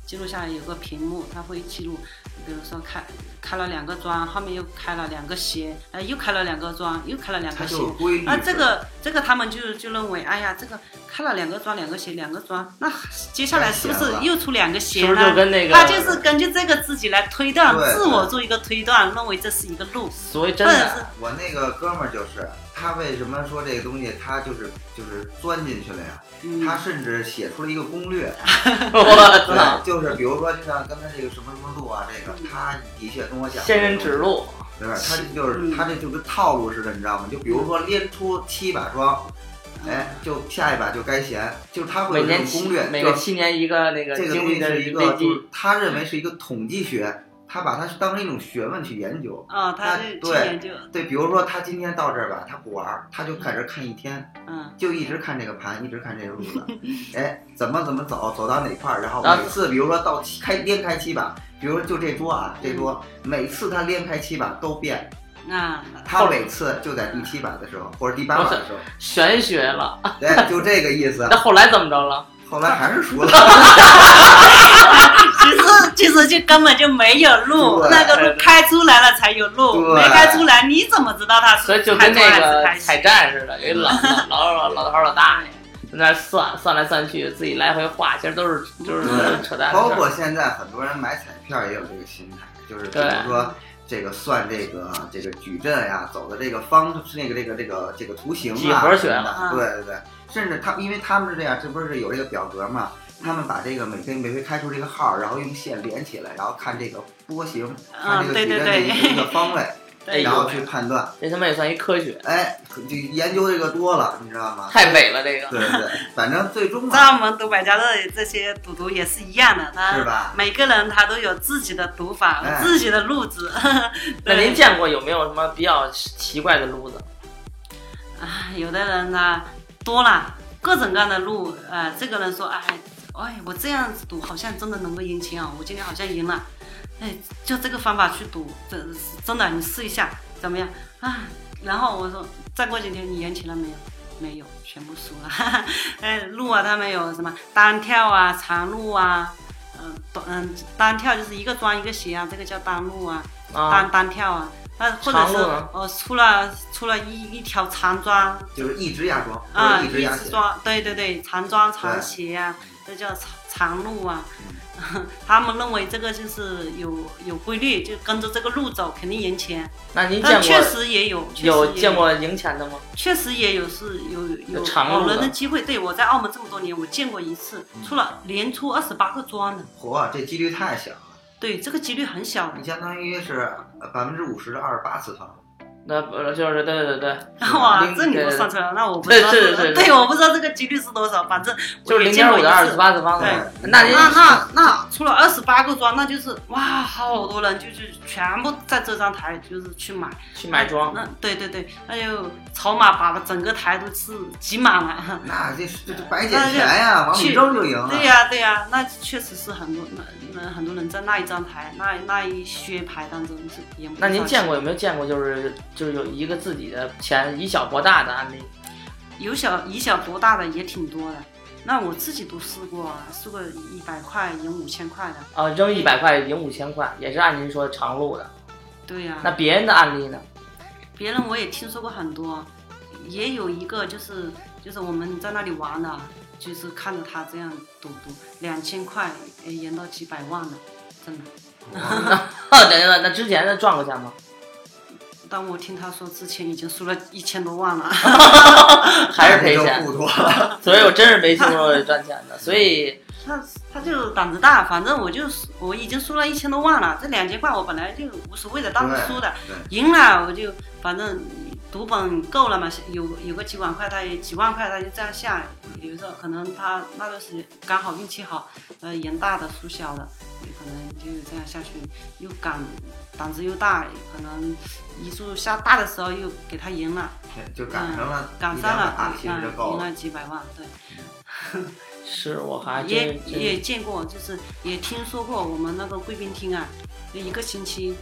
Speaker 3: 记录下来有个屏幕，他会记录，比如说开开了两个砖，后面又开了两个鞋，呃，又开了两个砖，又开了两
Speaker 2: 它
Speaker 3: 个鞋
Speaker 2: 就，有规律。
Speaker 3: 啊，这个这个他们就就认为，哎呀，这个开了两个砖，两个鞋，两个砖，那接下来是不
Speaker 2: 太闲
Speaker 3: 是
Speaker 2: 了
Speaker 3: 又出两个鞋
Speaker 1: 啊是
Speaker 3: 呢？
Speaker 1: 不是就跟那个？
Speaker 3: 他就是根据这个自己来推断，
Speaker 2: 对
Speaker 3: 自我做一个推断，认为这是一个路。
Speaker 1: 所以真
Speaker 3: 或者
Speaker 1: 的
Speaker 3: 是
Speaker 2: 我那个哥们儿就是，他为什么说这个东西他就是就是钻进去了呀？
Speaker 3: 嗯，
Speaker 2: 他甚至写出了一个 攻略，
Speaker 1: 我操，
Speaker 2: 对，就是比如说就像刚才这个什么什么路啊，这个他的确跟我讲，
Speaker 1: 仙人指，路，
Speaker 2: 对吧？他这就是
Speaker 3: 嗯
Speaker 2: 他这就跟套路似的，你知道吗？就比如说连出七把庄，哎，就下一把就该闲，就是他
Speaker 1: 每
Speaker 2: 会有这
Speaker 1: 年
Speaker 2: 种
Speaker 1: 七
Speaker 2: 攻略，
Speaker 1: 每
Speaker 2: 就
Speaker 1: 个
Speaker 2: 是
Speaker 1: 七年一个那个
Speaker 2: 这个
Speaker 1: 经
Speaker 2: 东
Speaker 1: 济
Speaker 2: 西
Speaker 1: 的
Speaker 2: 是一
Speaker 1: 危
Speaker 2: 个，就
Speaker 1: 机
Speaker 2: 是，他认为是一个统计学，他把它当成一种学问去研究。
Speaker 3: 啊、他
Speaker 2: 他
Speaker 3: 就去
Speaker 2: 对
Speaker 3: 研究，
Speaker 2: 对，比如说他今天到这儿吧，他不玩儿，他就在这儿看一天，
Speaker 3: 嗯，
Speaker 2: 就一直看这个盘，一直看这个路子， 哎，怎么怎么走，走到哪块儿，然后
Speaker 1: 然后
Speaker 2: 每次比如说到七开连开七把，比如说就这桌啊，这桌每次他连开七把都变，
Speaker 3: 那
Speaker 2: 他每次就在第七把的时候或者第八把的时候，
Speaker 1: 玄学了。
Speaker 2: 哎，就这个意思
Speaker 1: 那。后来怎么着了？
Speaker 2: 后来还是输了，
Speaker 3: 其实其实就根本就没有路，
Speaker 2: 对
Speaker 3: 那个路开出来了才有路，
Speaker 2: 对
Speaker 3: 没开出来你怎么知道它是
Speaker 1: 所以就
Speaker 3: 开
Speaker 1: 跟
Speaker 3: 出来
Speaker 1: 那
Speaker 3: 还是
Speaker 1: 个
Speaker 3: 开
Speaker 1: 彩
Speaker 3: 心？
Speaker 1: 站似的，有一老
Speaker 2: 嗯
Speaker 1: 老老老老头老大爷在那算算来算去，自己来回画，其实都是就是
Speaker 2: 对
Speaker 1: 扯淡的事儿。
Speaker 2: 嗯包括现在很多人买彩票也有这个心态，就是比
Speaker 1: 对
Speaker 2: 如说这个算这个这个矩阵呀、走的这个方是那个这个这个这个图形啊，
Speaker 1: 几何学
Speaker 2: 什么
Speaker 3: 啊
Speaker 2: 的，对对对，甚至他因为他们是这样，这不是有这个表格嘛？他们把这个每天每回开出这个号，然后用线连起来，然后看这个波形，看这个
Speaker 3: 对
Speaker 2: 矩
Speaker 3: 对
Speaker 2: 阵的
Speaker 3: 对
Speaker 2: 一个方位，
Speaker 1: 哎
Speaker 2: 然
Speaker 1: 呦
Speaker 2: 后
Speaker 1: 喂
Speaker 2: 去判断。
Speaker 1: 这他妈也算一科学，
Speaker 2: 哎，就研究这个多了，你知道吗？
Speaker 1: 太美了这个。
Speaker 2: 对对对，反正最终
Speaker 3: 在我
Speaker 2: 嘛，
Speaker 3: 们读百家乐这些赌徒也是一样的，
Speaker 2: 是
Speaker 3: 他
Speaker 2: 吧？
Speaker 3: 每个人他都有自己的赌法，
Speaker 2: 哎
Speaker 3: 自己的路子。
Speaker 1: 那
Speaker 3: 对
Speaker 1: 您见过有没有什么比较奇怪的路子？
Speaker 3: 啊，有的人呢多了各种各样的路，呃，这个人说，哎，哎，我这样子赌好像真的能够赢钱啊、我今天好像赢了，哎，就这个方法去赌，这真的你试一下怎么样啊？然后我说，再过几天你赢钱了没有？没有，全部输了。 哎，路啊，他们有什么单跳啊、长路啊，嗯、短嗯，单跳就是一个桩一个斜啊，这个叫单路啊。
Speaker 1: 啊，
Speaker 3: 单单跳啊，那或者
Speaker 1: 长
Speaker 3: 是
Speaker 1: 路啊
Speaker 3: 呃出了出了一一条长装
Speaker 2: 就是一只鸭庄
Speaker 3: 啊，
Speaker 2: 或者一只鸭
Speaker 3: 只
Speaker 2: 血，
Speaker 3: 装，对对对，长装长鞋啊，这叫长长路啊。 他们认为这个就是有有规律，就跟着这个路走，肯定赢钱。
Speaker 1: 那您见
Speaker 3: 但确
Speaker 1: 过
Speaker 3: 实也有，确实也
Speaker 1: 有见，过赢钱的吗？
Speaker 3: 确实也有是有有
Speaker 1: 长路
Speaker 3: 好
Speaker 1: 的
Speaker 3: 人的机会。对我在澳门这么多年，我见过一次，
Speaker 2: 嗯
Speaker 3: 出了连出二十八个庄的，
Speaker 2: 嚯，啊这几率太小了，
Speaker 3: 对，这个几率很小的
Speaker 2: 你。相当于是百分之五十的二十八次方。
Speaker 1: 那不就是对对对，
Speaker 3: 哇
Speaker 1: 另，
Speaker 3: 这你
Speaker 1: 对
Speaker 3: 都
Speaker 1: 对
Speaker 3: 算出来了，那我不知道
Speaker 1: 对
Speaker 3: 是，
Speaker 1: 对对对
Speaker 3: 对我不知道这个几率是多少，反正我
Speaker 1: 就是
Speaker 3: 也
Speaker 1: 零
Speaker 3: 见
Speaker 1: 点
Speaker 3: 过
Speaker 1: 五
Speaker 3: 一
Speaker 1: 的二
Speaker 3: 次
Speaker 1: 十八哎次方嘛
Speaker 3: 对。啊
Speaker 1: 那您
Speaker 3: 那那那出了二十八个庄，那就是哇，好多人就是全部在这张台就是去买，
Speaker 1: 去买庄，
Speaker 3: 那对对对，那就筹码把整个台都是挤满
Speaker 1: 啊
Speaker 3: 了。
Speaker 2: 那这是这这白捡
Speaker 3: 那就
Speaker 2: 钱呀，往里
Speaker 3: 去
Speaker 2: 扔就赢了。
Speaker 3: 对呀、对呀、那确实是很多那那很多人在那一张台那那一薛牌当中是赢不
Speaker 1: 那您
Speaker 3: 上
Speaker 1: 见
Speaker 3: 去
Speaker 1: 过有没有见过就是就是有一个自己的钱以小博大的案例？
Speaker 3: 有小以小博大的也挺多的，那我自己都试过啊，试过一百块赢五千块的，
Speaker 1: 啊，扔一百块赢五千块，也是按您说长路的。
Speaker 3: 对呀、
Speaker 1: 那别人的案例呢？
Speaker 3: 别人我也听说过很多，也有一个就是就是我们在那里玩的，就是看着他这样赌赌两千块，哎，赢到几百万了，真的。
Speaker 1: 等等等，那之前的赚过钱吗？
Speaker 3: 但我听他说之前已经输了一千多万了，
Speaker 1: 还是赔
Speaker 2: 那
Speaker 1: 钱
Speaker 2: 就？不多了。
Speaker 1: 所以我真是没听说过赚钱的。所以
Speaker 3: 他他就胆子大，反正我就我已经输了一千多万了，这两千块我本来就无所谓的，当时输的，
Speaker 2: 对，
Speaker 3: 赢了我就反正赌本够了嘛，有有个几万块，他也几万块，他就这样下。比如说，可能他那段时间刚好运气好，呃，赢大的输小的，也可能就这样下去，又敢胆子又大，可能一注下大的时候又给他赢了，
Speaker 2: 就赶上了，
Speaker 3: 嗯赶上了，
Speaker 2: 其
Speaker 3: 对
Speaker 2: 实就
Speaker 3: 嗯
Speaker 2: 够
Speaker 3: 赢
Speaker 2: 了。
Speaker 3: 了几百万，对。
Speaker 1: 是我还
Speaker 2: 啊
Speaker 3: 也
Speaker 1: 真真
Speaker 3: 也见过，就是也听说过我们那个贵宾厅啊，有一个星期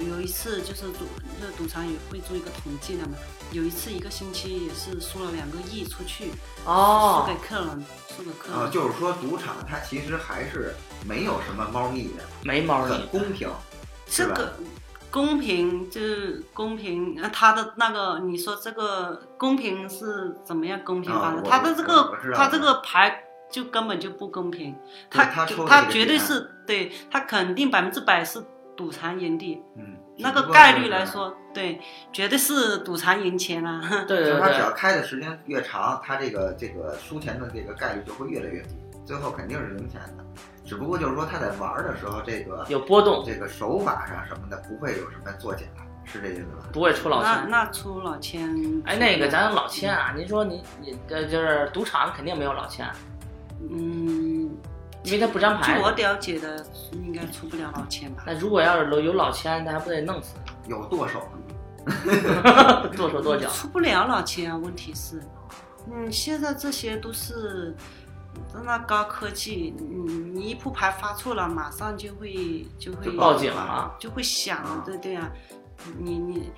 Speaker 3: 有有一次就是赌就是赌场也会做一个统计的嘛，有一次一个星期也是输了两个亿出去，输
Speaker 1: 哦
Speaker 3: 给，客人，输给客人。
Speaker 2: 啊，就是说赌场它其实还是没有什么猫腻的，
Speaker 1: 没毛
Speaker 2: 很
Speaker 1: 病。
Speaker 2: 公平。
Speaker 3: 这
Speaker 2: 是吧
Speaker 3: 个公平就是公平，呃，他的那个你说这个公平是怎么样公平
Speaker 2: 啊
Speaker 3: 法的？
Speaker 2: 我
Speaker 3: 他的这
Speaker 2: 我
Speaker 3: 个
Speaker 2: 知道
Speaker 3: 他
Speaker 2: 了
Speaker 3: 这个牌就根本就不公平，他
Speaker 2: 对他抽的这
Speaker 3: 他
Speaker 2: 个
Speaker 3: 绝对
Speaker 2: 点啊
Speaker 3: 是对他肯定百分之百是赌场赢的。
Speaker 2: 嗯，
Speaker 3: 那
Speaker 2: 只不
Speaker 3: 个
Speaker 2: 过
Speaker 3: 概
Speaker 2: 就
Speaker 3: 率
Speaker 2: 是
Speaker 3: 来，说，对，绝对是赌场赢钱啊。
Speaker 1: 对
Speaker 2: 就
Speaker 1: 对
Speaker 2: 是它只要
Speaker 1: 对，
Speaker 2: 开的时间越长，它这个这个输钱的这个概率就会越来越低，最后肯定是赢钱的。只不过就是说他在玩儿的时候，这个
Speaker 1: 有波动，
Speaker 2: 这个手法上什么的不会有什么作假，是这意思吧？
Speaker 1: 不会出老
Speaker 3: 那
Speaker 1: 千。
Speaker 3: 那出老千，
Speaker 1: 哎，那个咱有老千啊，您说您你这就是赌场肯定没有老千，
Speaker 3: 嗯，
Speaker 1: 因为他不粘牌
Speaker 3: 据。我了解的，应该出不了老千吧？
Speaker 1: 那如果要是有老千，那还不得弄死？
Speaker 2: 有剁手
Speaker 1: 剁手剁脚。
Speaker 3: 出不了老千啊，问题是，嗯，现在这些都是那高科技，你你一铺牌发错了，马上就会就会
Speaker 2: 就
Speaker 1: 报警 了，
Speaker 3: 就会想
Speaker 2: 啊
Speaker 3: 了，对对啊，你你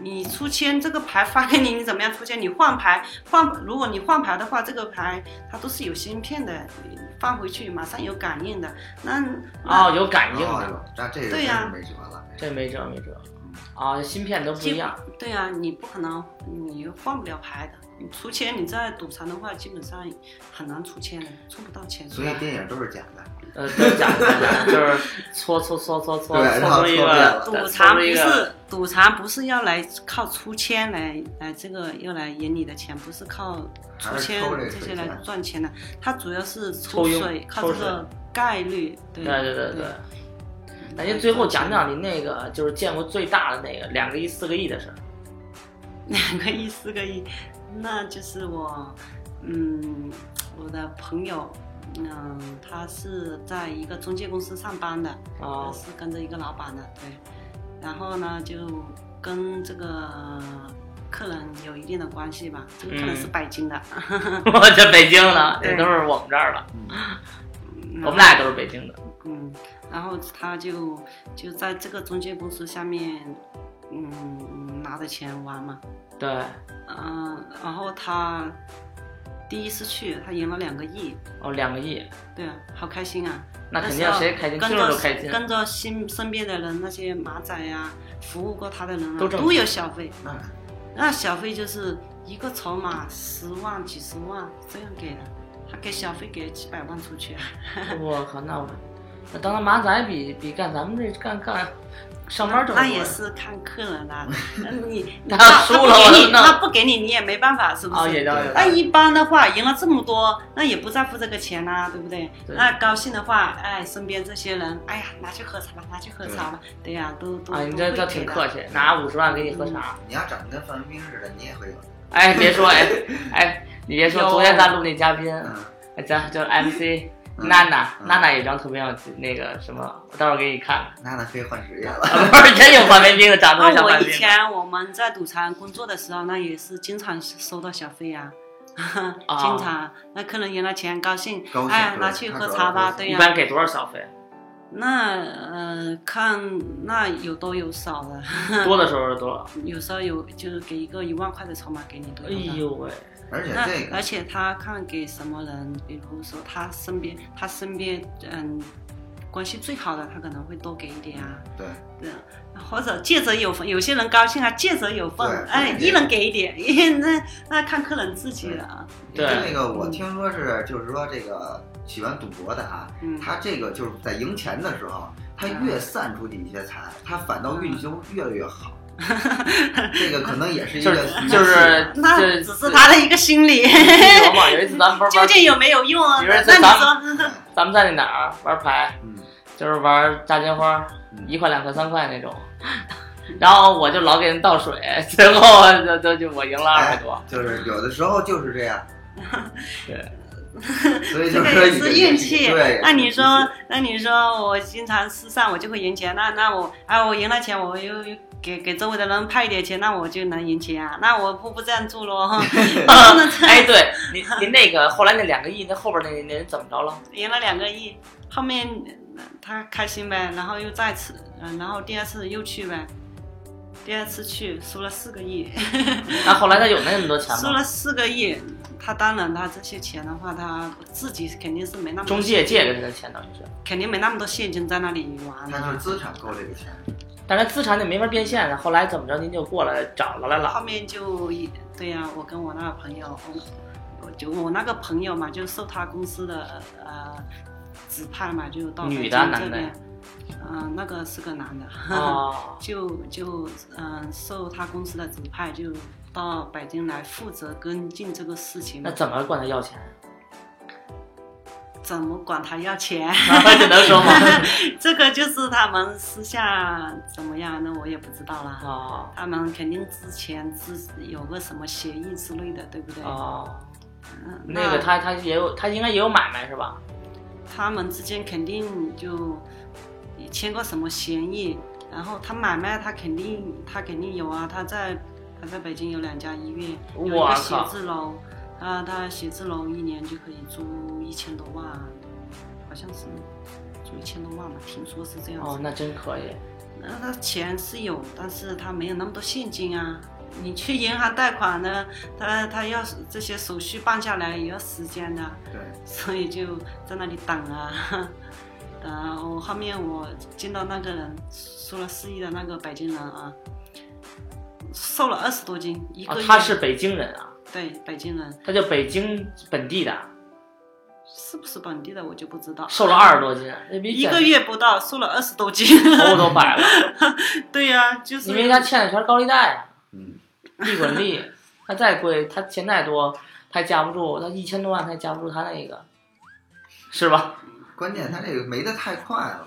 Speaker 3: 你出签这个牌发给你，你怎么样出签？你换牌换，如果你换牌的话，这个牌它都是有芯片的，放回去马上有感应的。那
Speaker 1: 哦，有感应
Speaker 2: 哦，
Speaker 1: 的，
Speaker 2: 有那这个真
Speaker 3: 对
Speaker 2: 是
Speaker 3: 呀
Speaker 2: 没辙了。
Speaker 1: 这没辙没辙。啊，芯片都不一样。
Speaker 3: 对啊，你不可能，你换不了牌的。你出签，你在赌场的话，基本上很难出签的，出不到钱出
Speaker 2: 所以
Speaker 3: 来。
Speaker 2: 电影都是假的，
Speaker 1: 呃，都是假的，都是假的就是搓搓搓搓搓
Speaker 2: 对
Speaker 1: 搓出一
Speaker 2: 然
Speaker 1: 个
Speaker 2: 后
Speaker 3: 赌场不
Speaker 1: 搓出一个
Speaker 3: 是赌场不是要来靠出签来来这个要来赢你的钱，不是靠出
Speaker 2: 还是
Speaker 3: 签
Speaker 2: 抽这个
Speaker 3: 这
Speaker 2: 水
Speaker 3: 些来
Speaker 2: 钱。
Speaker 3: 赚钱的，它主要是
Speaker 1: 啊抽
Speaker 3: 抽
Speaker 1: 佣
Speaker 3: 水，
Speaker 1: 抽
Speaker 3: 靠这
Speaker 1: 水
Speaker 3: 个概率。对
Speaker 1: 对对对对。那您最后讲讲您那个就是见过最大的那个两个亿四个亿的事儿，
Speaker 3: 两个亿四个亿，那就是我，嗯，我的朋友，嗯，他是在一个中介公司上班的，
Speaker 1: 哦
Speaker 3: 是跟着一个老板的，对。然后呢，就跟这个客人有一定的关系吧。这个客人
Speaker 1: 嗯
Speaker 3: 是北京的，
Speaker 1: 我这北京的，
Speaker 3: 对
Speaker 1: 这都是我们这儿的，
Speaker 3: 嗯
Speaker 1: 我们俩也都是北京的。
Speaker 3: 嗯，然后他就就在这个中介公司下面，嗯，拿着钱玩嘛。
Speaker 1: 对，
Speaker 3: 嗯，然后他第一次去，他赢了两个亿，
Speaker 1: 哦，两个亿，
Speaker 3: 对啊，好开心啊！
Speaker 1: 那肯定谁开心，
Speaker 3: 跟
Speaker 1: 听
Speaker 3: 着
Speaker 1: 着就开心。
Speaker 3: 跟着身身边的人，那些马仔呀、服务过他的人啊，
Speaker 1: 都挣
Speaker 3: 都有小费。
Speaker 2: 当然，
Speaker 3: 那小费就是一个筹码，十万、几十万这样给的，他给小费给几百万出去啊。
Speaker 1: 我靠，那我那当个马仔比比干咱们这干干上班挣得
Speaker 3: 那
Speaker 1: 多
Speaker 3: 也是看客 人啦、那你
Speaker 1: 那
Speaker 3: 他
Speaker 1: 输了
Speaker 3: 不给你，
Speaker 1: 那
Speaker 3: 他不给你，你也没办法，是不
Speaker 1: 啊，
Speaker 3: 是？
Speaker 1: 也叫
Speaker 3: 那一般的话，赢了这么多，那也不在乎这个钱啦、对不对？
Speaker 1: 对
Speaker 3: 那高兴的话，哎，身边这些人，哎呀，拿去喝茶吧，拿去喝茶吧，对呀、都都
Speaker 1: 啊，你这这挺客。气，拿五十万给你喝茶。
Speaker 2: 你要长得跟范冰冰似的，你也会有。
Speaker 1: 哎，别说哎哎，你别说，
Speaker 3: 有
Speaker 1: 昨天咱录那嘉宾，哎
Speaker 2: 嗯，
Speaker 1: 咱就 MC
Speaker 2: 嗯
Speaker 1: 娜娜，
Speaker 2: 嗯
Speaker 1: 娜娜有张图片，那个什么，我待会儿给你看看。
Speaker 2: 娜娜可以换职业
Speaker 1: 啊
Speaker 2: 了。
Speaker 1: 不是，真有范冰冰的，长得特别
Speaker 3: 那
Speaker 1: 像
Speaker 3: 我
Speaker 1: 范
Speaker 3: 以
Speaker 1: 冰冰。
Speaker 3: 前我们在赌场工作的时候，那也是经常收到小费呀、
Speaker 1: 啊
Speaker 3: 经常那客人赢了钱高兴，
Speaker 2: 高兴
Speaker 3: 哎，
Speaker 2: 对
Speaker 3: 拿去
Speaker 2: 那
Speaker 3: 喝
Speaker 2: 时候
Speaker 3: 茶吧
Speaker 2: 高，兴
Speaker 3: 对
Speaker 1: 一
Speaker 3: 呀、
Speaker 1: 般给多少小 费？
Speaker 3: 那呃，看那有多有少的，
Speaker 1: 多的时候是多少？
Speaker 3: 有时候有就是给一个一万块的筹码给你，
Speaker 1: 哎
Speaker 3: 对吧？
Speaker 1: 呦喂，
Speaker 2: 而且
Speaker 3: 那
Speaker 2: 这个
Speaker 3: 而且他看给什么人，比如说他身边，他身边嗯关系最好的，他可能会多给一点啊，
Speaker 2: 对，
Speaker 3: 对，或者借者有份，有些人高兴啊，借者有份
Speaker 2: 对，
Speaker 3: 哎，
Speaker 2: 对
Speaker 3: 一人给一点， 因为那那看客人自己了啊，
Speaker 1: 对
Speaker 2: 这个我听说是就是说这个喜欢赌博的啊，
Speaker 3: 嗯，
Speaker 2: 他这个就是在赢钱的时候，他越散出去一些财，他反倒
Speaker 3: 嗯
Speaker 2: 运气就越来越 好。这个可能也是一
Speaker 1: 就
Speaker 2: 个
Speaker 1: 是就是
Speaker 3: 那
Speaker 1: 这
Speaker 3: 只是他的一个心理，
Speaker 1: 我嘛，有一次咱们玩
Speaker 3: 究
Speaker 1: 玩，
Speaker 3: 竟有没有用啊？
Speaker 1: 有
Speaker 3: 那
Speaker 1: 人
Speaker 3: 你
Speaker 1: 在咱
Speaker 3: 说，
Speaker 1: 咱们在那哪儿啊玩牌？
Speaker 2: 嗯，
Speaker 1: 就是玩炸金花
Speaker 2: 嗯，
Speaker 1: 一块、两块、三块那种。 然后我就老给人倒水，最后就就就我赢了 二百 多。
Speaker 2: 哎就是有的时候就是这样。
Speaker 1: 对，
Speaker 2: 所以
Speaker 3: 这
Speaker 2: 就
Speaker 3: 个
Speaker 2: 说
Speaker 3: 也是运气
Speaker 2: 对，。
Speaker 3: 那你
Speaker 2: 也
Speaker 3: 说，那你说我经常失散，我就会赢钱。那那我，哎，我赢了钱，我又又给给周围的人派一点钱，那我就能赢钱啊。那我不不这样做咯，不能这
Speaker 1: 哎，
Speaker 3: 样。
Speaker 1: 对，您您那个后来那两个亿，那后边那那人怎么着了？
Speaker 3: 赢了两个亿，后面呃他开心呗，然后又再次，嗯，然后第二次又去呗，第二次去输了四个亿，
Speaker 1: 那后来他有那么多钱
Speaker 3: 输
Speaker 1: 吗？
Speaker 3: 了四个亿。他当然，他这些钱的话，他自己肯定是没那么多
Speaker 1: 中介借给他的钱等于是，
Speaker 3: 肯定没那么多现金在那里玩啊
Speaker 2: 是
Speaker 3: 的。
Speaker 2: 他就是资产够这个钱，
Speaker 1: 但是资产就没法变现了。啊后来怎么着，您就过来找着来 了
Speaker 3: 后面就一对呀、我跟我那个朋友，我我就我那个朋友嘛，就受他公司的呃指派嘛，就到
Speaker 1: 女的
Speaker 3: 北京
Speaker 1: 男
Speaker 3: 这
Speaker 1: 的
Speaker 3: 边，嗯、那个是个男的，
Speaker 1: 哦，
Speaker 3: 就就嗯、呃受他公司的指派，就到北京来负责跟进这个事情
Speaker 1: 那
Speaker 3: 嘛。
Speaker 1: 怎么管他要钱？
Speaker 3: 怎么管他要钱？
Speaker 1: 这能说吗？
Speaker 3: 这个就是他们私下怎么样，那我也不知道 啦。
Speaker 1: 哦
Speaker 3: 他们肯定之前之有个什么协议之类的，对不对？
Speaker 1: 哦，
Speaker 3: 嗯
Speaker 1: 那个他他也有，他应该也有买卖是吧？
Speaker 3: 他们之间肯定就签过什么协议，然后他买卖他肯定他肯定有啊，他在他在北京有两家医院，有一
Speaker 1: 哇
Speaker 3: 个写
Speaker 1: 靠
Speaker 3: 字楼，啊，他写字楼一年就可以租一千多万，好像是租一千多万吧，听说是这样子。
Speaker 1: 哦，那真可以。
Speaker 3: 那他钱是有，但是他没有那么多现金啊。你去银行贷款呢，他他要是这些手续办下来也要时间的，
Speaker 2: 对，
Speaker 3: 所以就在那里等啊。 等啊，我后面我见到那个人说了四亿的那个北京人啊，瘦了二十多斤，一
Speaker 1: 啊
Speaker 3: 个月、，
Speaker 1: 他是北京人啊，
Speaker 3: 对北京人，
Speaker 1: 他就北京本地的，
Speaker 3: 是不是本地的我就不知道，
Speaker 1: 瘦了二十多斤，那比
Speaker 3: 一
Speaker 1: 减
Speaker 3: 个月不到，瘦了二十多斤。
Speaker 1: 头都白了，
Speaker 3: 对呀、就是
Speaker 1: 因为他欠的全是高利贷啊，
Speaker 2: 嗯，
Speaker 1: 利滚利，他再贵，他钱再多，他也架不住，他一千多万他也架不住他那个，是吧？
Speaker 2: 关键他这个没得太快了，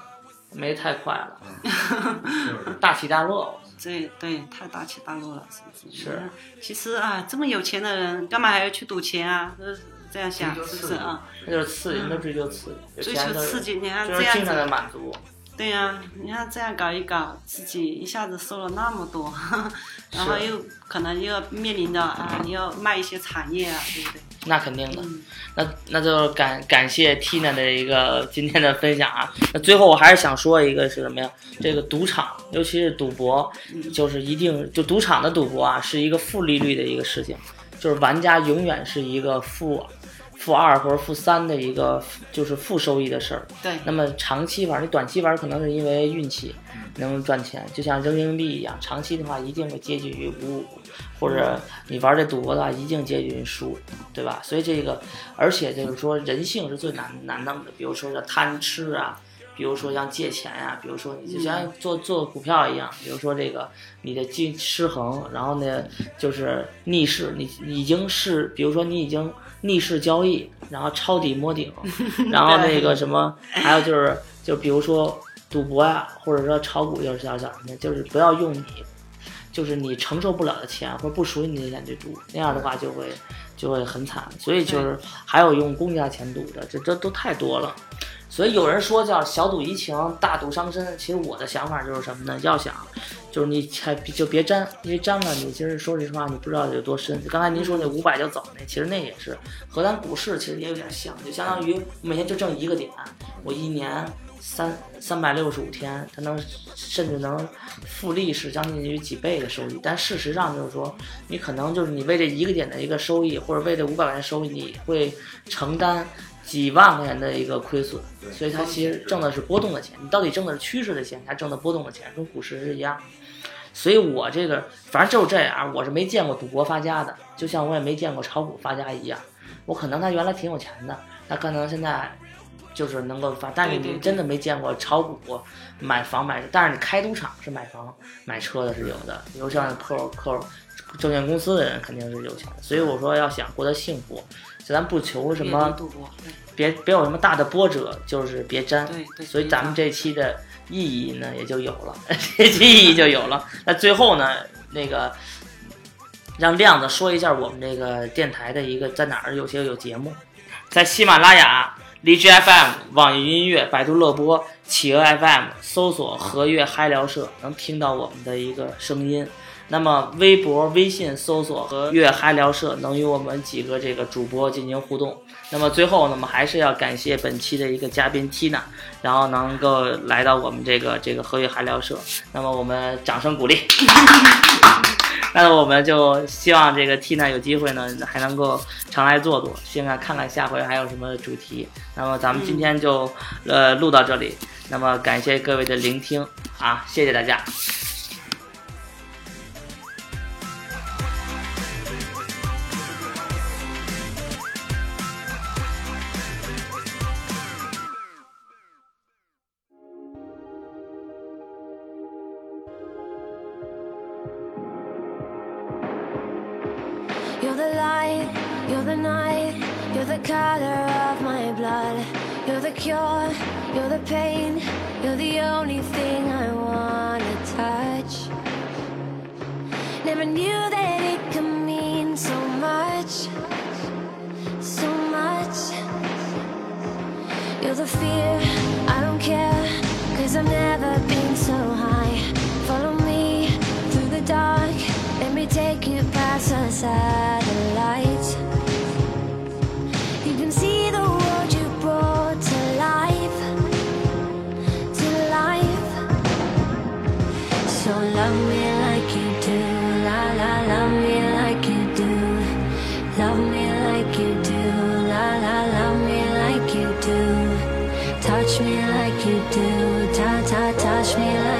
Speaker 1: 没太快了，
Speaker 2: 是不是？
Speaker 1: 大起大落，
Speaker 3: 对对，太大起大落了，是不是？
Speaker 1: 是
Speaker 3: 嗯。其实啊，这么有钱的人，干嘛还要去赌钱啊？就是这样想，
Speaker 2: 追求
Speaker 3: 是不
Speaker 2: 刺
Speaker 3: 是
Speaker 2: 激
Speaker 3: 啊？
Speaker 1: 那就是刺激，人都追求刺激，有
Speaker 3: 追
Speaker 1: 钱
Speaker 3: 求
Speaker 1: 都
Speaker 3: 刺激，你看
Speaker 1: 就
Speaker 3: 这
Speaker 1: 是
Speaker 3: 样
Speaker 1: 精神的
Speaker 3: 子，
Speaker 1: 满足，
Speaker 3: 对呀、你看这样搞一搞，自己一下子瘦了那么多， 然后
Speaker 1: 是
Speaker 3: 又可能又要面临的啊，你要卖一些产业啊，对不对？
Speaker 1: 那肯定的。
Speaker 3: 嗯，
Speaker 1: 那那就感感谢 Tina 的一个今天的分享啊。那最后我还是想说一个是什么呀？这个赌场，尤其是赌博，就是一定就赌场的赌博啊，是一个负利率的一个事情，就是玩家永远是一个负负二或者负三的一个就是负收益的事儿。
Speaker 3: 对，
Speaker 1: 那么长期玩，你短期玩可能是因为运气能赚钱，就像扔硬币一样，长期的话一定会接近于五五，或者你玩这赌博的话一定接近于输，对吧？所以这个，而且就是说人性是最难难弄的，比如说像贪吃啊。比如说像借钱呀、比如说你就像做做股票一样，比如说这个你的进失衡，然后呢就是逆势，你你已经是比如说你已经逆势交易，然后抄底摸顶，然后那个什么，还有就是就比如说赌博呀、或者说炒股就是叫叫什么，就是不要用你就是你承受不了的钱或者不属于你的钱去赌，那样的话就会就会很惨。所以就是还有用公家钱赌的，这这都太多了。所以有人说叫小赌怡情，大赌伤身。其实我的想法就是什么呢？要想，就是你还就别沾，因为沾了你其实说实话你不知道有多深。刚才您说那五百就走那，其实那也是和咱股市其实也有点像，就相当于我每天就挣一个点，我一年三三百六十五天，它能甚至能复利是将近于几倍的收益。但事实上就是说，你可能就是你为这一个点的一个收益，或者为这五百块钱收益，你会承担几万块钱的一个亏损。
Speaker 2: 对
Speaker 1: 所以它其实挣的是波动的钱。你到底挣的是趋势的钱，还是挣的波动的钱，跟股市是一样的。所以我这个反正就是这样，啊我是没见过赌博发家的，就像我也没见过炒股发家一样。我可能他原来挺有钱的，他可能现在就是能够发，但是
Speaker 3: 对对
Speaker 1: 你
Speaker 3: 对
Speaker 1: 真的没见过炒股、买房买，但是你开赌场是买房、买车的是有的，比如像客客证券公司的人肯定是有钱的。所以我说要想过得幸福，就咱不求什
Speaker 3: 别
Speaker 1: 么
Speaker 3: 去赌博？对
Speaker 1: 别别有什么大的波折，就是别沾。
Speaker 3: 对对
Speaker 1: 所以咱们这期的意义呢也就有了， 这期意义就有了。那最后呢，那个让亮子说一下我们这个电台的一个在哪儿有些有节目，在喜马拉雅、荔枝 FM、网易云音乐、百度乐播、企鹅 FM 搜索“和悦嗨聊社”，能听到我们的一个声音。那么微博、微信搜索和月嗨聊社能与我们几个这个主播进行互动。那么最后呢，我们还是要感谢本期的一个嘉宾 Tina，然后能够来到我们这个这个和月嗨聊社，那么我们掌声鼓励。 那我们就希望这个 Tina 有机会呢，还能够常来坐坐，现在看看下回还有什么主题。那么咱们今天就、呃录到这里，那么感谢各位的聆听啊，谢谢大家。
Speaker 4: You're the light, you're the night, you're the color of my blood. You're the cure, you're the pain, you're the only thing I wanna touch. Never knew that it could mean so much, so much. You're the fear, I don't care, cause I've never been so high. Follow me through the dark, let me take you past the satellites. You can see the world you brought to life, to life. So love me like you do, la la, love me like you do. Love me like you do, la la, love me like you do. Touch me like you do, ta ta, touch me like